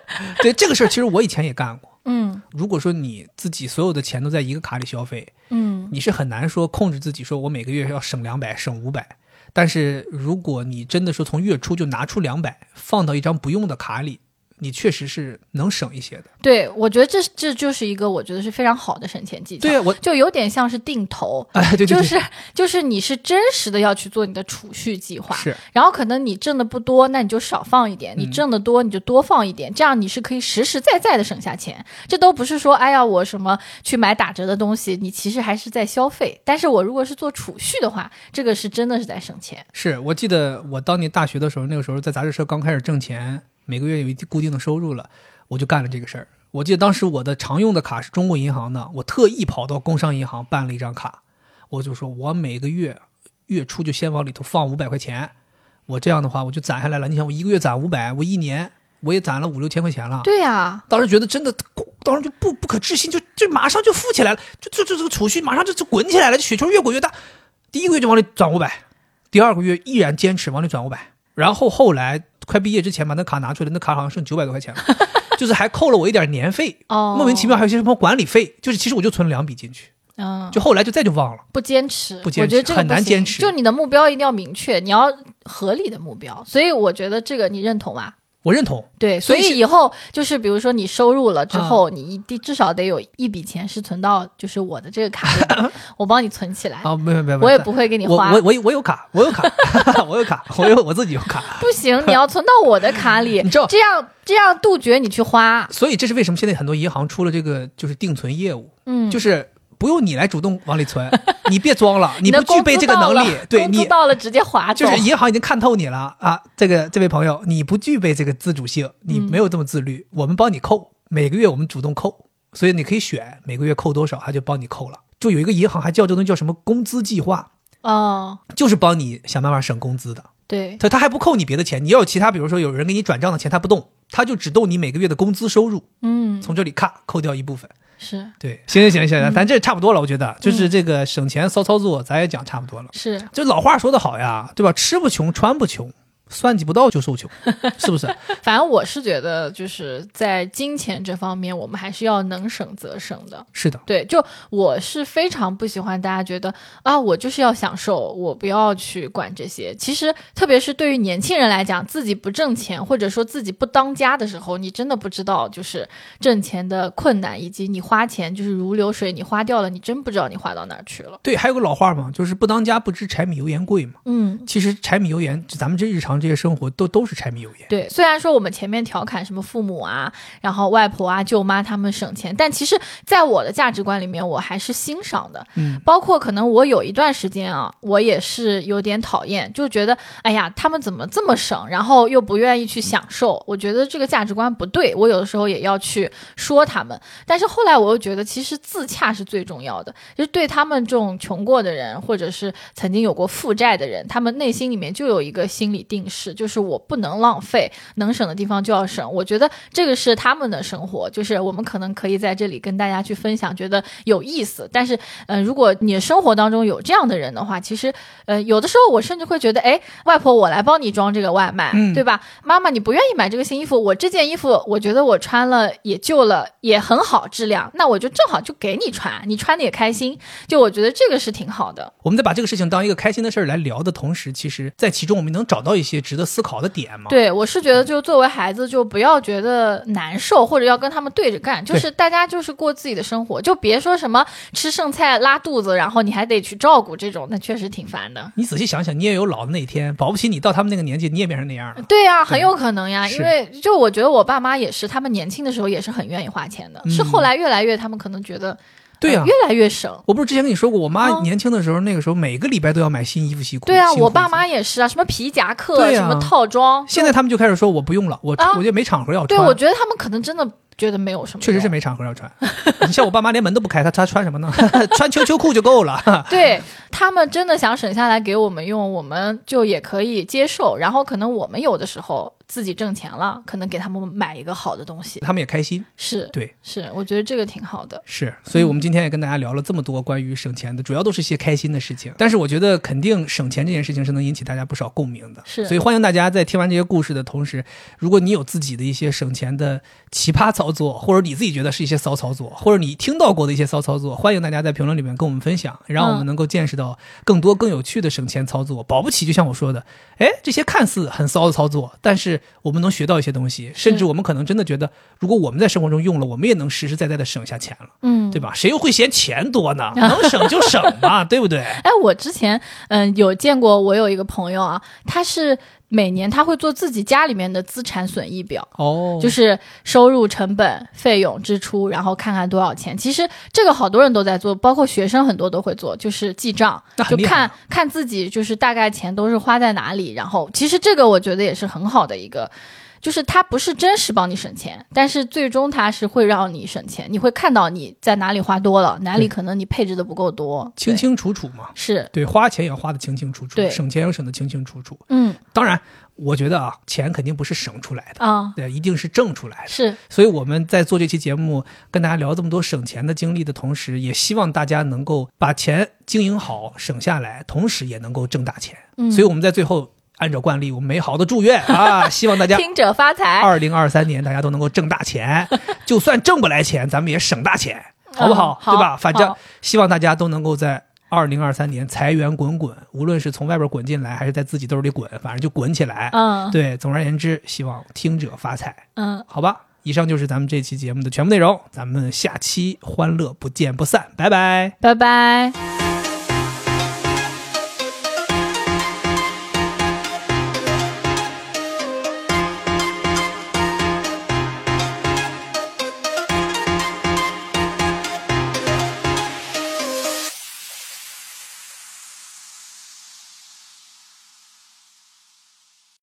A: 对这个事儿，其实我以前也干过。
B: 嗯
A: 如果说你自己所有的钱都在一个卡里消费，
B: 嗯，
A: 你是很难说控制自己，说我每个月要省两百，省五百。但是如果你真的说从月初就拿出两百放到一张不用的卡里，你确实是能省一些的。
B: 对，我觉得这这就是一个我觉得是非常好的省钱技巧。
A: 对啊， 我
B: 就有点像是定投，
A: 哎，对对对，
B: 就是就是你是真实的要去做你的储蓄计划，
A: 是
B: 然后可能你挣的不多，那你就少放一点；你
A: 嗯
B: 挣的多，你就多放一点。这样你是可以实实在在的省下钱。这都不是说，哎呀，我什么去买打折的东西，你其实还是在消费。但是我如果是做储蓄的话，这个是真的是在省钱。
A: 是我记得我当年大学的时候，那个时候在杂志社刚开始挣钱，每个月有一定固定的收入了，我就干了这个事儿。我记得当时我的常用的卡是中国银行的，我特意跑到工商银行办了一张卡，我就说我每个月月初就先往里头放五百块钱，我这样的话我就攒下来了。你想我一个月攒五百，我一年我也攒了五六千块钱了。
B: 对呀、
A: 当时觉得真的，当时就不不可置信，就就马上就富起来了，就就就这个储蓄马上就就滚起来了，这雪球越滚越大。第一个月就往里转五百，第二个月依然坚持往里转五百，然后后来快毕业之前把那卡拿出来，那卡好像剩九百多块钱了， 就是还扣了我一点年费，
B: 哦，
A: 莫名其妙还有一些什么管理费，就是其实我就存了两笔进去，
B: 嗯，
A: 就后来就再就忘了。
B: 不坚持，
A: 不坚持
B: 我觉得这个
A: 很难
B: 不行
A: 坚持
B: 就你的目标一定要明确，你要合理的目标。所以我觉得这个你认同吧？
A: 我认同，
B: 对，
A: 所
B: 所
A: 以是嗯
B: 以以后就是比如说你收入了之后，你一定至少得有一笔钱是存到就是我的这个卡 里，我帮你存起来，
A: 啊，没有没有，没有
B: 哎我也不会给你
A: 我
B: 花。
A: 我我我有卡，我有卡， 我有卡，我有我自己有卡，
B: 不行，你要存到我的卡里，
A: 你知道
B: 这样这样杜绝你去花。
A: 所以这是为什么现在很多银行出了这个就是定存业务，
B: 嗯，
A: 就是不用你来主动往里 存，你别装了，你
B: 的
A: 不具备这个能
B: 工
A: 力
B: 资到了，
A: 对
B: 工资
A: 你
B: 到了直接划 走。
A: 就是银行已经看透你了啊！这个这位朋友，你不具备这个自主性，你没有这么自律，
B: 嗯
A: 我们帮你扣，每个月我们主动扣，所以你可以选每个月扣多少，他就帮你扣了。就有一个银行还叫这东西叫什么工资计划，
B: 哦，就
A: 就
B: 是
A: 是帮你想办法省工资的。
B: 对，
A: 他他还不扣你别的钱，你要有其他，比如说有人给你转账的钱，他不动，他就只动你每个月的工资收入，
B: 嗯，
A: 从这里咔扣掉一部分。
B: 是
A: 对，行行行行行，咱这差不多了，我觉
B: 嗯
A: 得就是这个省钱骚操作，咱也讲差不多了。
B: 是，
A: 这老话说得好呀，对吧？吃不穷，穿不穷，算计不到就受穷，是 不是？
B: 反正我是觉得就是在金钱这方面，我们还是要能省则省的。
A: 是的，
B: 对，就我是非常不喜欢大家觉得啊，我就是要享受，我不要去管这些。其实，特别是对于年轻人来讲，自己不挣钱或者说自己不当家的时候，你真的不知道就是挣钱的困难，以及你花钱就是如流水，你花掉了，你真不知道你花到哪儿去了。
A: 对，还有个老话嘛，就是不当家不知柴米油盐贵嘛。
B: 嗯。
A: 其实柴米油盐，咱们这日常这些生活都都是柴米油盐。
B: 对，虽然说我们前面调侃什么父母啊，然后外婆啊、舅妈他们省钱，但其实在我的价值观里面，我还是欣赏的。
A: 嗯，
B: 包括可能我有一段时间啊，我也是有点讨厌，就觉得哎呀，他们怎么这么省，然后又不愿意去享受，我觉得这个价值观不对，我有的时候也要去说他们。但是后来我又觉得，其实自洽是最重要的，就是对他们这种穷过的人，或者是曾经有过负债的人，他们内心里面就有一个心理定势，就是我不能浪费，能省的地方就要省。我觉得这个是他们的生活，就是我们可能可以在这里跟大家去分享，觉得有意思。但是，嗯、如果你的生活当中有这样的人的话，其实，呃，有的时候我甚至会觉得，哎，外婆，我来帮你装这个外卖，
A: 嗯
B: 对吧？妈妈，你不愿意买这个新衣服，我这件衣服我觉得我穿了也旧了，也很好质量，那我就正好就给你穿，你穿的也开心。就我觉得这个是挺好的。
A: 我们在把这个事情当一个开心的事儿来聊的同时，其实在其中我们能找到一些值得思考的点嘛。
B: 对，我是觉得，就作为孩子，就不要觉得难受，或者要跟他们对着干，就
A: 对
B: 是大家就是过自己的生活，就别说什么吃剩菜拉肚子，然后你还得去照顾这种，那确实挺烦的。
A: 你仔细想想，你也有老的那一天，保不齐你到他们那个年纪，你也变成那样了。
B: 对呀、很有可能呀，
A: 是
B: 因为就我觉得我爸妈也是，他们年轻的时候也是很愿意花钱的，是
A: 嗯
B: 后来越来越他们可能觉得，
A: 对呀、
B: 呃越来越省。
A: 我不是之前跟你说过，我妈
B: 哦
A: 年轻的时候，那个时候每个礼拜都要买新衣服、新裤
B: 对啊，
A: 新裤
B: 我爸
A: 子
B: 妈也是啊，什么皮夹克，
A: 对啊
B: 什
A: 呀
B: 么套装，
A: 现在他们就开始说我不用了，我、
B: 啊
A: 我觉得没场合要
B: 对
A: 穿。
B: 我觉得他们可能真的觉得没有什么用，
A: 确实是没场合要 穿。你像我爸妈连门都不开，他他穿什么呢？穿秋秋裤就够 了。
B: 对他们真的想省下来给我们用，我们就也可以接受。然后可能我们有的时候自己挣钱了，可能给他们买一个好的东西，
A: 他们也开心，
B: 是
A: 对，
B: 是，我觉得这个挺好的。
A: 是。所以我们今天也跟大家聊了这么多关于省钱的，主要都是一些开心的事情。但是我觉得肯定省钱这件事情是能引起大家不少共鸣的。
B: 是
A: 所以欢迎大家在听完这些故事的同时，如果你有自己的一些省钱的奇葩操作，或者你自己觉得是一些骚操作，或者你听到过的一些骚操作，欢迎大家在评论里面跟我们分享，让我们
B: 嗯
A: 能够见识到更多更有趣的省钱操作。保不齐就像我说的，哎，这些看似很骚的操作，但是是我们能学到一些东西，甚至我们可能真的觉得，如果我们在生活中用了，我们也能实实在在的省下钱了，
B: 嗯，
A: 对吧？谁又会嫌钱多 呢？能省就省嘛，对不对？
B: 哎，我之前嗯有见过，我有一个朋友啊，他是每年他会做自己家里面的资产损益表，
A: 哦，
B: 就是是收入、成本、费用、支出，然后看看多少钱。其实这个好多人都在做，包括学生很多都会做，就是记账
A: 那，很啊
B: 就
A: 厉害
B: 看看自己就是大概钱都是花在哪里。然后其实这个我觉得也是很好的一个。就是它不是真实帮你省钱，但是最终它是会让你省钱，你会看到你在哪里花多了，哪里可能你配置的不够多，
A: 清
B: 对
A: 清楚楚嘛。
B: 是，
A: 对，花钱也要花的清清楚楚，
B: 对
A: 省钱要省的清清楚楚。
B: 嗯
A: 当然，我觉得啊，钱肯定不是省出来的，
B: 啊，
A: 对，一定是挣出来的。
B: 是，
A: 所以我们在做这期节目，跟大家聊这么多省钱的经历的同时，也希望大家能够把钱经营好，省下来，同时也能够挣大钱。
B: 嗯，
A: 所以我们在最后按照惯例，我们美好的祝愿啊，希望大家。
B: 听者发财，
A: 二零二三年，大家都能够挣大 钱，就算挣不来钱，咱们也省大钱，好不好？
B: 嗯好
A: 对吧？反正
B: 好
A: 希望大家都能够在二零二三年财源滚滚，无论是从外边滚进来，还是在自己兜里滚，反正就滚起来。
B: 嗯
A: 对，总而言之，希望听者发财，
B: 嗯，
A: 好吧？以上就是咱们这期节目的全部内容，咱们下期欢乐不见不散，拜拜。
B: 拜拜。